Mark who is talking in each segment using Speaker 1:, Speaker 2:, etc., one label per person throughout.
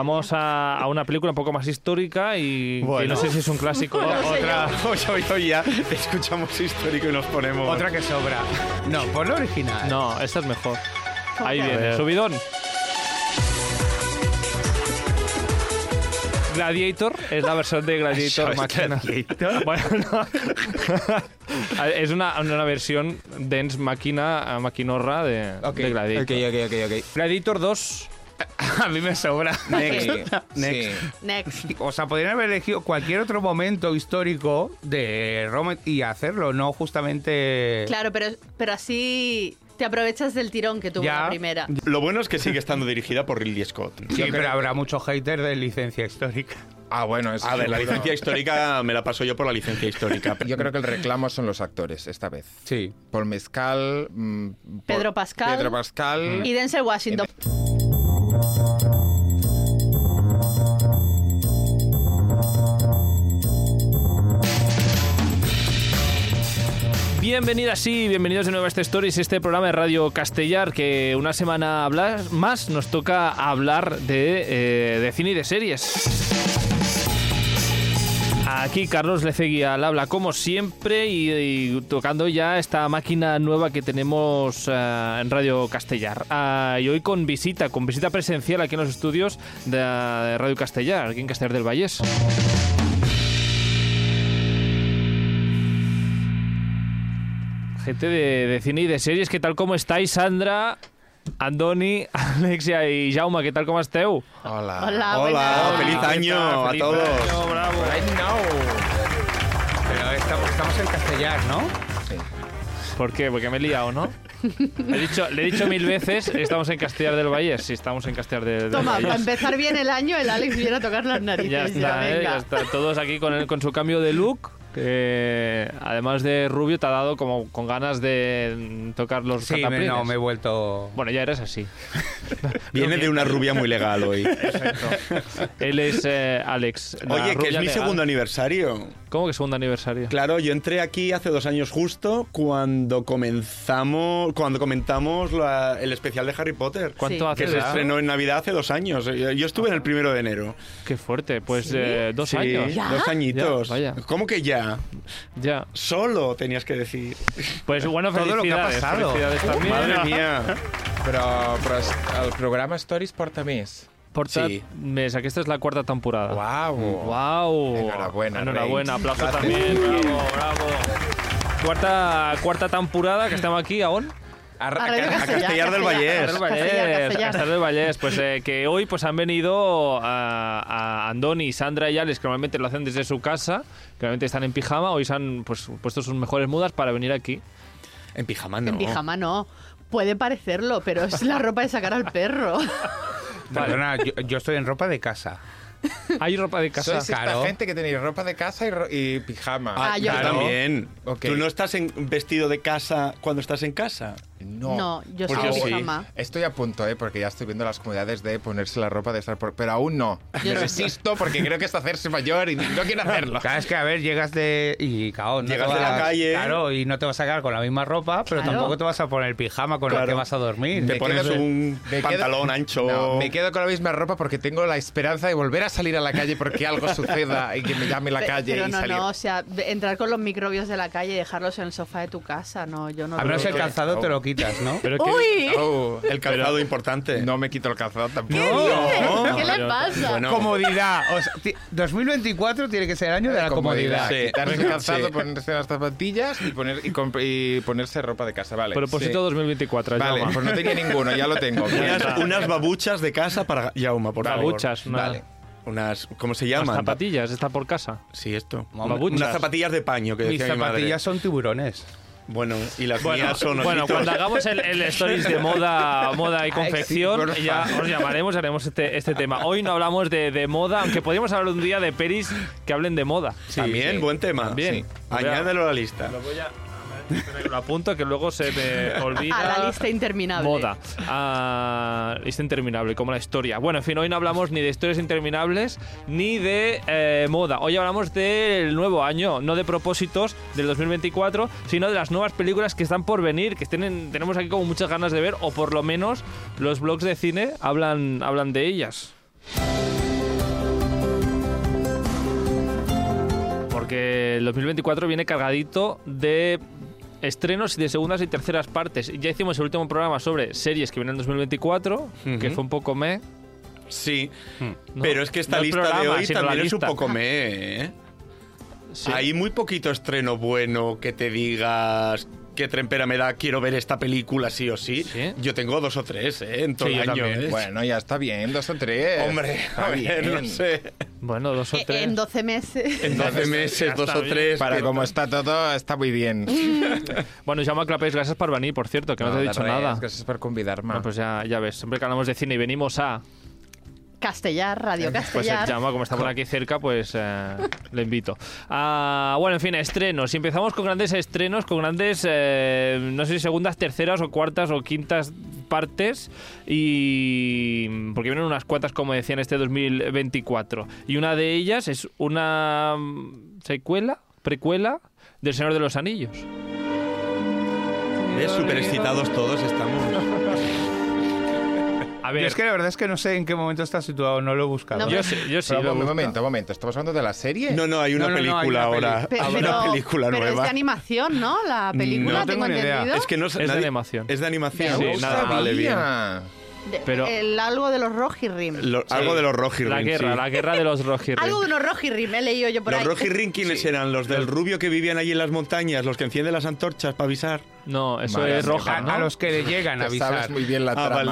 Speaker 1: Vamos a, a una película un poco más histórica y que
Speaker 2: Bueno.
Speaker 1: no sé si es un clásico.
Speaker 2: Otra,
Speaker 3: Hoy, hoy, hoy ya escuchamos histórico y nos ponemos.
Speaker 2: otra que sobra. No, por lo original.
Speaker 1: No, esta es mejor. Ahí viene, subidón. Gladiator es la versión de Gladiator Máquina. Bueno, no. es una, una versión dance máquina, maquinorra de,
Speaker 2: Ok,
Speaker 1: de Gladiator.
Speaker 2: ok, ok, ok, ok.
Speaker 1: Gladiator 2.
Speaker 2: A mí me sobra. Next.
Speaker 4: Sí,
Speaker 2: Next.
Speaker 4: sí. Next.
Speaker 2: O sea, podrían haber elegido cualquier otro momento histórico de Roma y hacerlo, no justamente.
Speaker 4: Claro, pero, pero así te aprovechas del tirón que tuvo
Speaker 2: Ya.
Speaker 4: la primera.
Speaker 3: Lo bueno es que sigue estando dirigida por Ridley Scott.
Speaker 2: Sí, pero habrá muchos haters de licencia histórica.
Speaker 5: Ah, bueno, eso
Speaker 3: A ver, la
Speaker 5: seguro.
Speaker 3: licencia histórica me la paso yo por la licencia histórica.
Speaker 5: Yo creo que el reclamo son los actores esta vez.
Speaker 2: Sí.
Speaker 5: Por Mezcal. mm, por-
Speaker 4: Pedro Pascal. Mm.
Speaker 5: Pedro Pascal.
Speaker 4: Y Denzel Washington.
Speaker 1: Bienvenidas y bienvenidos de nuevo a este Stories, este programa de Radio Castellar que una semana hablar- más nos toca hablar de, eh, de cine y de series. Aquí Carlos Lecegui al habla como siempre y, y tocando ya esta máquina nueva que tenemos eh, en Radio Castellar. Ah, y hoy con visita, con visita presencial aquí en los estudios de, de Radio Castellar, aquí en Castellar del Vallés. Gente de, de cine y de series, ¿qué tal cómo estáis, Sandra, Andoni, Alexia y Jauma? ¿Qué tal cómo esteu?
Speaker 5: Hola.
Speaker 1: Ah,
Speaker 3: Hola,
Speaker 4: Hola, buenas.
Speaker 3: feliz año a
Speaker 1: Feliz
Speaker 3: todos.
Speaker 1: año, bravo.
Speaker 2: Pero estamos, estamos en castellar, ¿no?
Speaker 1: ¿Por qué? Porque me he liado, ¿no? He dicho, le he dicho mil veces, estamos en Castellar del Vallés. Sí, estamos en Castellar de- del
Speaker 4: Toma, para
Speaker 1: Vallés.
Speaker 4: empezar bien el año, el Alex viene a tocar las narices.
Speaker 1: Ya está, ¿eh?
Speaker 4: venga.
Speaker 1: Ya está. Todos aquí con, el- con su cambio de look. Que además de rubio, te ha dado como con ganas de mm, tocar los
Speaker 2: Sí, me-
Speaker 1: cataplines.
Speaker 2: no, me he vuelto.
Speaker 1: Bueno, ya eres así.
Speaker 3: Viene de una rubia muy legal hoy.
Speaker 1: Él es eh, Alex. la
Speaker 3: Oye, que es
Speaker 1: rubia
Speaker 3: mi
Speaker 1: legal.
Speaker 3: segundo aniversario.
Speaker 1: ¿Cómo que segundo aniversario?
Speaker 3: Claro, yo entré aquí hace dos años justo cuando comenzamos, cuando comentamos la- el especial de Harry Potter.
Speaker 1: ¿Cuánto
Speaker 4: Sí.
Speaker 1: hace?
Speaker 3: Que se
Speaker 1: de eso?
Speaker 3: estrenó en Navidad hace dos años. Yo yo estuve en el primero de enero.
Speaker 1: Qué fuerte. Pues
Speaker 4: ¿Sí?
Speaker 1: eh, dos
Speaker 3: Sí,
Speaker 1: años.
Speaker 4: ¿Ya?
Speaker 3: Dos añitos.
Speaker 1: Ya, vaya.
Speaker 3: ¿Cómo que ya?
Speaker 1: Ya.
Speaker 3: Solo tenías que decir.
Speaker 1: Pues bueno,
Speaker 2: Todo
Speaker 1: felicidades.
Speaker 2: lo que ha pasado.
Speaker 1: Felicidades también.
Speaker 3: Madre mía.
Speaker 5: Però, però es- el programa Stories porta més.
Speaker 1: Portad
Speaker 3: Sí.
Speaker 1: mes, esta es la cuarta temporada.
Speaker 5: Uau.
Speaker 1: Wow.
Speaker 5: Enhorabuena,
Speaker 1: Enhorabuena,
Speaker 5: Reis.
Speaker 1: aplauso
Speaker 5: Gracias.
Speaker 1: también. Bravo, bravo. Cuarta, cuarta temporada que estamos aquí aún.
Speaker 5: A,
Speaker 4: A Radio
Speaker 3: a Castellar del
Speaker 1: Castellar
Speaker 3: Vallés.
Speaker 1: del Eh, Vallès,
Speaker 4: Castellar, Castellar.
Speaker 1: Castellar del Vallès. Pues eh, que hoy pues han venido a, a Andoni, Sandra y Alex, que normalmente lo hacen desde su casa, que normalmente están en pijama, hoy se han pues, puesto sus mejores mudas para venir aquí.
Speaker 3: En pijama no.
Speaker 4: En pijama no. Puede parecerlo, pero es la ropa de sacar al perro.
Speaker 2: Perdona, yo, yo estoy en ropa de casa.
Speaker 1: Hay ropa de casa.
Speaker 5: Sois esta
Speaker 2: Claro.
Speaker 5: gente que tenéis ropa de casa y, ro- y pijama.
Speaker 4: Ah,
Speaker 3: Ah, yo
Speaker 4: claro.
Speaker 3: también.
Speaker 5: Ok.
Speaker 3: ¿Tú no estás en vestido de casa cuando estás en casa?
Speaker 5: No.
Speaker 4: No, yo
Speaker 3: Pues
Speaker 4: estoy
Speaker 3: yo
Speaker 4: en
Speaker 3: sí.
Speaker 4: pijama.
Speaker 5: Estoy a punto, ¿eh? Porque ya estoy viendo las comodidades de ponerse la ropa de estar por... Pero aún no.
Speaker 4: Yo-
Speaker 5: Resisto porque creo que es hacerse mayor y no quiero hacerlo.
Speaker 2: Claro, es que a ver, llegas de. Y caón, no
Speaker 3: Llegas
Speaker 2: te
Speaker 3: de la calle.
Speaker 2: Claro, y no te vas a quedar con la misma ropa, pero
Speaker 4: Claro.
Speaker 2: tampoco te vas a poner pijama con el
Speaker 3: Claro.
Speaker 2: que vas a dormir.
Speaker 3: Te
Speaker 5: Me
Speaker 3: pones
Speaker 5: quedo-
Speaker 3: un
Speaker 5: me quedo-
Speaker 3: pantalón ancho.
Speaker 5: No, me quedo con la misma ropa porque tengo la esperanza de volver a salir a la calle porque algo suceda y que me llame la
Speaker 4: Pe-
Speaker 5: calle
Speaker 4: pero
Speaker 5: y
Speaker 4: no,
Speaker 5: salir.
Speaker 4: no, o sea, de- entrar con los microbios de la calle y dejarlos en el sofá de tu casa, no, yo no.
Speaker 2: A
Speaker 4: lo
Speaker 2: menos el
Speaker 4: veo.
Speaker 2: calzado te lo quitas, ¿no?
Speaker 1: Pero que-
Speaker 4: ¡Uy!
Speaker 5: Oh,
Speaker 3: El calzado importante.
Speaker 5: no me quito el calzado tampoco.
Speaker 3: no.
Speaker 4: Oh, ¿Qué le pasa?
Speaker 3: Bueno,
Speaker 2: Comodidad. O sea, ti- 2024 tiene que ser el año
Speaker 3: Eh,
Speaker 2: de la comodidad.
Speaker 3: Sí.
Speaker 5: Quitarse el calzado,
Speaker 3: Sí.
Speaker 5: ponerse las zapatillas y, poner, y, comp- y ponerse ropa de casa, vale.
Speaker 1: Propósito 2024,
Speaker 5: Sí. Vale,
Speaker 1: llama.
Speaker 5: pues no tenía ninguno, ya lo tengo.
Speaker 3: unas, unas babuchas de casa para Yauma, por favor.
Speaker 1: Babuchas, una-
Speaker 3: Vale. Unas, ¿cómo se
Speaker 1: Las
Speaker 3: llaman?
Speaker 1: zapatillas, está por casa.
Speaker 3: Sí, esto.
Speaker 1: Babuchas.
Speaker 3: Unas zapatillas de paño que
Speaker 2: Mis
Speaker 3: decía mi madre.
Speaker 2: zapatillas son tiburones.
Speaker 3: Bueno, y las mías son
Speaker 1: bueno,
Speaker 3: ojitos.
Speaker 1: cuando hagamos el, el stories de moda, moda y confección,
Speaker 5: sí,
Speaker 1: ya os llamaremos y haremos este, este tema. Hoy no hablamos de, de moda, aunque podríamos hablar un día de peris que hablen de moda.
Speaker 3: También,
Speaker 5: sí.
Speaker 3: buen tema.
Speaker 1: También. Sí.
Speaker 3: Añádelo a la lista.
Speaker 1: Lo apunto que luego se me olvida.
Speaker 4: A la lista interminable.
Speaker 1: Moda. Ah, lista interminable, como la historia. Bueno, en fin, hoy no hablamos ni de historias interminables ni de eh, moda. Hoy hablamos del nuevo año, no de propósitos del 2024, sino de las nuevas películas que están por venir, que tienen, tenemos aquí como muchas ganas de ver, o por lo menos los blogs de cine hablan, hablan de ellas. el 2024 viene cargadito de estrenos y de segundas y terceras partes. Ya hicimos el último programa sobre series que vienen en 2024, que
Speaker 3: Ujú.
Speaker 1: fue un poco me.
Speaker 3: Sí,
Speaker 1: No,
Speaker 3: pero es que esta
Speaker 1: no el
Speaker 3: lista de
Speaker 1: programa,
Speaker 3: hoy
Speaker 1: sino la
Speaker 3: también es un
Speaker 1: lista.
Speaker 3: poco me. ¿eh?
Speaker 1: Sí.
Speaker 3: Hay muy poquito estreno bueno que te digas qué trempera me da, quiero ver esta película sí o sí.
Speaker 1: Sí.
Speaker 3: Yo tengo dos o tres ¿eh? en todo
Speaker 2: Sí, yo
Speaker 3: el año.
Speaker 2: también.
Speaker 3: ¿eh?
Speaker 5: Bueno, ya está bien, dos o tres.
Speaker 3: Hombre,
Speaker 5: Está
Speaker 3: a ver,
Speaker 5: bien.
Speaker 3: no sé.
Speaker 1: Bueno, dos o
Speaker 4: Eh,
Speaker 1: tres.
Speaker 4: En 12 meses.
Speaker 3: En 12 meses, dos
Speaker 1: está
Speaker 3: o
Speaker 1: bien.
Speaker 3: tres.
Speaker 5: Para
Speaker 3: que-
Speaker 5: cómo está todo, está muy bien.
Speaker 1: Bueno, llama a Clapés, gracias por venir, por cierto, que no, te he
Speaker 5: de
Speaker 1: dicho
Speaker 5: res,
Speaker 1: nada.
Speaker 5: Gracias por convidarme.
Speaker 1: Bueno, pues ya, ya ves, siempre que hablamos de cine y venimos a...
Speaker 4: Castellar, Radio
Speaker 1: Pues el
Speaker 4: Castellar.
Speaker 1: llama, como está por aquí cerca, pues eh, le invito. Ah, bueno, en fin, estrenos. Y empezamos con grandes estrenos, con grandes, eh, no sé si segundas, terceras o cuartas o quintas partes. Y. Porque vienen unas cuantas, como decían, este 2024. Y una de ellas es una mm, secuela, precuela del Señor de los Anillos.
Speaker 3: ¿Ves? Súper excitados todos estamos.
Speaker 1: A
Speaker 2: Yo
Speaker 1: ver,
Speaker 2: es que la verdad es que no sé en qué momento está situado, no lo he buscado.
Speaker 4: No,
Speaker 1: yo sí, yo sí.
Speaker 5: Pero
Speaker 1: lo
Speaker 5: un
Speaker 1: busco.
Speaker 5: momento, un momento. ¿Estamos hablando de la serie?
Speaker 3: No, no, hay una
Speaker 2: No, no, no, hay
Speaker 3: película
Speaker 2: una
Speaker 3: ahora.
Speaker 2: peli-
Speaker 4: Pe-
Speaker 3: Hay una película
Speaker 4: pero
Speaker 3: nueva.
Speaker 4: es de animación, ¿no? La película,
Speaker 3: No
Speaker 2: tengo
Speaker 4: tengo,
Speaker 2: ni idea.
Speaker 4: entendido.
Speaker 3: Es que no sé-
Speaker 1: Es de
Speaker 3: nadie-
Speaker 1: animación.
Speaker 3: Es de
Speaker 5: Me
Speaker 3: animación.
Speaker 1: Sí,
Speaker 5: gusta,
Speaker 1: nada,
Speaker 5: vale, bien.
Speaker 4: De-
Speaker 1: pero-
Speaker 4: el algo de los Rohirrim.
Speaker 3: Lo- Algo de los Rohirrim.
Speaker 1: La guerra,
Speaker 3: sí.
Speaker 1: la guerra de los Rohirrim.
Speaker 4: Algo de unos Rohirrim, he leído yo por
Speaker 3: Los
Speaker 4: ahí.
Speaker 3: Rohirrim, ¿quiénes eran? Los del rubio que vivían allí en las montañas, los que encienden las antorchas para avisar.
Speaker 1: No, eso
Speaker 5: Madre
Speaker 1: es
Speaker 5: mía,
Speaker 1: roja,
Speaker 2: a,
Speaker 1: ¿no?
Speaker 2: a los que le llegan a
Speaker 5: Te
Speaker 2: avisar.
Speaker 5: sabes muy bien la
Speaker 3: Ah,
Speaker 5: trama.
Speaker 3: vale.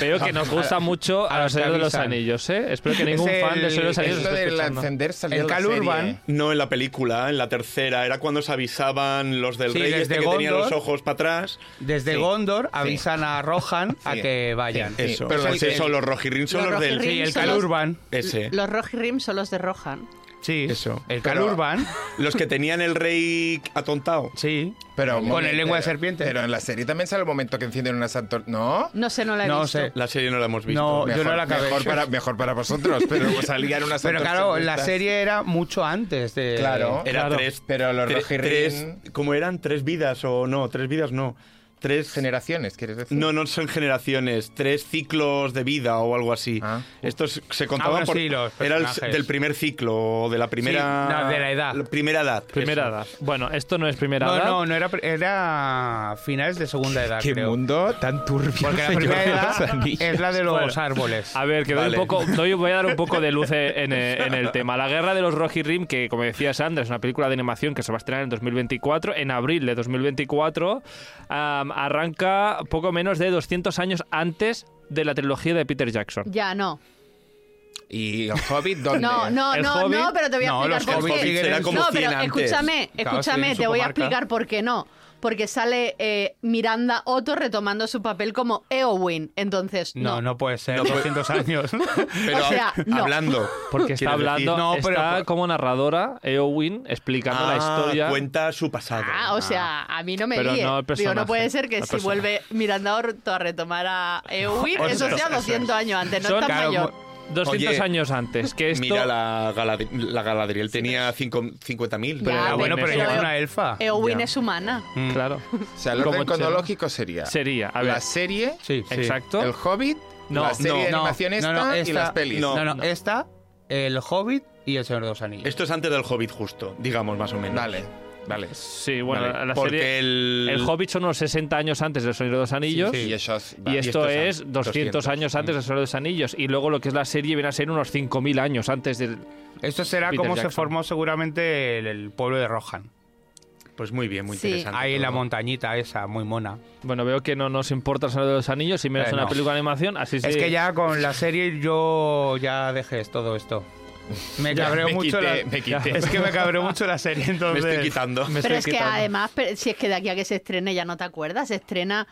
Speaker 1: Pero que nos gusta mucho
Speaker 2: a
Speaker 1: a los
Speaker 2: los que
Speaker 1: Señor de los
Speaker 2: avisan.
Speaker 1: Anillos, ¿eh? Espero que ningún
Speaker 2: Es
Speaker 1: fan de
Speaker 2: el-
Speaker 1: Señor de los Anillos
Speaker 5: Esto
Speaker 1: esté
Speaker 5: del
Speaker 1: escuchando.
Speaker 5: encender salió
Speaker 2: El
Speaker 5: en la
Speaker 2: Cal
Speaker 5: serie.
Speaker 2: Urban.
Speaker 3: No en la película, en la tercera. Era cuando se avisaban los del
Speaker 2: Sí,
Speaker 3: rey este
Speaker 2: desde
Speaker 3: que tenían los
Speaker 2: Gondor.
Speaker 3: ojos para atrás.
Speaker 2: Desde
Speaker 5: Sí.
Speaker 2: Gondor avisan a Rohan a
Speaker 5: Sí.
Speaker 2: que vayan.
Speaker 5: Sí.
Speaker 3: Eso.
Speaker 5: pero
Speaker 3: Pues
Speaker 5: el-
Speaker 3: eso, los Rohirrim son
Speaker 4: los
Speaker 3: los, del...
Speaker 4: Rohirrim
Speaker 2: Sí, el
Speaker 4: son
Speaker 2: Cal
Speaker 4: los-
Speaker 2: Urban.
Speaker 3: Ese.
Speaker 4: Los Rohirrim son los de Rohan.
Speaker 2: Sí,
Speaker 3: Eso.
Speaker 2: El Cal
Speaker 5: Pero-
Speaker 2: Urban.
Speaker 3: Los que tenían el rey atontado.
Speaker 2: Sí.
Speaker 5: Pero, un
Speaker 2: Con el
Speaker 5: momento,
Speaker 2: lengua de
Speaker 5: pero-
Speaker 2: serpiente.
Speaker 5: Pero en la serie también sale el momento que encienden unas antorchas. ¿No?
Speaker 4: No sé, no la he
Speaker 2: No
Speaker 4: visto.
Speaker 2: sé.
Speaker 3: La serie no la hemos visto.
Speaker 2: No, yo no la acabé.
Speaker 5: Mejor para, mejor para vosotros, pero salían unas
Speaker 2: Pero
Speaker 5: antorchas
Speaker 2: claro,
Speaker 5: de
Speaker 2: la
Speaker 5: estas.
Speaker 2: serie era mucho antes de.
Speaker 5: Claro.
Speaker 3: Era
Speaker 1: Claro.
Speaker 3: tres.
Speaker 5: Pero los
Speaker 3: tre-
Speaker 5: Rohirrim-
Speaker 3: tres- ¿Cómo eran? ¿Tres vidas o no? Tres vidas no. Tres
Speaker 5: Generaciones, ¿quieres decir?
Speaker 3: No, no son generaciones, tres ciclos de vida o algo así.
Speaker 5: Ah.
Speaker 3: Estos se contaban
Speaker 2: Ah, bueno,
Speaker 3: por
Speaker 2: sí, los
Speaker 3: era el-
Speaker 2: personajes.
Speaker 3: del primer ciclo o de la primera
Speaker 2: Sí, no, de la edad.
Speaker 3: primera edad.
Speaker 1: Primera
Speaker 3: eso.
Speaker 1: edad. Bueno, esto no es primera
Speaker 2: No,
Speaker 1: edad.
Speaker 2: no, no era, era finales de segunda edad,
Speaker 5: Qué
Speaker 2: creo.
Speaker 5: mundo tan turbio.
Speaker 2: Porque la
Speaker 5: señor
Speaker 2: primera
Speaker 5: de los
Speaker 2: edad
Speaker 5: Anillos.
Speaker 2: es la de los
Speaker 1: Bueno,
Speaker 2: árboles.
Speaker 1: A ver, que doy
Speaker 3: Vale.
Speaker 1: un poco, doy- voy a dar un poco de luz en, eh, en el tema. La guerra de los Rohirrim, que como decía Sandra, es una película de animación que se va a estrenar en 2024, en abril de 2024, am, arranca poco menos de 200 años antes de la trilogía de Peter Jackson.
Speaker 4: Ya, no.
Speaker 5: ¿Y el Hobbit dónde?
Speaker 4: No, no,
Speaker 1: ¿El
Speaker 4: no,
Speaker 1: Hobbit?
Speaker 4: no, pero te voy a
Speaker 2: No, los
Speaker 4: explicar por
Speaker 3: Hobbits
Speaker 4: qué.
Speaker 3: eran como
Speaker 4: no,
Speaker 3: 100
Speaker 4: pero
Speaker 3: antes.
Speaker 4: escúchame,
Speaker 2: Claro, sí,
Speaker 4: escúchame,
Speaker 2: en su
Speaker 4: te voy a
Speaker 2: comarca.
Speaker 4: explicar por qué no. Porque sale eh, Miranda Otto retomando su papel como Eowyn. Entonces,
Speaker 2: No,
Speaker 4: no.
Speaker 2: no, puede ser,
Speaker 3: No puede-
Speaker 2: 200 años.
Speaker 3: Pero
Speaker 4: O sea, no.
Speaker 3: hablando.
Speaker 1: Porque está
Speaker 3: quiero decir.
Speaker 1: hablando,
Speaker 2: No, pero-
Speaker 1: está como narradora Eowyn explicando la
Speaker 3: Ah,
Speaker 1: historia.
Speaker 3: Cuenta su pasado.
Speaker 4: Ah, o sea, a mí no me
Speaker 1: Pero
Speaker 4: líe.
Speaker 1: no el
Speaker 4: Digo,
Speaker 1: personaje,
Speaker 4: no puede ser
Speaker 1: el
Speaker 4: que si
Speaker 1: personaje.
Speaker 4: vuelve Miranda Otto a retomar a Eowyn,
Speaker 2: Por
Speaker 4: eso
Speaker 2: supuesto,
Speaker 4: sea
Speaker 2: eso
Speaker 4: 200 años antes, no
Speaker 1: Son-
Speaker 4: es tan
Speaker 1: claro,
Speaker 4: mayor.
Speaker 1: 200
Speaker 3: Oye,
Speaker 1: años antes, que esto...
Speaker 3: Mira la, Galadri- la Galadriel tenía cinco- 50.000.
Speaker 4: Ya,
Speaker 2: Ah, bueno, pero
Speaker 1: Pero-
Speaker 2: ya es una
Speaker 1: Ah,
Speaker 2: elfa.
Speaker 4: Eowyn
Speaker 3: Ya.
Speaker 4: es humana.
Speaker 2: Mm.
Speaker 1: Claro.
Speaker 5: O sea, el orden
Speaker 1: Como
Speaker 5: cronológico sería.
Speaker 1: Sería, a ver,
Speaker 5: La serie,
Speaker 2: Sí, sí.
Speaker 1: exacto.
Speaker 5: el Hobbit,
Speaker 1: No,
Speaker 5: la serie
Speaker 3: no,
Speaker 5: de
Speaker 2: No,
Speaker 5: animación
Speaker 2: no,
Speaker 5: esta,
Speaker 2: no,
Speaker 5: y las pelis.
Speaker 2: No, no,
Speaker 1: No.
Speaker 2: esta, el Hobbit y el Señor de los Anillos.
Speaker 3: Esto es antes del Hobbit justo, digamos más o menos.
Speaker 5: Vale, vale.
Speaker 1: Sí, bueno,
Speaker 3: Vale,
Speaker 1: la- la
Speaker 3: Porque
Speaker 1: serie...
Speaker 3: el,
Speaker 1: El Hobbit son unos 60 años antes del Señor de los Anillos.
Speaker 5: Y, eso es-
Speaker 1: Y
Speaker 5: vale,
Speaker 1: esto es
Speaker 5: son
Speaker 1: 200, años antes del Señor de los Anillos. Y luego lo que es la serie viene a ser unos 5.000 años antes del...
Speaker 2: Esto será
Speaker 1: Peter
Speaker 2: como se
Speaker 1: Jackson.
Speaker 2: formó seguramente el, el pueblo de Rohan.
Speaker 3: Pues muy bien, muy
Speaker 4: Sí.
Speaker 3: interesante.
Speaker 2: Ahí en la
Speaker 3: todo.
Speaker 2: montañita esa, muy mona.
Speaker 1: Bueno, veo que no nos importa el Señor de los Anillos y menos
Speaker 2: Eh,
Speaker 1: una
Speaker 2: no.
Speaker 1: película de animación. Así
Speaker 2: Es
Speaker 1: sí.
Speaker 2: que ya con la serie yo ya dejé todo esto. Me cabreó
Speaker 5: me
Speaker 2: mucho
Speaker 5: quité,
Speaker 2: la...
Speaker 5: me quité.
Speaker 2: Es que me cabreó mucho la serie,
Speaker 3: Me
Speaker 2: entonces...
Speaker 3: estoy quitando.
Speaker 1: Me
Speaker 4: Pero
Speaker 1: estoy
Speaker 4: es que
Speaker 1: quitando.
Speaker 4: además, pero si es que de aquí a que se estrene, ya no te acuerdas, se estrena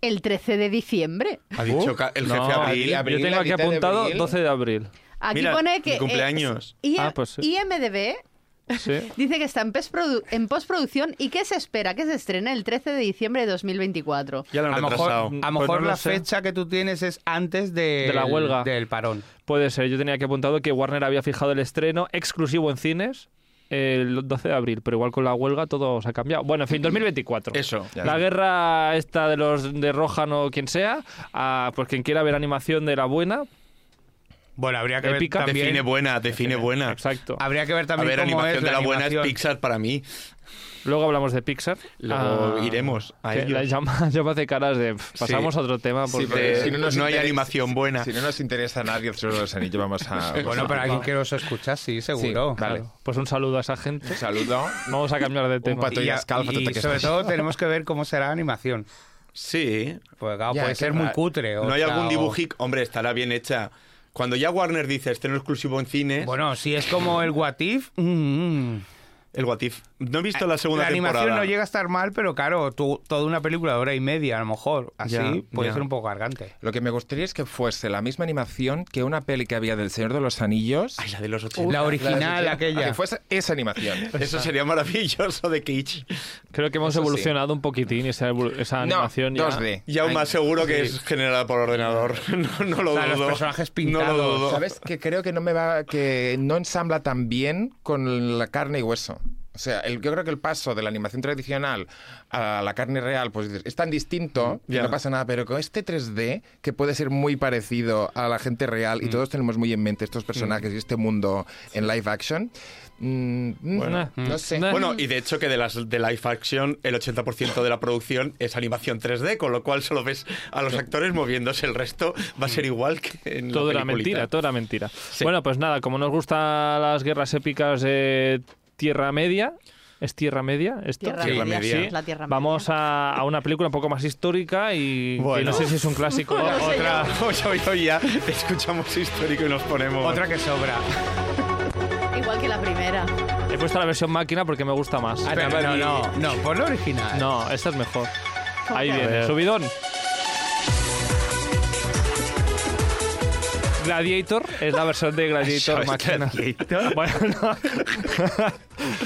Speaker 4: el 13 de diciembre.
Speaker 3: Ha
Speaker 2: ¿Oh?
Speaker 3: dicho ca- el jefe
Speaker 1: No,
Speaker 3: Abril.
Speaker 5: abril,
Speaker 1: Yo tengo
Speaker 5: la
Speaker 1: aquí
Speaker 5: mitad de
Speaker 1: apuntado
Speaker 5: abril.
Speaker 1: 12 de abril.
Speaker 4: Aquí
Speaker 3: Mira,
Speaker 4: pone que.
Speaker 3: mi
Speaker 4: eh,
Speaker 3: cumpleaños.
Speaker 4: I-
Speaker 1: Ah, pues sí.
Speaker 4: IMDB
Speaker 1: Sí.
Speaker 4: dice que está en, postprodu- en postproducción y que se espera que se estrene el 13 de diciembre de 2024.
Speaker 3: Ya lo han
Speaker 2: A lo mejor,
Speaker 3: retrasado.
Speaker 2: a lo
Speaker 1: Pues
Speaker 2: mejor
Speaker 1: no lo
Speaker 2: la
Speaker 1: sé.
Speaker 2: fecha que tú tienes es antes de,
Speaker 1: De la huelga.
Speaker 2: del parón.
Speaker 1: Puede ser, yo tenía aquí apuntado que Warner había fijado el estreno exclusivo en cines el 12 de abril, pero igual con la huelga todo se ha cambiado. Bueno, en fin, 2024.
Speaker 3: Eso.
Speaker 1: La guerra esta de los de Rohan o quien sea, a, pues quien quiera ver animación de la buena,
Speaker 2: Bueno, habría que
Speaker 1: Épica.
Speaker 2: ver también.
Speaker 3: Define buena, define buena.
Speaker 1: Exacto.
Speaker 2: Habría que ver
Speaker 3: Ah, A
Speaker 2: también
Speaker 3: ver,
Speaker 2: cómo
Speaker 3: animación
Speaker 2: es
Speaker 3: de la buena es
Speaker 2: animación.
Speaker 3: Pixar para mí.
Speaker 1: Luego hablamos de Pixar.
Speaker 3: Luego
Speaker 1: Ah,
Speaker 3: iremos a
Speaker 1: que La
Speaker 3: ello.
Speaker 1: llama, llama hace caras de. "Pf, Pasamos a otro tema. Porque...
Speaker 3: Sí, porque-
Speaker 5: si no, nos
Speaker 3: no hay
Speaker 5: interesa-
Speaker 3: animación buena.
Speaker 5: Si no nos interesa a nadie el Señor de los Anillos, vamos a.
Speaker 2: Bueno, pero alguien que los escucha, sí, seguro.
Speaker 5: Sí, vale.
Speaker 1: Pues un saludo a esa gente.
Speaker 5: Un saludo.
Speaker 1: Vamos a cambiar de tema.
Speaker 5: pato-
Speaker 2: Y,
Speaker 5: Y
Speaker 2: a-
Speaker 5: escalfa,
Speaker 2: y
Speaker 5: tata, que
Speaker 2: sobre
Speaker 5: estás.
Speaker 2: todo tenemos que ver cómo será la animación.
Speaker 3: Sí.
Speaker 2: Pues claro,
Speaker 5: Ya,
Speaker 2: puede
Speaker 5: es
Speaker 2: ser
Speaker 5: que
Speaker 2: muy
Speaker 5: va-
Speaker 2: cutre. o
Speaker 3: No hay
Speaker 2: sea,
Speaker 3: algún
Speaker 2: o-
Speaker 3: dibujic. Hombre, estará bien hecha. Cuando ya Warner dice estreno exclusivo en cines,
Speaker 2: Bueno, si es como el What If, mm, mm.
Speaker 3: el What If. No he visto la segunda
Speaker 2: Ah, la animación
Speaker 3: temporada.
Speaker 2: no llega a estar mal, pero claro, tú- toda una película de hora y media, a lo mejor. Así
Speaker 3: Ya,
Speaker 2: puede
Speaker 3: ya.
Speaker 2: ser un poco gargante.
Speaker 5: Lo que me gustaría es que fuese la misma animación que una peli que había del Señor de los Anillos.
Speaker 3: Ay, la de los 80.
Speaker 2: la original,
Speaker 5: de-
Speaker 2: aquella.
Speaker 5: Que fuese esa animación.
Speaker 3: Eso sería maravilloso de Kitsch.
Speaker 1: Creo que hemos
Speaker 5: Eso sí.
Speaker 1: evolucionado un poquitín y esa, evolu- esa animación
Speaker 5: no,
Speaker 1: ya.
Speaker 5: 2D.
Speaker 3: Y aún
Speaker 5: Ay,
Speaker 3: más seguro que es generada por ordenador. No, no lo
Speaker 2: O sea, los
Speaker 3: dudo.
Speaker 2: personajes
Speaker 3: No lo
Speaker 2: pintados,
Speaker 3: dudo.
Speaker 5: ¿Sabes? Que creo que no me va. que no ensambla tan bien con la carne y hueso. O sea, el- yo creo que el paso de la animación tradicional a la carne real, pues dices, es tan distinto que
Speaker 3: Ya.
Speaker 5: no pasa nada, pero con este 3D, que puede ser muy parecido a la gente real, y todos tenemos muy en mente estos personajes y este mundo en live action, mm, mm,
Speaker 1: Bueno.
Speaker 5: no sé.
Speaker 1: Nah.
Speaker 3: Bueno, y de hecho que de las de Life Action el 80% de la producción es animación 3D, con lo cual solo ves a los actores moviéndose, el resto va a ser igual que en
Speaker 1: Todo
Speaker 3: la
Speaker 1: era mentira,
Speaker 3: peliculita.
Speaker 1: todo era mentira. Bueno, pues nada, como nos gustan las guerras épicas de Tierra Media, ¿es Tierra Media esto?
Speaker 4: Tierra
Speaker 3: Tierra
Speaker 4: Media,
Speaker 3: Media.
Speaker 4: sí, es la Tierra Media.
Speaker 1: Vamos a, a una película un poco más histórica y que
Speaker 3: Bueno.
Speaker 1: no sé si es un clásico.
Speaker 4: No sé
Speaker 1: otra.
Speaker 3: Otra, hoy, hoy, hoy ya escuchamos histórico y nos ponemos...
Speaker 2: Otra que sobra.
Speaker 4: Igual que la primera.
Speaker 1: He puesto la versión máquina porque me gusta más.
Speaker 2: Pero Ah, no, no, no, por lo original.
Speaker 1: No, esta es mejor. Ahí
Speaker 4: A
Speaker 1: viene,
Speaker 3: ver.
Speaker 1: subidón. Gladiator es la versión de Gladiator
Speaker 3: ¿Sabes
Speaker 1: máquina.
Speaker 3: Gladiator?
Speaker 1: Bueno,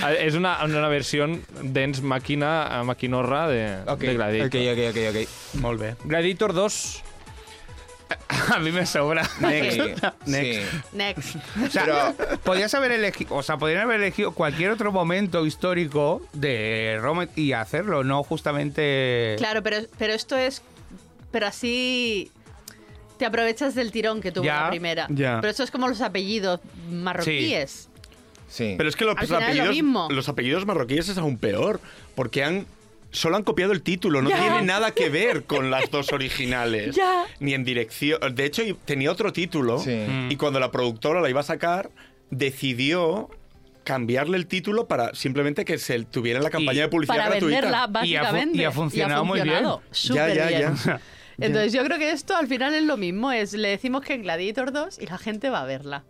Speaker 1: no. es una, una versión dance máquina, eh, maquinorra de, de Gladiator.
Speaker 2: Molt bé.
Speaker 1: Gladiator 2.
Speaker 2: A mí me sobra.
Speaker 5: Next. Sí.
Speaker 4: Next.
Speaker 2: O sea, podías haber elegido, o sea, podrían haber elegido cualquier otro momento histórico de Romet y hacerlo, no justamente.
Speaker 4: Claro, pero, pero esto es. Pero así. Te aprovechas del tirón que tuvo
Speaker 2: Ya,
Speaker 4: la primera.
Speaker 3: ya.
Speaker 4: Pero esto es como los apellidos marroquíes.
Speaker 5: Sí.
Speaker 3: Pero es que los,
Speaker 4: Al final es lo
Speaker 3: apellidos,
Speaker 4: mismo.
Speaker 3: los apellidos marroquíes es aún peor, porque han solo han copiado el título, no tiene nada que ver con las dos originales.
Speaker 4: Ya.
Speaker 3: Ni en dirección. De hecho, y- tenía otro título,
Speaker 5: Sí.
Speaker 1: Mm.
Speaker 3: y cuando la productora la iba a sacar, decidió cambiarle el título para simplemente que se tuviera en la campaña
Speaker 2: Y-
Speaker 3: de publicidad
Speaker 4: Para
Speaker 3: gratuita.
Speaker 4: venderla,
Speaker 2: Y ha fu-
Speaker 4: básicamente.
Speaker 2: y ha funcionado muy bien.
Speaker 4: Súper
Speaker 3: ya,
Speaker 4: bien.
Speaker 3: ya.
Speaker 4: Entonces yo creo que esto al final es lo mismo. Es, le decimos que en Gladiator 2 y la gente va a verla.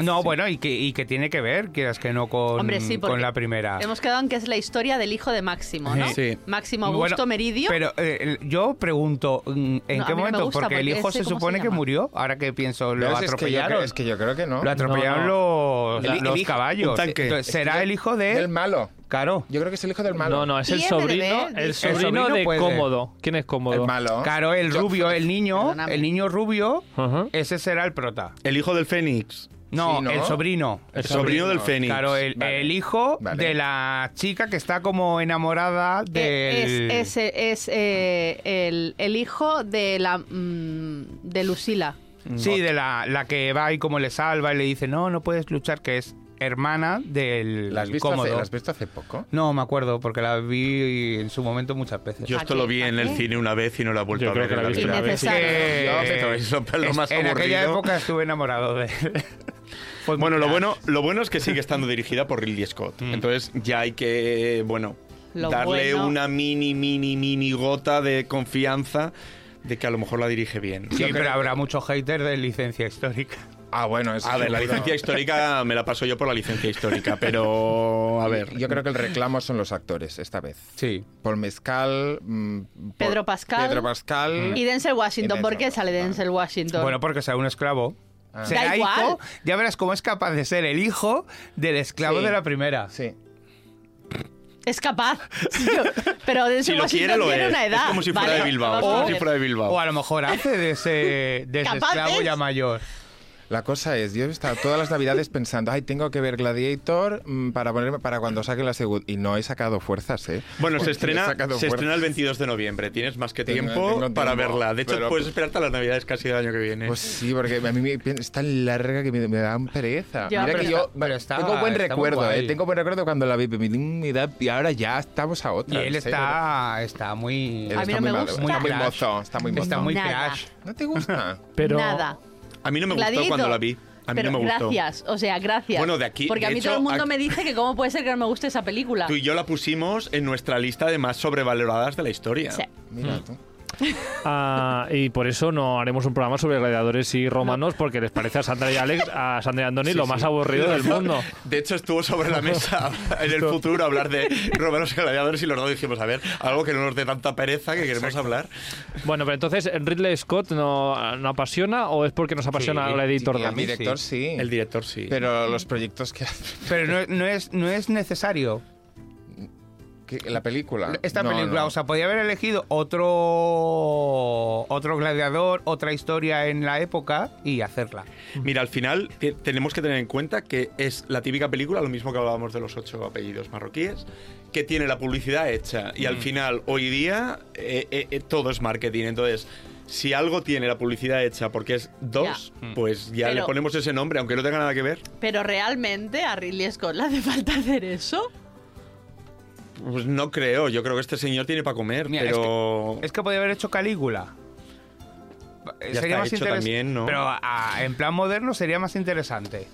Speaker 2: No, bueno, y que, y que tiene que ver, quieras que no, con,
Speaker 4: Hombre, sí, porque
Speaker 2: con la primera.
Speaker 4: Hemos quedado en que es la historia del hijo de Máximo, ¿no?
Speaker 3: Sí.
Speaker 4: Máximo Augusto
Speaker 2: Bueno,
Speaker 4: Meridio.
Speaker 2: Pero eh, el- yo pregunto, mm, ¿en
Speaker 4: No, a mí
Speaker 2: qué
Speaker 4: no me
Speaker 2: momento?
Speaker 4: gusta,
Speaker 2: porque el
Speaker 4: porque
Speaker 2: hijo
Speaker 4: ese,
Speaker 2: se
Speaker 4: ¿cómo se
Speaker 2: supone que
Speaker 4: llama?
Speaker 2: murió, ahora que pienso, lo
Speaker 5: ¿Ves? Es que, yo creo,
Speaker 2: atropellaron.
Speaker 5: es que yo creo que no.
Speaker 2: Lo atropellaron los,
Speaker 5: El- el
Speaker 2: los
Speaker 5: hijo-
Speaker 2: caballos.
Speaker 3: un tanque.
Speaker 2: Entonces, será el hijo de.
Speaker 5: Del malo.
Speaker 2: Caro.
Speaker 5: Yo creo que es el hijo del malo.
Speaker 1: No, no, es el
Speaker 4: IMDb,
Speaker 1: sobrino, el
Speaker 4: dice. El
Speaker 1: sobrino
Speaker 2: sobrino
Speaker 1: de
Speaker 2: puede.
Speaker 1: Cómodo. ¿Quién es Cómodo?
Speaker 5: El malo.
Speaker 2: Caro, el
Speaker 5: Yo-
Speaker 2: rubio, el niño,
Speaker 4: Perdóname.
Speaker 2: el niño rubio,
Speaker 1: Ajá.
Speaker 2: ese será el prota.
Speaker 3: El hijo del Fénix.
Speaker 2: No,
Speaker 5: Sí, ¿no?
Speaker 2: el sobrino.
Speaker 3: El
Speaker 1: sobrino.
Speaker 3: sobrino del Fénix.
Speaker 2: Claro, el,
Speaker 5: Vale.
Speaker 2: el hijo
Speaker 5: Vale.
Speaker 2: de la chica que está como enamorada del...
Speaker 4: Eh, Es, ese es eh, el, el hijo de la mm, de Lucila.
Speaker 2: Sí, de la, la que va y como le salva y le dice, no, no puedes luchar, que es hermana del
Speaker 5: ¿La has visto, hace,
Speaker 2: cómodo.
Speaker 5: la has visto hace poco?
Speaker 2: No, me acuerdo, porque la vi en su momento muchas veces.
Speaker 3: Yo esto
Speaker 4: ¿A
Speaker 3: lo
Speaker 4: qué?
Speaker 3: vi
Speaker 4: ¿A
Speaker 3: en el
Speaker 4: qué?
Speaker 3: cine una vez y no la he vuelto
Speaker 1: Yo
Speaker 3: a
Speaker 1: creo
Speaker 3: ver.
Speaker 1: que la
Speaker 3: en
Speaker 1: he visto
Speaker 3: vida.
Speaker 1: una vez.
Speaker 4: Innecesario.
Speaker 2: Que-
Speaker 3: No, pero eso es lo
Speaker 2: es-
Speaker 3: más
Speaker 2: en aquella
Speaker 3: aburrido.
Speaker 2: época estuve enamorado de él. Pues
Speaker 4: Pues
Speaker 2: Fue muy
Speaker 3: Bueno, lo
Speaker 2: crack.
Speaker 3: bueno, lo bueno es que sigue estando dirigida por Ridley Scott. Entonces ya hay que, bueno,
Speaker 4: Mm. Lo
Speaker 3: darle
Speaker 4: bueno.
Speaker 3: una mini, mini, mini gota de confianza de que a lo mejor la dirige bien.
Speaker 2: Sí,
Speaker 5: Yo
Speaker 2: pero
Speaker 5: creo
Speaker 2: habrá muchos haters de licencia histórica.
Speaker 5: Ah, bueno, eso
Speaker 3: A ver, la
Speaker 5: seguro.
Speaker 3: licencia histórica me la paso yo por la licencia histórica, pero a ver.
Speaker 5: Yo creo que el reclamo son los actores, esta vez.
Speaker 2: Sí.
Speaker 5: Paul Mezcal. mm, Paul-
Speaker 4: Pedro Pascal.
Speaker 5: Pedro Pascal.
Speaker 3: Mm.
Speaker 4: Y Denzel Washington.
Speaker 5: Y Denzel
Speaker 4: ¿Por qué sale
Speaker 5: Washington.
Speaker 4: Denzel Washington?
Speaker 2: Bueno, porque será un esclavo. Será
Speaker 4: Da igual.
Speaker 2: hijo, ya verás cómo es capaz de ser el hijo del esclavo
Speaker 5: Sí.
Speaker 2: de la primera.
Speaker 5: Sí.
Speaker 4: es capaz. Sí, yo- pero Denzel
Speaker 3: pues- Si lo
Speaker 4: Washington
Speaker 3: quiere, lo
Speaker 4: tiene
Speaker 3: es.
Speaker 4: una edad.
Speaker 3: Es como si fuera
Speaker 4: ¿vale?
Speaker 3: de Bilbao. Es
Speaker 4: Vamos a
Speaker 3: como si
Speaker 4: ver.
Speaker 3: fuera de Bilbao.
Speaker 2: O a lo mejor hace de ese, de ese
Speaker 4: Capaz
Speaker 2: esclavo
Speaker 4: es.
Speaker 2: ya mayor.
Speaker 5: La cosa es, yo he estado todas las navidades pensando, ay, tengo que ver Gladiator mm, para ponerme para cuando saquen la segunda. Y no he sacado fuerzas, ¿eh?
Speaker 3: Bueno, se
Speaker 5: Porque he
Speaker 3: estrena,
Speaker 5: sacado
Speaker 3: se
Speaker 5: fuerzas.
Speaker 3: estrena el 22 de noviembre. Tienes más que
Speaker 5: Tengo-
Speaker 3: tiempo
Speaker 5: tengo
Speaker 3: para
Speaker 5: tiempo,
Speaker 3: verla. De hecho,
Speaker 5: pero-
Speaker 3: puedes esperarte a las navidades casi del año que viene.
Speaker 5: Pues sí, porque a mí me, es tan larga que me, me da pereza.
Speaker 4: Ya,
Speaker 5: Mira
Speaker 4: pero
Speaker 5: que yo
Speaker 2: está- pero está-
Speaker 5: tengo buen
Speaker 2: está muy
Speaker 5: recuerdo, ¿eh?
Speaker 2: guay.
Speaker 5: Tengo buen recuerdo cuando la vi. pero me da- Y ahora ya estamos a
Speaker 2: Y
Speaker 5: otra.
Speaker 2: él
Speaker 5: en serio.
Speaker 2: está, está muy...
Speaker 5: Él
Speaker 4: A mí
Speaker 5: está
Speaker 4: no
Speaker 5: muy
Speaker 4: me
Speaker 5: malo,
Speaker 4: gusta.
Speaker 5: Está muy
Speaker 2: Flash.
Speaker 5: mozo, está muy mozo.
Speaker 2: Está muy
Speaker 4: Nada.
Speaker 2: flash.
Speaker 5: ¿No te gusta?
Speaker 6: Pero
Speaker 4: Nada.
Speaker 3: a mí no me gustó
Speaker 4: Gladiator.
Speaker 3: cuando la vi. A mí
Speaker 4: Pero
Speaker 3: no me gustó.
Speaker 4: Gracias, o sea, gracias.
Speaker 3: Bueno, de aquí-
Speaker 4: Porque
Speaker 3: de
Speaker 4: a mí
Speaker 3: hecho,
Speaker 4: todo el mundo
Speaker 3: ac-
Speaker 4: me dice que cómo puede ser que no me guste esa película.
Speaker 3: Tú y yo la pusimos en nuestra lista de más sobrevaloradas de la historia.
Speaker 4: Sí.
Speaker 5: Mira tú.
Speaker 1: Ah, y por eso no haremos un programa sobre gladiadores y romanos, porque les parece a Sandra y Alex, a Sandra y Andoni, lo más aburrido del mundo.
Speaker 3: De hecho, estuvo sobre la mesa en el futuro hablar de romanos y gladiadores y los dos dijimos, a ver, algo que no nos dé tanta pereza que queremos hablar.
Speaker 1: Bueno, pero entonces, ¿Ridley Scott no, no apasiona o es porque nos apasiona
Speaker 2: Sí,
Speaker 1: Gladiator
Speaker 2: sí, a
Speaker 5: Y el
Speaker 1: dos?
Speaker 2: mí
Speaker 5: director sí.
Speaker 3: El director sí.
Speaker 5: Pero los proyectos que hace.
Speaker 2: Pero no, no es, no es necesario.
Speaker 5: que- la
Speaker 3: Ah,
Speaker 5: película.
Speaker 2: Esta
Speaker 5: No,
Speaker 2: película,
Speaker 5: no.
Speaker 2: o sea, podía haber elegido otro otro gladiador, otra historia en la época y hacerla.
Speaker 3: Mira, al final te- tenemos que tener en cuenta que es la típica película, lo mismo que hablábamos de los ocho apellidos marroquíes, que tiene la publicidad hecha. Y
Speaker 2: Mm.
Speaker 3: al final, hoy día, eh, eh, eh, todo es marketing. Entonces, si algo tiene la publicidad hecha porque es dos, pues ya le
Speaker 4: Pero-
Speaker 3: ponemos ese nombre, aunque no tenga nada que ver.
Speaker 4: Pero realmente a Ridley Scott le hace falta hacer eso.
Speaker 3: Pues no creo, yo creo que este señor tiene para comer,
Speaker 2: Mira, es
Speaker 3: pero...
Speaker 2: Es que podía haber hecho Calígula. Eh,
Speaker 3: Ya está hecho también, ¿no?
Speaker 2: Pero ah, en plan moderno sería más interesante.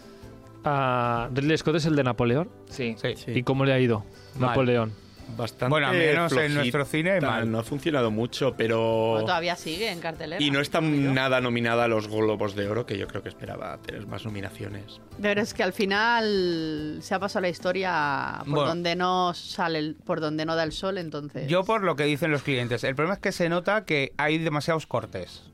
Speaker 1: Ah, Ridley Scott es el de Napoleón.
Speaker 5: Sí.
Speaker 2: Sí.
Speaker 1: ¿Y cómo le ha ido?
Speaker 2: Mal.
Speaker 1: Napoleón.
Speaker 3: Bastante
Speaker 2: Bueno, al menos en
Speaker 3: flojita,
Speaker 2: nuestro cine, mal.
Speaker 3: No ha funcionado mucho, pero...
Speaker 4: Bueno, todavía sigue en cartelera.
Speaker 3: Y no está nada nominada a los Globos de Oro, que yo creo que esperaba tener más nominaciones.
Speaker 4: Pero es que al final se ha pasado la historia por
Speaker 2: Bueno.
Speaker 4: donde no sale, el- por donde no da el sol, entonces.
Speaker 2: Yo por lo que dicen los clientes. El problema es que se nota que hay demasiados cortes.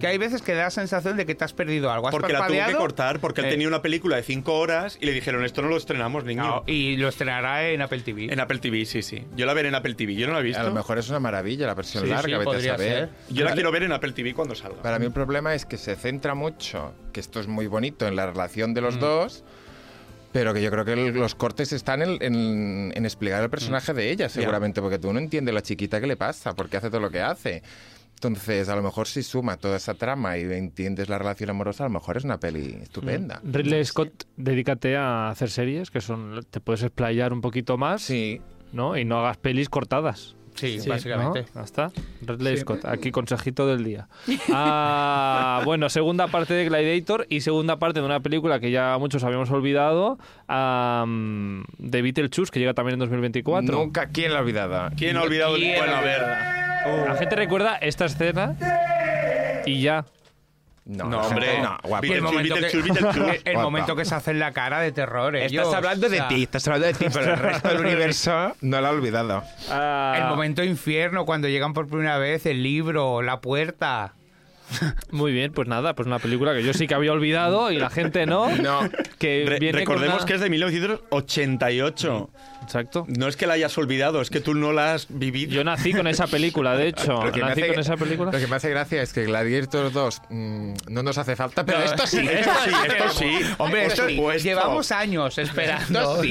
Speaker 2: Que hay veces que da la sensación de que te has perdido algo. Has
Speaker 3: Porque la tuvo que
Speaker 2: parpadeado,
Speaker 3: cortar, porque él
Speaker 2: eh,
Speaker 3: tenía una película de cinco horas y le dijeron, esto no lo estrenamos, niño.
Speaker 2: no, y lo estrenará en Apple TV.
Speaker 3: En Apple TV, sí, sí. Yo la veré en Apple TV, yo no la he visto.
Speaker 5: A lo mejor es una maravilla la versión
Speaker 2: Sí, sí,
Speaker 5: larga, vete a
Speaker 2: podría
Speaker 3: ¿eh?
Speaker 5: saber.
Speaker 2: ser.
Speaker 3: Yo la quiero ver en Apple TV cuando salga.
Speaker 5: Para mí el problema es que se centra mucho, que esto es muy bonito, en la relación de los dos, pero que yo creo que el- los cortes están en, en- en explicar el personaje de ella, seguramente, porque tú no entiendes la chiquita que le pasa, porque hace todo lo que hace. Entonces, a lo mejor si suma toda esa trama y entiendes la relación amorosa, a lo mejor es una peli estupenda.
Speaker 1: Ridley Scott, dedícate a hacer series que son te puedes explayar un poquito más,
Speaker 5: Sí,
Speaker 1: ¿no? Y no hagas pelis cortadas.
Speaker 2: Sí,
Speaker 3: Sí,
Speaker 2: básicamente.
Speaker 1: ¿No? Ya está. Ridley Scott, aquí consejito del día. Ah, bueno, segunda parte de Gladiator y segunda parte de una película que ya muchos habíamos olvidado, am, de Beetlejuice, que llega también en 2024.
Speaker 5: nunca, ¿quién la olvidada?
Speaker 3: ¿Quién ha olvidado?
Speaker 2: ¿Quién
Speaker 3: Bueno,
Speaker 2: ha
Speaker 3: a ver.
Speaker 1: La gente recuerda esta escena y ya.
Speaker 5: No,
Speaker 3: No,
Speaker 5: la gente-
Speaker 3: hombre.
Speaker 5: no, guapa.
Speaker 3: Beetlejuice,
Speaker 2: El momento que-
Speaker 3: Beetlejuice, Beetlejuice.
Speaker 2: El
Speaker 5: Guapa.
Speaker 2: momento que se hace en la cara de terror. ellos,
Speaker 5: Estás hablando
Speaker 2: o
Speaker 5: de
Speaker 2: sea,
Speaker 5: ti, estás hablando de ti, pero el resto del universo no la ha olvidado.
Speaker 1: Ah,
Speaker 2: El momento infierno, cuando llegan por primera vez, el libro, la puerta.
Speaker 1: Muy bien, pues nada, pues una película que yo sí que había olvidado y la gente no.
Speaker 5: No.
Speaker 1: Que
Speaker 3: Re-
Speaker 1: viene con
Speaker 3: recordemos
Speaker 1: una-
Speaker 3: que es de 1988.
Speaker 1: Exacto.
Speaker 3: No es que la hayas olvidado, es que tú no la has vivido.
Speaker 1: Yo nací con esa película, de hecho.
Speaker 5: Lo que me
Speaker 1: Nací
Speaker 5: hace-
Speaker 1: con esa película.
Speaker 5: Lo que me hace gracia es que Gladiator 2 mm, no nos hace falta, pero esto sí.
Speaker 3: Esto sí, esto sí.
Speaker 2: Hombre,
Speaker 3: Por
Speaker 2: esto
Speaker 3: supuesto.
Speaker 2: Pues llevamos años esperando.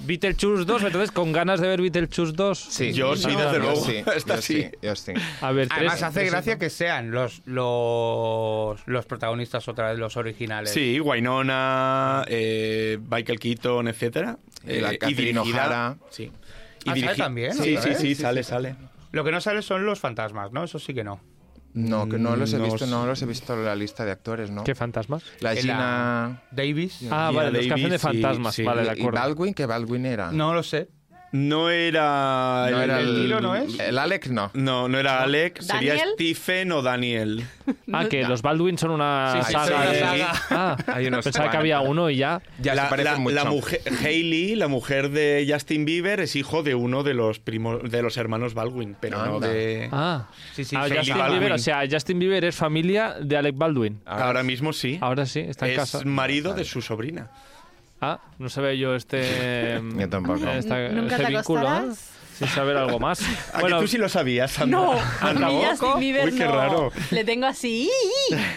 Speaker 1: Beetlejuice 2, entonces con ganas de ver Beetlejuice 2.
Speaker 5: Sí,
Speaker 3: Yo sí, desde luego.
Speaker 5: sí,
Speaker 3: Esta
Speaker 5: yo
Speaker 3: sí.
Speaker 5: sí. Yo sí.
Speaker 1: A ver, tres.
Speaker 2: Además, hace gracia que sean los, los, los protagonistas otra vez, los originales.
Speaker 3: Sí, Guainona, eh, Michael Keaton, etcétera.
Speaker 5: Y la
Speaker 3: Eh,
Speaker 5: Catherine O'Hara.
Speaker 3: Sí.
Speaker 2: Ah, ¿sale también?
Speaker 3: Sí,
Speaker 2: Ah,
Speaker 3: sí,
Speaker 2: ¿eh?
Speaker 3: sí, sale, sale.
Speaker 2: Lo que no sale son los fantasmas, ¿no? Eso sí que no.
Speaker 5: No, que no los he
Speaker 3: No
Speaker 5: visto,
Speaker 3: sé.
Speaker 5: no los he visto en la lista de actores, ¿no?
Speaker 1: ¿Qué fantasmas?
Speaker 5: La
Speaker 2: En
Speaker 5: Gina
Speaker 2: Davis.
Speaker 1: Ah,
Speaker 3: Gina
Speaker 1: vale, los que hacen de
Speaker 3: Davis y-
Speaker 1: fantasmas.
Speaker 3: sí,
Speaker 1: vale, de
Speaker 5: y- y
Speaker 1: acuerdo.
Speaker 5: Baldwin, que Baldwin era.
Speaker 2: No lo sé.
Speaker 3: No era.
Speaker 5: No era
Speaker 2: el tiro, ¿no es?
Speaker 5: El Alec no.
Speaker 3: No, no era Alec, sería
Speaker 4: ¿Daniel?
Speaker 3: Stephen o Daniel.
Speaker 1: Ah, que los Baldwin son una
Speaker 5: sí,
Speaker 1: saga.
Speaker 5: son una
Speaker 1: de-
Speaker 5: saga.
Speaker 1: Ah,
Speaker 5: Hay unos
Speaker 1: pensaba que
Speaker 5: cuantos.
Speaker 1: había uno y ya.
Speaker 5: Ya se
Speaker 3: la,
Speaker 5: parecen
Speaker 3: la-
Speaker 5: mucho.
Speaker 3: la mujer, Hailey, la mujer de Justin Bieber, es hijo de uno de los primos, de los hermanos Baldwin, pero no
Speaker 5: Anda.
Speaker 3: de.
Speaker 1: Ah,
Speaker 2: Sí, sí,
Speaker 1: Ah,
Speaker 2: Hailey
Speaker 1: Justin
Speaker 3: Baldwin.
Speaker 1: Bieber, o sea, Justin Bieber es familia de Alec Baldwin.
Speaker 3: Ahora, mismo sí.
Speaker 1: Ahora sí, está en
Speaker 3: es
Speaker 1: casa.
Speaker 3: marido de su sobrina.
Speaker 1: Ah, no sabía yo este.
Speaker 5: Yo tampoco.
Speaker 1: esta-
Speaker 4: Nunca
Speaker 1: ese
Speaker 4: te
Speaker 1: vínculo.
Speaker 4: acostarás.
Speaker 1: sin saber algo más.
Speaker 3: ¿A que tú sí lo sabías, Sandra?
Speaker 4: No, a
Speaker 1: ¿Al
Speaker 4: mí
Speaker 1: Nabucco?
Speaker 4: Justin Bieber
Speaker 3: Uy, qué
Speaker 4: no.
Speaker 3: raro.
Speaker 4: Le tengo así.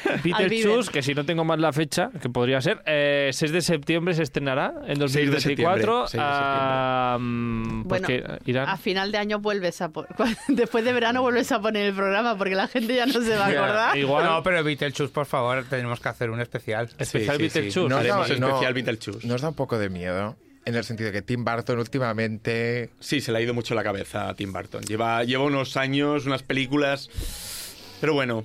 Speaker 4: al
Speaker 1: Peter
Speaker 4: Bieber.
Speaker 1: Chus, que si no tengo más la fecha, que podría ser, eh, 6 de septiembre se estrenará en
Speaker 3: 6 de septiembre,
Speaker 1: 2024.
Speaker 3: 6 de septiembre.
Speaker 1: ah, mm, pues
Speaker 4: Bueno,
Speaker 1: que irán.
Speaker 4: A final de año vuelves a po- después de verano vuelves a poner el programa porque la gente ya no se va a acordar.
Speaker 1: Igual,
Speaker 2: No, pero Beetlejuice, por favor, tenemos que hacer un especial.
Speaker 1: especial
Speaker 3: sí, sí.
Speaker 1: Peter
Speaker 3: No,
Speaker 1: Chus.
Speaker 5: os da-
Speaker 3: Haremos especial Beetlejuice.
Speaker 5: ¿no os da un poco de miedo? En el sentido de que Tim Burton últimamente...
Speaker 3: Sí, se le ha ido mucho la cabeza a Tim Burton. Lleva, lleva unos años, unas películas. Pero bueno,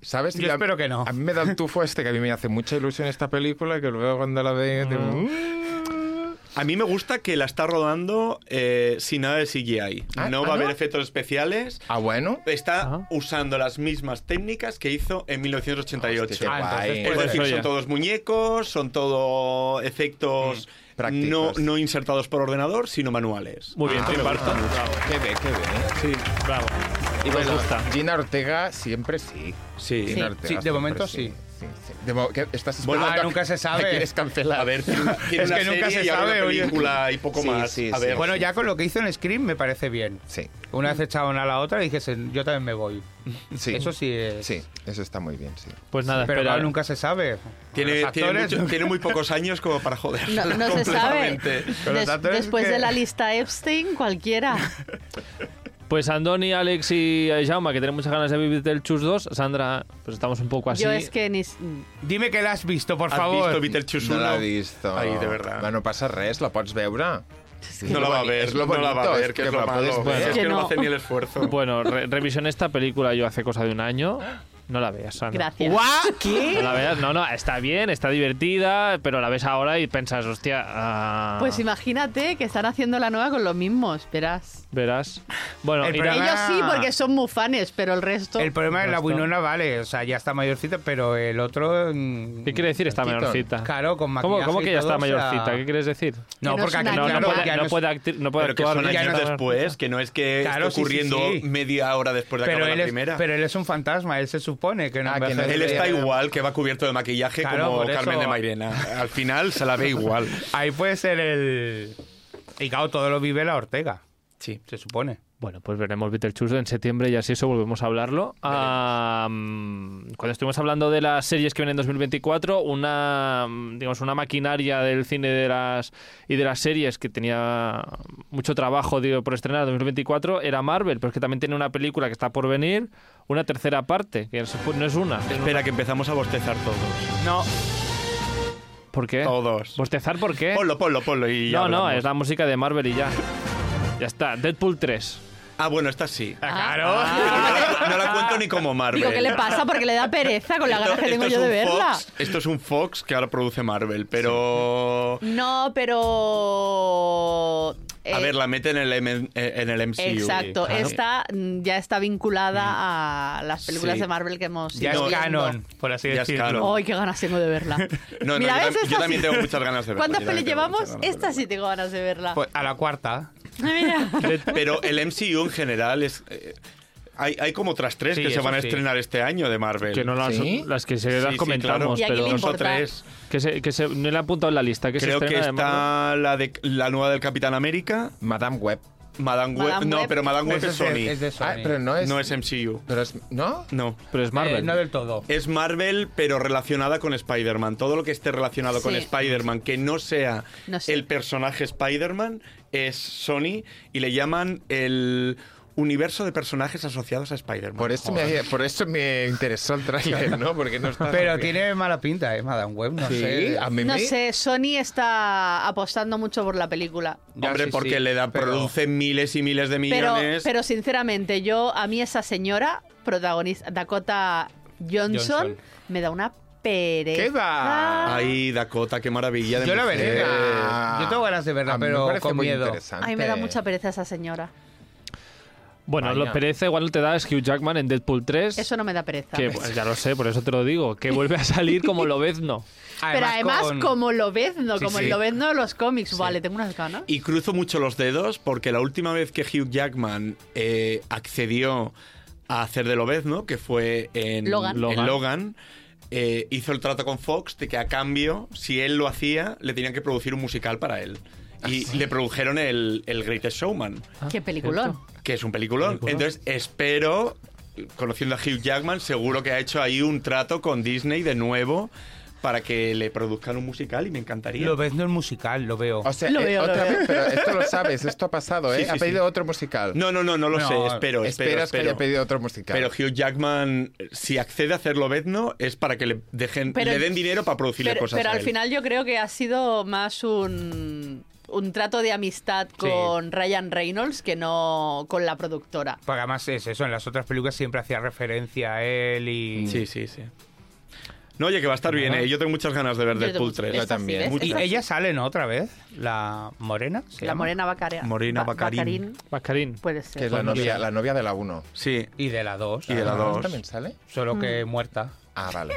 Speaker 5: ¿Sabes?
Speaker 2: Yo
Speaker 5: Y a-
Speaker 2: espero que no.
Speaker 5: A mí me da el tufo este, que a mí me hace mucha ilusión esta película, que luego cuando la ve... digo,
Speaker 2: Mm.
Speaker 5: "Mm".
Speaker 3: a mí me gusta que la está rodando eh, sin nada de CGI.
Speaker 5: Ah,
Speaker 3: no va
Speaker 5: ah,
Speaker 3: a haber
Speaker 5: ¿no?
Speaker 3: efectos especiales.
Speaker 5: Ah, bueno.
Speaker 3: Está
Speaker 1: Ah.
Speaker 3: usando las mismas técnicas que hizo en 1988.
Speaker 5: Hostia, qué
Speaker 2: Ah, entonces
Speaker 5: guay.
Speaker 3: Es
Speaker 1: Pues
Speaker 3: decir,
Speaker 1: eso
Speaker 3: son
Speaker 1: ya.
Speaker 3: todos muñecos, son todo efectos
Speaker 5: Mm, prácticos.
Speaker 3: no, no insertados por ordenador, sino manuales.
Speaker 1: Muy bien,
Speaker 3: Esto
Speaker 1: Tim
Speaker 3: me gusta
Speaker 1: Burton.
Speaker 3: mucho.
Speaker 1: Bravo,
Speaker 5: Qué bien, qué bien.
Speaker 1: sí, bravo. Y me
Speaker 5: Bueno,
Speaker 1: gusta.
Speaker 5: Gina Ortega siempre sí.
Speaker 3: Sí.
Speaker 5: Gina
Speaker 2: Sí,
Speaker 5: Ortega
Speaker 2: de
Speaker 5: siempre
Speaker 2: momento
Speaker 5: sí, sí. De mo- ¿qué? estás
Speaker 3: Bueno,
Speaker 5: esperando
Speaker 2: ah,
Speaker 5: a-
Speaker 2: nunca se sabe.
Speaker 5: a que les cancelar.
Speaker 3: A ver, tiene una, tiene
Speaker 2: Es
Speaker 3: una
Speaker 2: que nunca
Speaker 3: serie
Speaker 2: se
Speaker 3: y ahora
Speaker 2: sabe,
Speaker 3: una
Speaker 2: oye.
Speaker 3: película y poco
Speaker 5: Sí,
Speaker 3: más.
Speaker 5: sí,
Speaker 3: a
Speaker 5: sí.
Speaker 3: ver.
Speaker 2: Bueno, ya con lo que hizo en Scream me parece bien.
Speaker 5: Sí,
Speaker 2: Una vez echado una a la otra, dije, "Se- yo también me voy.
Speaker 5: sí.
Speaker 2: Eso sí es.
Speaker 5: Sí, eso está muy bien, sí.
Speaker 1: Pues nada,
Speaker 2: Pero
Speaker 1: espera.
Speaker 2: claro, nunca se sabe.
Speaker 3: tiene,
Speaker 2: Los
Speaker 3: tiene
Speaker 2: actores-
Speaker 3: mucho- tiene muy pocos años como para joder.
Speaker 4: No, no se sabe.
Speaker 5: Pero
Speaker 4: Des-
Speaker 5: tanto es
Speaker 4: después
Speaker 5: que-
Speaker 4: de la lista Epstein, cualquiera.
Speaker 1: Pues Andoni, Alex y Jaume, que tenemos muchas ganas de vivir del Chus 2. Sandra, pues estamos un poco así.
Speaker 4: Yo es que ni.
Speaker 2: Dime que la has visto, por
Speaker 3: Has
Speaker 2: favor.
Speaker 3: visto Beetlejuice
Speaker 5: No la he
Speaker 3: 1?
Speaker 5: visto.
Speaker 3: Ai, de verdad.
Speaker 5: No, no passa res, la pots veure.
Speaker 3: No la va a ver,
Speaker 5: És lo
Speaker 3: no la va a
Speaker 5: bonito,
Speaker 3: ver,
Speaker 5: és
Speaker 3: que es
Speaker 5: que
Speaker 3: lo
Speaker 5: la
Speaker 3: malo.
Speaker 5: puedes ver.
Speaker 3: Es
Speaker 4: Que
Speaker 3: que no
Speaker 4: no.
Speaker 3: hace ni el esfuerzo.
Speaker 1: Bueno, re- revisioné esta película yo hace cosa de un año. No la veas, Sandra.
Speaker 4: Gracias.
Speaker 1: No la veas, no, no, está bien, está divertida, pero la ves ahora y pensas, hostia. ah,
Speaker 4: Pues imagínate que están haciendo la nueva con los mismos, verás.
Speaker 1: Verás. Bueno,
Speaker 2: El
Speaker 1: y
Speaker 2: programa-
Speaker 1: nada-
Speaker 4: Ellos sí, porque son muy fanes, pero el resto.
Speaker 2: El problema es la
Speaker 1: Basta.
Speaker 2: Winona, vale, o sea, ya está mayorcita, pero el otro. mm,
Speaker 1: ¿qué quiere decir esta
Speaker 5: Keaton.
Speaker 1: menorcita?
Speaker 2: Claro, con
Speaker 1: ¿Cómo,
Speaker 2: maquillaje
Speaker 1: cómo
Speaker 2: y
Speaker 1: que ya
Speaker 2: todo,
Speaker 1: está
Speaker 2: o sea-
Speaker 1: mayorcita? ¿Qué quieres decir?
Speaker 2: No,
Speaker 4: Que no
Speaker 2: porque
Speaker 4: es
Speaker 2: aquí,
Speaker 4: una
Speaker 1: No, no
Speaker 2: claro,
Speaker 1: puede,
Speaker 2: ya
Speaker 1: no
Speaker 2: es-
Speaker 1: puede, acti- no puede
Speaker 3: Pero que
Speaker 1: actuar.
Speaker 3: son
Speaker 1: ni
Speaker 3: años
Speaker 2: ya no-
Speaker 1: nada.
Speaker 3: después, que no es que
Speaker 2: Claro, sí,
Speaker 3: esté
Speaker 2: sí,
Speaker 3: ocurriendo
Speaker 2: sí.
Speaker 3: media hora después de
Speaker 2: Pero
Speaker 3: acabar
Speaker 2: él
Speaker 3: la
Speaker 2: es,
Speaker 3: primera.
Speaker 2: pero él es un fantasma, él se supone que no.
Speaker 5: Ah,
Speaker 2: va a
Speaker 5: que no
Speaker 2: hacer-
Speaker 3: Él está
Speaker 5: Pero-
Speaker 3: igual que va cubierto de maquillaje
Speaker 2: Claro,
Speaker 3: como
Speaker 2: por eso-
Speaker 3: Carmen de Mairena. Al final se la ve igual.
Speaker 2: Ahí puede ser el. Y claro, todo lo vive la Ortega,
Speaker 3: Sí.
Speaker 2: se supone.
Speaker 1: Bueno, pues veremos Beetlejuice en septiembre y así eso volvemos a hablarlo. Ah, mm, cuando estuvimos hablando de las series que vienen en 2024, una mm, digamos una maquinaria del cine de las y de las series que tenía mucho trabajo digo, por estrenar en 2024 era Marvel, pero es que también tiene una película que está por venir, una tercera parte, que es- no es una. es-
Speaker 3: Espera, que empezamos a bostezar todos.
Speaker 2: No,
Speaker 1: ¿Por qué?
Speaker 3: Todos.
Speaker 1: ¿Bostezar por qué?
Speaker 3: Ponlo, ponlo, ponlo. Y ya
Speaker 1: Eh. No, no,
Speaker 3: hablamos.
Speaker 1: es la música de Marvel y ya. Ya está, Deadpool 3.
Speaker 3: Ah, bueno, esta sí.
Speaker 2: claro.
Speaker 3: No la- no la cuento ni como Marvel.
Speaker 4: Digo, ¿qué le pasa? Porque le da pereza con la
Speaker 3: Esto-
Speaker 4: ganas que
Speaker 3: esto
Speaker 4: tengo
Speaker 3: es
Speaker 4: yo de
Speaker 3: un
Speaker 4: verla.
Speaker 3: Fox- esto es un Fox que ahora produce Marvel, pero.
Speaker 4: No, pero.
Speaker 3: A
Speaker 4: eh,
Speaker 3: ver, la meten en el, M- eh, en el MCU.
Speaker 4: Exacto,
Speaker 3: Claro.
Speaker 4: esta mm, ya está vinculada a las películas
Speaker 3: Sí.
Speaker 4: de Marvel que hemos
Speaker 2: Ya
Speaker 4: ido
Speaker 2: es
Speaker 4: viendo.
Speaker 2: canon, por así
Speaker 3: Ya es
Speaker 2: decirlo.
Speaker 3: canon.
Speaker 4: Ay, qué ganas tengo de verla.
Speaker 3: No, no,
Speaker 4: Mira,
Speaker 3: yo,
Speaker 4: ¿ves?
Speaker 3: tam- yo
Speaker 4: Esta
Speaker 3: también
Speaker 4: sí.
Speaker 3: tengo muchas ganas de verla.
Speaker 4: ¿Cuántas
Speaker 3: yo
Speaker 4: pelis
Speaker 3: también tengo muchas ganas
Speaker 4: llevamos?
Speaker 3: de
Speaker 4: Esta sí tengo ganas de verla.
Speaker 2: Pues a la cuarta.
Speaker 4: Mira.
Speaker 3: verla. Pero el MCU en general es. eh, hay, hay como otras tres
Speaker 2: Sí,
Speaker 3: que se
Speaker 2: eso
Speaker 3: van a
Speaker 2: sí.
Speaker 3: estrenar este año de Marvel.
Speaker 1: Que no las,
Speaker 5: ¿Sí?
Speaker 1: las que se
Speaker 3: Sí,
Speaker 1: las
Speaker 3: sí,
Speaker 1: comentamos,
Speaker 4: claro. ¿Y a quién
Speaker 1: pero...
Speaker 4: le
Speaker 3: Dos o
Speaker 4: importa?
Speaker 3: tres.
Speaker 1: Que, se, que se- no le he apuntado en la lista. Que
Speaker 3: Creo
Speaker 1: se
Speaker 3: que
Speaker 1: estrena de Marvel.
Speaker 3: está la, de, la nueva del Capitán América,
Speaker 5: Madame Web.
Speaker 3: Madame Web.
Speaker 4: Madame
Speaker 3: no,
Speaker 4: Web.
Speaker 3: pero Madame Web
Speaker 2: Ese
Speaker 3: es
Speaker 2: es
Speaker 3: Sony.
Speaker 2: de, es de Sony.
Speaker 5: Ah, pero no es...
Speaker 3: No es MCU.
Speaker 5: Però és... No?
Speaker 3: No.
Speaker 1: Pero es
Speaker 2: Eh,
Speaker 1: Marvel.
Speaker 2: no del todo.
Speaker 3: Es Marvel, pero relacionada con Spider-Man. Todo lo que esté relacionado con
Speaker 4: Sí.
Speaker 3: Spider-Man, que no sea
Speaker 4: No sé.
Speaker 3: el personaje Spider-Man, es Sony y le llaman el universo de personajes asociados a Spider-Man.
Speaker 5: Por eso, me, por eso me interesó el tráiler, ¿no? Porque no está...
Speaker 2: Pero tiene mala pinta, ¿eh? Madame Web, no
Speaker 5: Sí,
Speaker 2: sé. Ah,
Speaker 5: a mí
Speaker 4: No
Speaker 5: me-
Speaker 4: sé, Sony está apostando mucho por la película.
Speaker 2: Ya,
Speaker 3: Hombre,
Speaker 2: sí,
Speaker 3: porque
Speaker 2: sí,
Speaker 3: le da,
Speaker 2: pero-
Speaker 3: produce miles y miles de
Speaker 4: Pero,
Speaker 3: millones.
Speaker 4: pero sinceramente, yo, a mí esa señora, protagonista, Dakota Johnson,
Speaker 2: Johnson.
Speaker 4: me da una pereza.
Speaker 5: ¿Qué va?
Speaker 3: Ay, Dakota, qué maravilla de
Speaker 2: Yo la
Speaker 3: mujer.
Speaker 2: veré. Yo tengo ganas de verla,
Speaker 5: A mí
Speaker 2: pero
Speaker 5: me parece
Speaker 2: con
Speaker 5: muy
Speaker 2: miedo.
Speaker 5: interesante.
Speaker 4: Ay, me da mucha pereza esa señora.
Speaker 1: Bueno, lo
Speaker 5: Vaya.
Speaker 1: pereza igual no te da es Hugh Jackman en Deadpool 3.
Speaker 4: Eso no me da pereza.
Speaker 1: que pues, ya lo sé, por eso te lo digo. Que vuelve a salir como lo ves, no.
Speaker 4: Pero además,
Speaker 2: con-
Speaker 4: como lo ves, no,
Speaker 2: Sí,
Speaker 4: como
Speaker 2: sí.
Speaker 4: lo ves, no de los cómics. Vale, tengo unas ganas.
Speaker 3: Y cruzo mucho los dedos porque la última vez que Hugh Jackman eh, accedió a hacer de Lobezno, que fue en
Speaker 4: Logan.
Speaker 3: en
Speaker 1: Logan.
Speaker 3: Logan, eh, hizo el trato con Fox de que a cambio, si él lo hacía, le tenían que producir un musical para él. y le produjeron el, el Greatest Showman,
Speaker 4: Qué peliculón.
Speaker 3: que es un peliculón.
Speaker 1: Peliculón.
Speaker 3: Entonces espero, conociendo a Hugh Jackman, seguro que ha hecho ahí un trato con Disney de nuevo para que le produzcan un musical y me encantaría.
Speaker 2: Lo ves no el musical, lo veo.
Speaker 5: O sea,
Speaker 4: Lo
Speaker 5: eh,
Speaker 4: veo, lo
Speaker 5: otra
Speaker 4: veo.
Speaker 5: vez, pero esto lo sabes, esto ha pasado, ¿eh?
Speaker 3: Sí, sí,
Speaker 5: ha
Speaker 3: sí.
Speaker 5: pedido otro musical.
Speaker 3: No, no, no, no lo
Speaker 2: No,
Speaker 3: sé. Espero, espero,
Speaker 5: Esperas que
Speaker 3: espero.
Speaker 5: haya pedido otro musical.
Speaker 3: Pero Hugh Jackman, si accede a hacerlo Bedno, es para que le dejen,
Speaker 4: Pero-
Speaker 3: le den dinero para producirle
Speaker 4: Pero,
Speaker 3: cosas.
Speaker 4: pero
Speaker 3: a
Speaker 4: al
Speaker 3: él.
Speaker 4: final yo creo que ha sido más un, un trato de amistad con Ryan Reynolds que no con la productora.
Speaker 2: Porque además es eso, en las otras películas siempre hacía referencia a él y...
Speaker 3: Sí, sí, sí. No, oye, que va a estar bien,
Speaker 2: Nada.
Speaker 3: ¿eh? Yo tengo muchas ganas de ver
Speaker 4: Yo
Speaker 3: Deadpool 3.
Speaker 5: Yo también.
Speaker 4: ¿ves?
Speaker 5: Mucho.
Speaker 4: Es
Speaker 2: Y
Speaker 4: así.
Speaker 2: ella sale, ¿no? Otra vez. La morena. ¿se
Speaker 4: La
Speaker 2: llama?
Speaker 4: morena bacaria.
Speaker 3: Morena Baccarin.
Speaker 1: Mascarín.
Speaker 4: Puede
Speaker 5: que
Speaker 4: ser.
Speaker 5: es la
Speaker 2: Pues no
Speaker 5: novia,
Speaker 2: sé.
Speaker 5: la novia de la 1.
Speaker 3: Sí.
Speaker 2: Y de la dos.
Speaker 3: Y de la
Speaker 2: además.
Speaker 3: dos.
Speaker 5: ¿También sale?
Speaker 2: Solo que muerta.
Speaker 5: Ah, vale.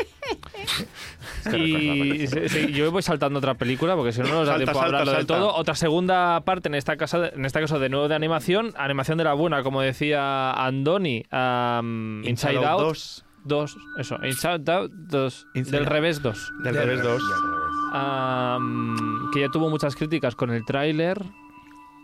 Speaker 1: Y sí, sí, yo voy saltando otra película porque si no no nos da
Speaker 3: Salta,
Speaker 1: tiempo a
Speaker 3: salta,
Speaker 1: hablarlo del
Speaker 3: salta.
Speaker 1: todo. Otra segunda parte en esta casa, en esta caso de nuevo de animación, animación de la buena, como decía Andoni, am, Inside, Out
Speaker 3: 2.
Speaker 1: 2, eso, Inside Out 2,
Speaker 3: Inside
Speaker 1: del
Speaker 3: Out.
Speaker 1: revés 2,
Speaker 3: Del revés 2.
Speaker 1: am, que ya tuvo muchas críticas con el tráiler,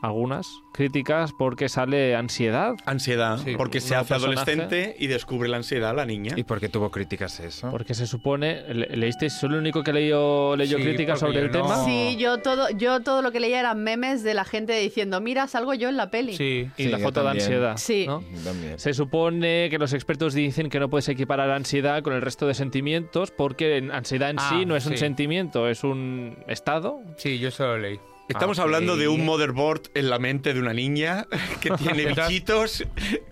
Speaker 1: algunas críticas porque sale ansiedad,
Speaker 3: Ansiedad.
Speaker 2: Sí.
Speaker 3: porque se
Speaker 1: Un
Speaker 3: hace
Speaker 1: personaje.
Speaker 3: adolescente y descubre la ansiedad la niña.
Speaker 5: ¿Y por qué tuvo críticas eso?
Speaker 2: Ah.
Speaker 1: porque se supone, le- leíste, soy el único que leyó, leyó
Speaker 2: Sí,
Speaker 1: críticas
Speaker 2: porque
Speaker 1: sobre el
Speaker 2: yo no-
Speaker 1: tema.
Speaker 4: Sí, yo todo, yo todo lo que leía eran memes de la gente diciendo, mira, salgo yo en la peli.
Speaker 2: Sí.
Speaker 1: Y
Speaker 5: Sí,
Speaker 1: la
Speaker 5: yo
Speaker 1: foto de
Speaker 5: también.
Speaker 1: ansiedad.
Speaker 4: Sí.
Speaker 1: ¿no?
Speaker 5: También.
Speaker 1: Se supone que los expertos dicen que no puedes equiparar la ansiedad con el resto de sentimientos porque en- ansiedad en sí
Speaker 2: Ah,
Speaker 1: no es un
Speaker 2: sí.
Speaker 1: sentimiento, es un estado.
Speaker 2: Sí, yo solo leí.
Speaker 3: Estamos
Speaker 2: Ah,
Speaker 3: hablando
Speaker 2: sí.
Speaker 3: de un motherboard en la mente de una niña que tiene
Speaker 2: De todas-
Speaker 3: bichitos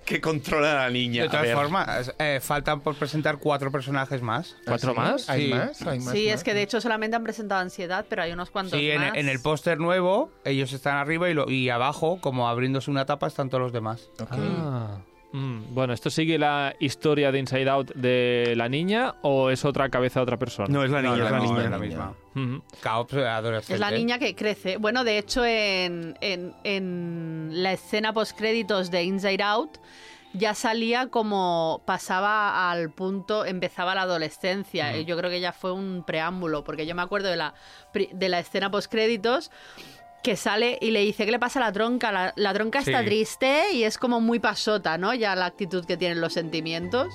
Speaker 3: que controla a la niña.
Speaker 2: De
Speaker 3: A
Speaker 2: todas
Speaker 3: ver.
Speaker 2: formas, eh, faltan por presentar cuatro personajes más.
Speaker 1: ¿Cuatro
Speaker 5: ¿Ah, sí?
Speaker 1: más?
Speaker 5: ¿Hay
Speaker 2: Sí.
Speaker 5: más? ¿Hay más?
Speaker 4: Sí, es
Speaker 5: más?
Speaker 4: que de hecho solamente han presentado ansiedad, pero hay unos cuantos
Speaker 2: Sí, en,
Speaker 4: más.
Speaker 2: en el póster nuevo, ellos están arriba y, lo- y abajo, como abriéndose una tapa, están todos los demás.
Speaker 5: Ok.
Speaker 1: Ah. Mm, Bueno, ¿esto sigue la historia de Inside Out de la niña o es otra cabeza de otra persona? Mm,
Speaker 3: No, es la niña,
Speaker 2: No,
Speaker 3: es la
Speaker 2: no,
Speaker 3: niña.
Speaker 2: es la misma.
Speaker 1: Ujú.
Speaker 2: Caops eh, adolescente.
Speaker 4: Es la niña que crece. Bueno, de hecho, en, en- en la escena postcréditos de Inside Out ya salía como pasaba al punto, empezaba la adolescencia. Y Yo creo que ya fue un preámbulo, porque yo me acuerdo de la, pri- de la escena postcréditos que sale y le dice, ¿qué le pasa a la tronca? La, la tronca está
Speaker 2: Sí.
Speaker 4: triste y es como muy pasota, ¿no? Ya la actitud que tienen los sentimientos.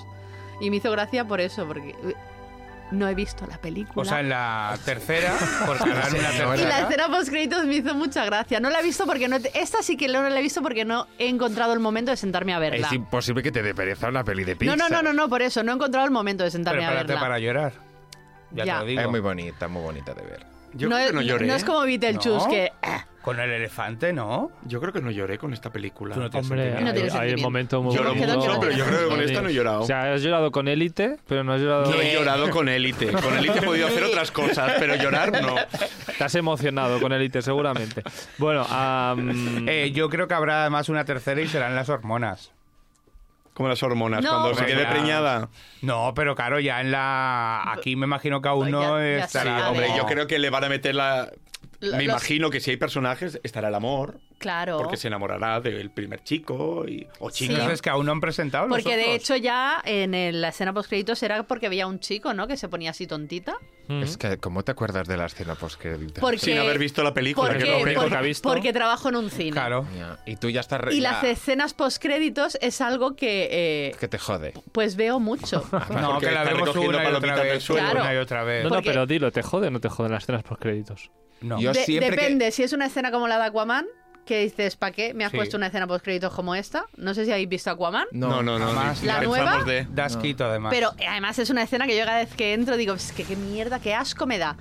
Speaker 4: Y me hizo gracia por eso, porque... uy, No he visto la película.
Speaker 2: O sea, en la tercera, porque harán
Speaker 5: Sí,
Speaker 2: una
Speaker 5: no,
Speaker 2: tercera.
Speaker 4: Y la
Speaker 5: ¿Verdad?
Speaker 4: escena post créditos me hizo mucha gracia. No la he visto porque no. te- Esta sí que no la he visto porque no he encontrado el momento de sentarme a verla.
Speaker 5: Es imposible que te dé pereza una peli de
Speaker 4: No,
Speaker 5: Pixar.
Speaker 4: no, no, no, no, por eso. No he encontrado el momento de sentarme a
Speaker 2: Prepárate
Speaker 4: verla.
Speaker 2: para llorar. Ya,
Speaker 4: Ya.
Speaker 2: te lo digo.
Speaker 5: Es muy bonita, muy bonita de ver.
Speaker 3: Yo creo
Speaker 4: es-
Speaker 3: que no lloré. ¿eh?
Speaker 4: no es como Beetlejuice,
Speaker 2: No.
Speaker 4: que. eh,
Speaker 2: Con el elefante, ¿no?
Speaker 3: Yo creo que no lloré con esta película.
Speaker 2: Tú no tienes
Speaker 1: Hombre,
Speaker 4: No
Speaker 1: hay,
Speaker 4: tiene
Speaker 1: hay
Speaker 4: sentimiento.
Speaker 1: un momento muy
Speaker 3: Lloro
Speaker 1: bonito.
Speaker 4: mucho, pero
Speaker 3: yo creo que con esta no he llorado.
Speaker 1: O sea, has llorado con Élite, pero no has llorado...
Speaker 3: No he llorado con élite. Con élite he podido hacer otras cosas, pero llorar no.
Speaker 1: Te has emocionado con Élite, seguramente. Bueno,
Speaker 3: Mm.
Speaker 1: am,
Speaker 2: Eh, yo creo que habrá además una tercera y serán las hormonas.
Speaker 3: Como las hormonas,
Speaker 4: No.
Speaker 3: cuando se quede
Speaker 2: Hormonas.
Speaker 3: preñada.
Speaker 2: No, pero claro, ya en la. Aquí me imagino que aún no
Speaker 4: Ya- ya
Speaker 2: estará.
Speaker 4: Sí,
Speaker 2: como-
Speaker 3: Hombre, yo creo que le van a meter la.
Speaker 4: Lo-
Speaker 3: Me
Speaker 4: los-
Speaker 3: imagino que si hay personajes, estará el amor,
Speaker 4: Claro.
Speaker 3: porque se enamorará del primer chico y, o chica.
Speaker 2: Entonces, que aún no han presentado los
Speaker 4: Porque de
Speaker 2: otros.
Speaker 4: hecho ya en el- la escena post créditos era porque había un chico, ¿no? Que se ponía así tontita.
Speaker 1: mm.
Speaker 5: Es que, ¿cómo te acuerdas de la escena post-crédita?
Speaker 4: Porque,
Speaker 3: Sin haber visto la película,
Speaker 4: porque,
Speaker 3: que lo
Speaker 1: único
Speaker 4: por-
Speaker 1: que ha visto.
Speaker 4: porque trabajo en un cine.
Speaker 2: Claro.
Speaker 5: Ya, Y tú ya estás... re-
Speaker 4: Y
Speaker 5: ya-
Speaker 4: las escenas post créditos es algo que eh,
Speaker 5: Que te jode.
Speaker 4: pues veo mucho.
Speaker 2: No,
Speaker 3: Porque
Speaker 2: que la
Speaker 3: está
Speaker 2: vemos
Speaker 3: recogiendo
Speaker 2: una y otra
Speaker 3: palomitas del
Speaker 2: vez.
Speaker 3: suelo.
Speaker 4: Claro.
Speaker 2: Una y otra vez.
Speaker 1: No, no,
Speaker 4: Porque-
Speaker 1: pero dilo, ¿te jode o no te joden las escenas por créditos?
Speaker 2: No.
Speaker 5: Yo
Speaker 4: De-
Speaker 5: siempre que-
Speaker 4: depende, si es una escena como la de Aquaman, que dices, ¿para qué me has
Speaker 2: Sí.
Speaker 4: puesto una escena post créditos como esta? No sé si habéis visto Aquaman,
Speaker 3: No, no, no.
Speaker 2: Jamás.
Speaker 3: ni
Speaker 4: ¿La
Speaker 3: pensamos
Speaker 4: nueva?
Speaker 3: de.
Speaker 2: Das quito, además.
Speaker 4: pero eh, además es una escena que yo cada vez que entro digo, es que qué mierda, qué asco me da.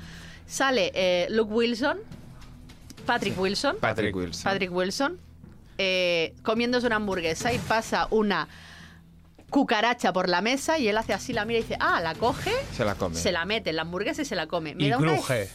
Speaker 4: Sale eh, Luke Wilson, Patrick Wilson,
Speaker 5: Patrick Wilson.
Speaker 4: Patrick Wilson, eh, comiéndose una hamburguesa y pasa una cucaracha por la mesa y él hace así, la mira y dice, ah, la coge,
Speaker 5: Se la come.
Speaker 4: se la mete en la hamburguesa y se la come. Me
Speaker 2: Y
Speaker 4: da una-
Speaker 2: cruje.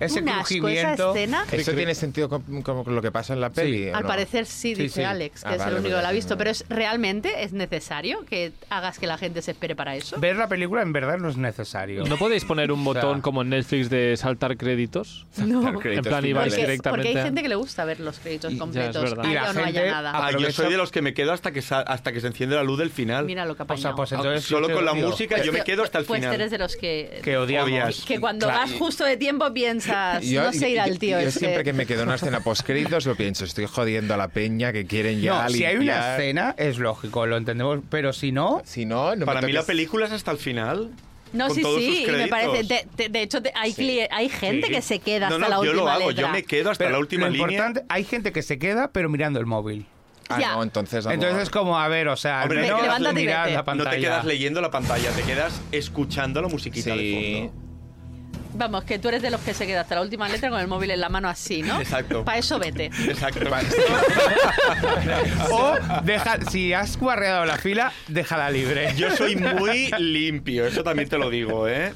Speaker 2: Ese
Speaker 4: un asco esa
Speaker 2: crujimiento.
Speaker 4: escena.
Speaker 5: ¿Eso tiene sentido con- como lo que pasa en la peli? o
Speaker 4: Al
Speaker 5: no?
Speaker 4: parecer sí,
Speaker 2: Sí,
Speaker 4: dice
Speaker 2: sí.
Speaker 4: Alex, que
Speaker 5: Ah,
Speaker 4: es
Speaker 5: vale,
Speaker 4: el único que
Speaker 5: vale,
Speaker 4: lo ha
Speaker 5: vale,
Speaker 4: visto,
Speaker 5: vale.
Speaker 4: pero es realmente es necesario que hagas que la gente se espere para eso.
Speaker 2: Ver la película en verdad no es necesario.
Speaker 1: ¿No podéis poner un
Speaker 2: sea-
Speaker 1: botón como en Netflix de saltar créditos?
Speaker 5: Claro, créditos
Speaker 1: En plan,
Speaker 5: finales.
Speaker 2: eh,
Speaker 1: vais
Speaker 4: Porque,
Speaker 1: directamente.
Speaker 4: porque hay gente que le gusta ver los créditos
Speaker 1: Y- ya, es
Speaker 4: completos,
Speaker 1: verdad.
Speaker 2: Y la
Speaker 4: haya o no haya
Speaker 2: gente-
Speaker 4: nada.
Speaker 2: ah,
Speaker 3: Ah, yo
Speaker 2: Aprovecho-
Speaker 3: soy de los que me quedo hasta que, sa- hasta que se enciende la luz del final.
Speaker 4: Mira lo que ha
Speaker 2: O sea,
Speaker 4: apañado.
Speaker 2: pues entonces.
Speaker 3: Solo
Speaker 2: yo te
Speaker 3: con la
Speaker 2: odio.
Speaker 3: música yo me quedo hasta el
Speaker 4: Pues tú
Speaker 3: final.
Speaker 4: eres de los que,
Speaker 2: Que odiamos.
Speaker 3: Odias.
Speaker 4: que cuando
Speaker 3: Claro,
Speaker 4: vas
Speaker 3: y-
Speaker 4: justo de tiempo piensas, no sé ir al tío
Speaker 5: yo
Speaker 4: ese.
Speaker 5: siempre que me quedo en una escena postcritos lo pienso, estoy jodiendo a la peña que quieren ya
Speaker 2: No, si hay una
Speaker 5: limpiar.
Speaker 2: escena, es lógico, lo entendemos, pero si no,
Speaker 5: Si no, no
Speaker 3: Para
Speaker 5: me
Speaker 3: mí la
Speaker 5: toques.
Speaker 3: película es hasta el final.
Speaker 4: No,
Speaker 3: con
Speaker 4: sí,
Speaker 3: todos
Speaker 4: sí,
Speaker 3: sus
Speaker 4: me parece.
Speaker 3: créditos.
Speaker 4: De, de- de hecho, te- hay,
Speaker 5: Sí.
Speaker 4: clie- hay gente
Speaker 3: Sí.
Speaker 4: que se queda
Speaker 3: No,
Speaker 4: hasta
Speaker 3: no,
Speaker 4: la
Speaker 3: yo
Speaker 4: última
Speaker 3: lo hago,
Speaker 4: letra.
Speaker 3: yo me quedo hasta
Speaker 2: pero
Speaker 3: la última
Speaker 2: lo
Speaker 3: línea.
Speaker 2: importante, hay gente que se queda pero mirando el móvil.
Speaker 5: Ah,
Speaker 4: Ya.
Speaker 5: no, entonces. amor.
Speaker 2: Entonces es como, a ver, o sea, al
Speaker 3: Hombre,
Speaker 2: menos
Speaker 3: levántate y
Speaker 2: mirad
Speaker 4: vete.
Speaker 2: la pantalla.
Speaker 3: No te quedas leyendo la pantalla, te quedas escuchando la musiquita
Speaker 5: Sí.
Speaker 3: de fondo.
Speaker 4: Vamos, que tú eres de los que se queda hasta la última letra con el móvil en la mano así, ¿no?
Speaker 3: Exacto.
Speaker 4: Para eso vete.
Speaker 3: Exacto.
Speaker 2: o deja, si has guarreado la fila, déjala libre.
Speaker 3: Yo soy muy limpio, eso también te lo digo, ¿eh?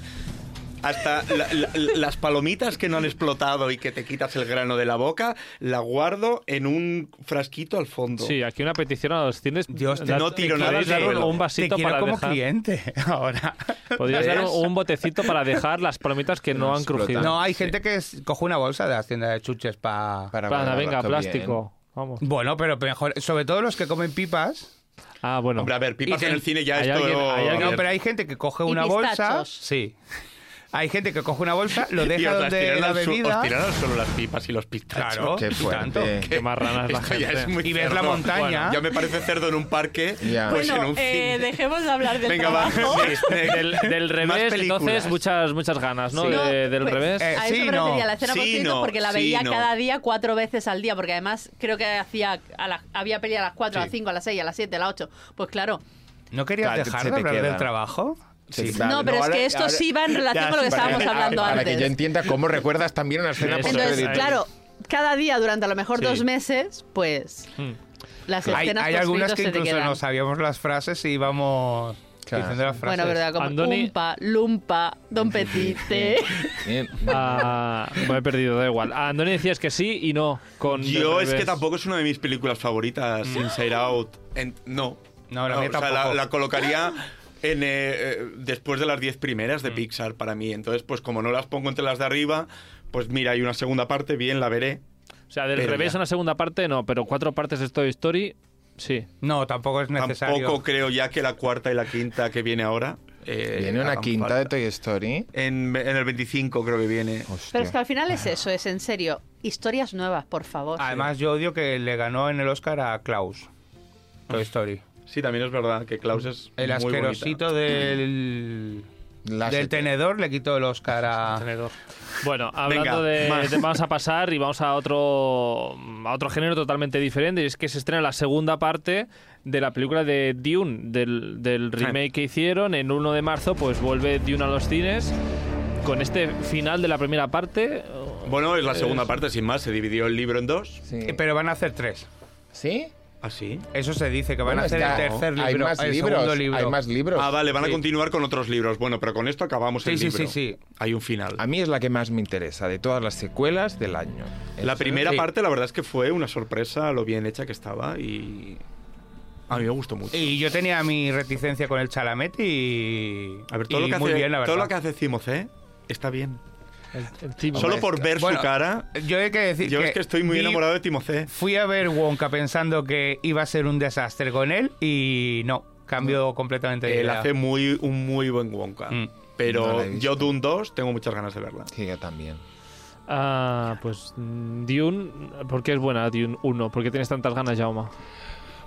Speaker 3: Hasta la- la- las palomitas que no han explotado y que te quitas el grano de la boca, la guardo en un frasquito al fondo.
Speaker 1: Sí, aquí una petición a los cines.
Speaker 2: Dios, te-
Speaker 1: Dar-
Speaker 3: no tiro nada al
Speaker 1: podrías dar un-
Speaker 3: suelo.
Speaker 1: un vasito
Speaker 2: te quiero
Speaker 1: para
Speaker 2: como
Speaker 1: dejar.
Speaker 2: cliente ahora.
Speaker 1: Podrías dar
Speaker 3: ¿Ves?
Speaker 1: un, un botecito para dejar las palomitas que no,
Speaker 5: No
Speaker 1: han
Speaker 5: explotan.
Speaker 1: crujido.
Speaker 2: No, hay gente que es- coge una bolsa de las tiendas de chuches para...
Speaker 5: Para
Speaker 1: Pana,
Speaker 5: guardarlas
Speaker 1: venga,
Speaker 5: todo
Speaker 1: plástico. Vamos.
Speaker 2: Bueno, pero mejor, sobre todo los que comen pipas.
Speaker 1: Ah, bueno.
Speaker 3: Hombre, a ver, pipas
Speaker 2: Y
Speaker 3: en
Speaker 2: te-
Speaker 3: el cine ya
Speaker 1: hay
Speaker 3: es
Speaker 1: alguien-
Speaker 3: todo...
Speaker 1: hay alguien-
Speaker 2: No, pero hay gente que coge
Speaker 4: Y
Speaker 2: una bolsa.
Speaker 4: pistachos.
Speaker 2: Sí. Hay gente que coge una bolsa, lo
Speaker 3: Y os
Speaker 2: deja
Speaker 3: las
Speaker 2: donde
Speaker 3: tiran
Speaker 2: la
Speaker 3: al su-
Speaker 2: bebida.
Speaker 3: Os tiran al suelo las pipas y los pistachos.
Speaker 2: Claro.
Speaker 5: Qué
Speaker 2: Y tanto.
Speaker 5: fuerte.
Speaker 1: Qué marranas la
Speaker 3: Esto ya
Speaker 1: gente.
Speaker 3: es muy
Speaker 2: Y ves la
Speaker 3: cerdo.
Speaker 2: montaña.
Speaker 3: Bueno, ya me parece cerdo en un parque,
Speaker 5: Ya.
Speaker 3: pues en
Speaker 4: bueno,
Speaker 3: un
Speaker 4: eh,
Speaker 3: cine.
Speaker 4: dejemos de hablar del
Speaker 3: Venga, va.
Speaker 4: trabajo.
Speaker 1: Del, del revés, entonces, muchas, muchas ganas, ¿no?
Speaker 4: Sí. No,
Speaker 1: De- del
Speaker 4: pues,
Speaker 1: revés.
Speaker 2: Eh,
Speaker 4: a eso
Speaker 2: sí,
Speaker 4: me
Speaker 2: no.
Speaker 4: refería la escena
Speaker 3: Sí,
Speaker 4: post-créditos
Speaker 3: no,
Speaker 4: porque la
Speaker 3: sí,
Speaker 4: veía
Speaker 3: no.
Speaker 4: cada día cuatro veces al día, porque además creo que hacía a las- había peli a las cuatro, a las
Speaker 5: Sí.
Speaker 4: cinco, a las seis, a las siete, a las ocho. Pues claro.
Speaker 2: ¿No querías
Speaker 5: Claro,
Speaker 2: dejar
Speaker 5: se
Speaker 2: de
Speaker 5: te
Speaker 2: hablar del
Speaker 5: queda.
Speaker 2: trabajo?
Speaker 5: Sí,
Speaker 4: No,
Speaker 5: vale,
Speaker 4: pero es
Speaker 5: ahora-
Speaker 4: que esto
Speaker 5: ahora-
Speaker 4: sí va en relación
Speaker 2: Ya,
Speaker 4: con lo que
Speaker 2: sí,
Speaker 4: estábamos
Speaker 2: vale.
Speaker 4: hablando
Speaker 5: Para
Speaker 4: antes.
Speaker 5: que yo entienda cómo recuerdas también una escena
Speaker 1: Eso
Speaker 5: post
Speaker 1: es.
Speaker 4: Entonces,
Speaker 1: Ahí.
Speaker 4: claro, cada día durante a lo mejor
Speaker 1: Sí.
Speaker 4: dos meses, pues
Speaker 1: Mm.
Speaker 4: las
Speaker 2: Hay,
Speaker 4: escenas
Speaker 2: hay algunas que
Speaker 4: post-créditos se te
Speaker 2: incluso
Speaker 4: quedan.
Speaker 2: no sabemos las frases y íbamos
Speaker 5: Claro.
Speaker 2: diciendo las frases.
Speaker 4: Bueno, verdad, como
Speaker 1: Andoni-
Speaker 4: Umpa, Lumpa, Don Petite.
Speaker 1: Ah, me he perdido, da igual. A Andoni decías que sí y no. Con
Speaker 3: Yo
Speaker 1: del
Speaker 3: es
Speaker 1: revés.
Speaker 3: que tampoco es una de mis películas favoritas, Inside Out. En- no.
Speaker 2: No, la mía
Speaker 3: o sea,
Speaker 2: tampoco.
Speaker 3: la, la colocaría en, eh, eh, después de las 10 primeras de Pixar para mí. Entonces, pues como no las pongo entre las de arriba, pues mira, hay una segunda parte, bien, la veré.
Speaker 1: O sea, del
Speaker 3: Pero
Speaker 1: revés
Speaker 3: ya.
Speaker 1: a una segunda parte no, pero cuatro partes de Toy Story, sí.
Speaker 2: No, tampoco es necesario.
Speaker 3: Tampoco creo ya que la cuarta y la quinta que viene ahora. eh,
Speaker 5: Viene una
Speaker 3: hagan
Speaker 5: quinta
Speaker 3: falta.
Speaker 5: de Toy Story.
Speaker 3: En, en el 25 creo que viene.
Speaker 5: Hostia.
Speaker 4: Pero es que al final es eso, es en serio. Historias nuevas, por favor.
Speaker 2: Además, yo odio que le ganó en el Oscar a Klaus. Toy Story.
Speaker 3: Sí, también es verdad que Klaus es
Speaker 2: El
Speaker 3: muy
Speaker 2: asquerosito del,
Speaker 5: La
Speaker 2: del
Speaker 5: sete.
Speaker 2: tenedor le quitó el Oscar a...
Speaker 1: Tenedor. Bueno, hablando
Speaker 3: Venga,
Speaker 1: de,
Speaker 3: más.
Speaker 1: de- Vamos a pasar y vamos a otro, a otro género totalmente diferente. Y es que se estrena la segunda parte de la película de Dune, del, del remake que hicieron. En 1 de marzo, pues vuelve Dune a los cines. Con este final de la primera parte.
Speaker 3: bonita. Bueno, es la segunda parte, sin más. Se dividió el libro en dos.
Speaker 5: Sí.
Speaker 2: Eh, Pero van a hacer tres.
Speaker 5: ¿sí.
Speaker 3: ¿Así?
Speaker 2: Eso se dice, que van
Speaker 5: Bueno,
Speaker 2: a hacer
Speaker 5: está-
Speaker 2: el tercer libro,
Speaker 5: Hay más
Speaker 2: el segundo
Speaker 5: libros.
Speaker 2: libro.
Speaker 5: Hay más libros.
Speaker 3: Ah, vale, van a continuar con otros libros. Bueno, pero con esto acabamos
Speaker 2: Sí,
Speaker 3: el
Speaker 2: sí,
Speaker 3: libro.
Speaker 2: sí, sí.
Speaker 3: Hay un final.
Speaker 5: A mí es la que más me interesa de todas las secuelas del año.
Speaker 3: La
Speaker 5: Eso-
Speaker 3: primera
Speaker 5: sí.
Speaker 3: parte, la verdad es que fue una sorpresa lo bien hecha que estaba y. A mí me gustó mucho.
Speaker 2: Y yo tenía mi reticencia con el chalamet y.
Speaker 3: a ver, todo,
Speaker 2: y
Speaker 3: lo que,
Speaker 2: muy
Speaker 3: hace,
Speaker 2: bien, la verdad.
Speaker 3: todo lo que hace Cimocé está bien.
Speaker 1: Timo.
Speaker 3: Solo por ver
Speaker 2: Bueno,
Speaker 3: su cara.
Speaker 2: Yo he que decir.
Speaker 3: Yo es que estoy muy
Speaker 2: vi-
Speaker 3: enamorado de Timocé.
Speaker 2: Fui a ver Wonka pensando que iba a ser un desastre con él y no, cambió completamente de
Speaker 3: Él
Speaker 2: idea.
Speaker 3: hace muy, un muy buen Wonka.
Speaker 2: Mm.
Speaker 5: No
Speaker 3: Pero
Speaker 5: la he visto.
Speaker 3: yo Dune 2 tengo muchas ganas de verla.
Speaker 5: Sí, yo también.
Speaker 1: Ah, pues mm, Dune. ¿Por qué es buena Dune 1? ¿Por qué tienes tantas ganas, Jauma?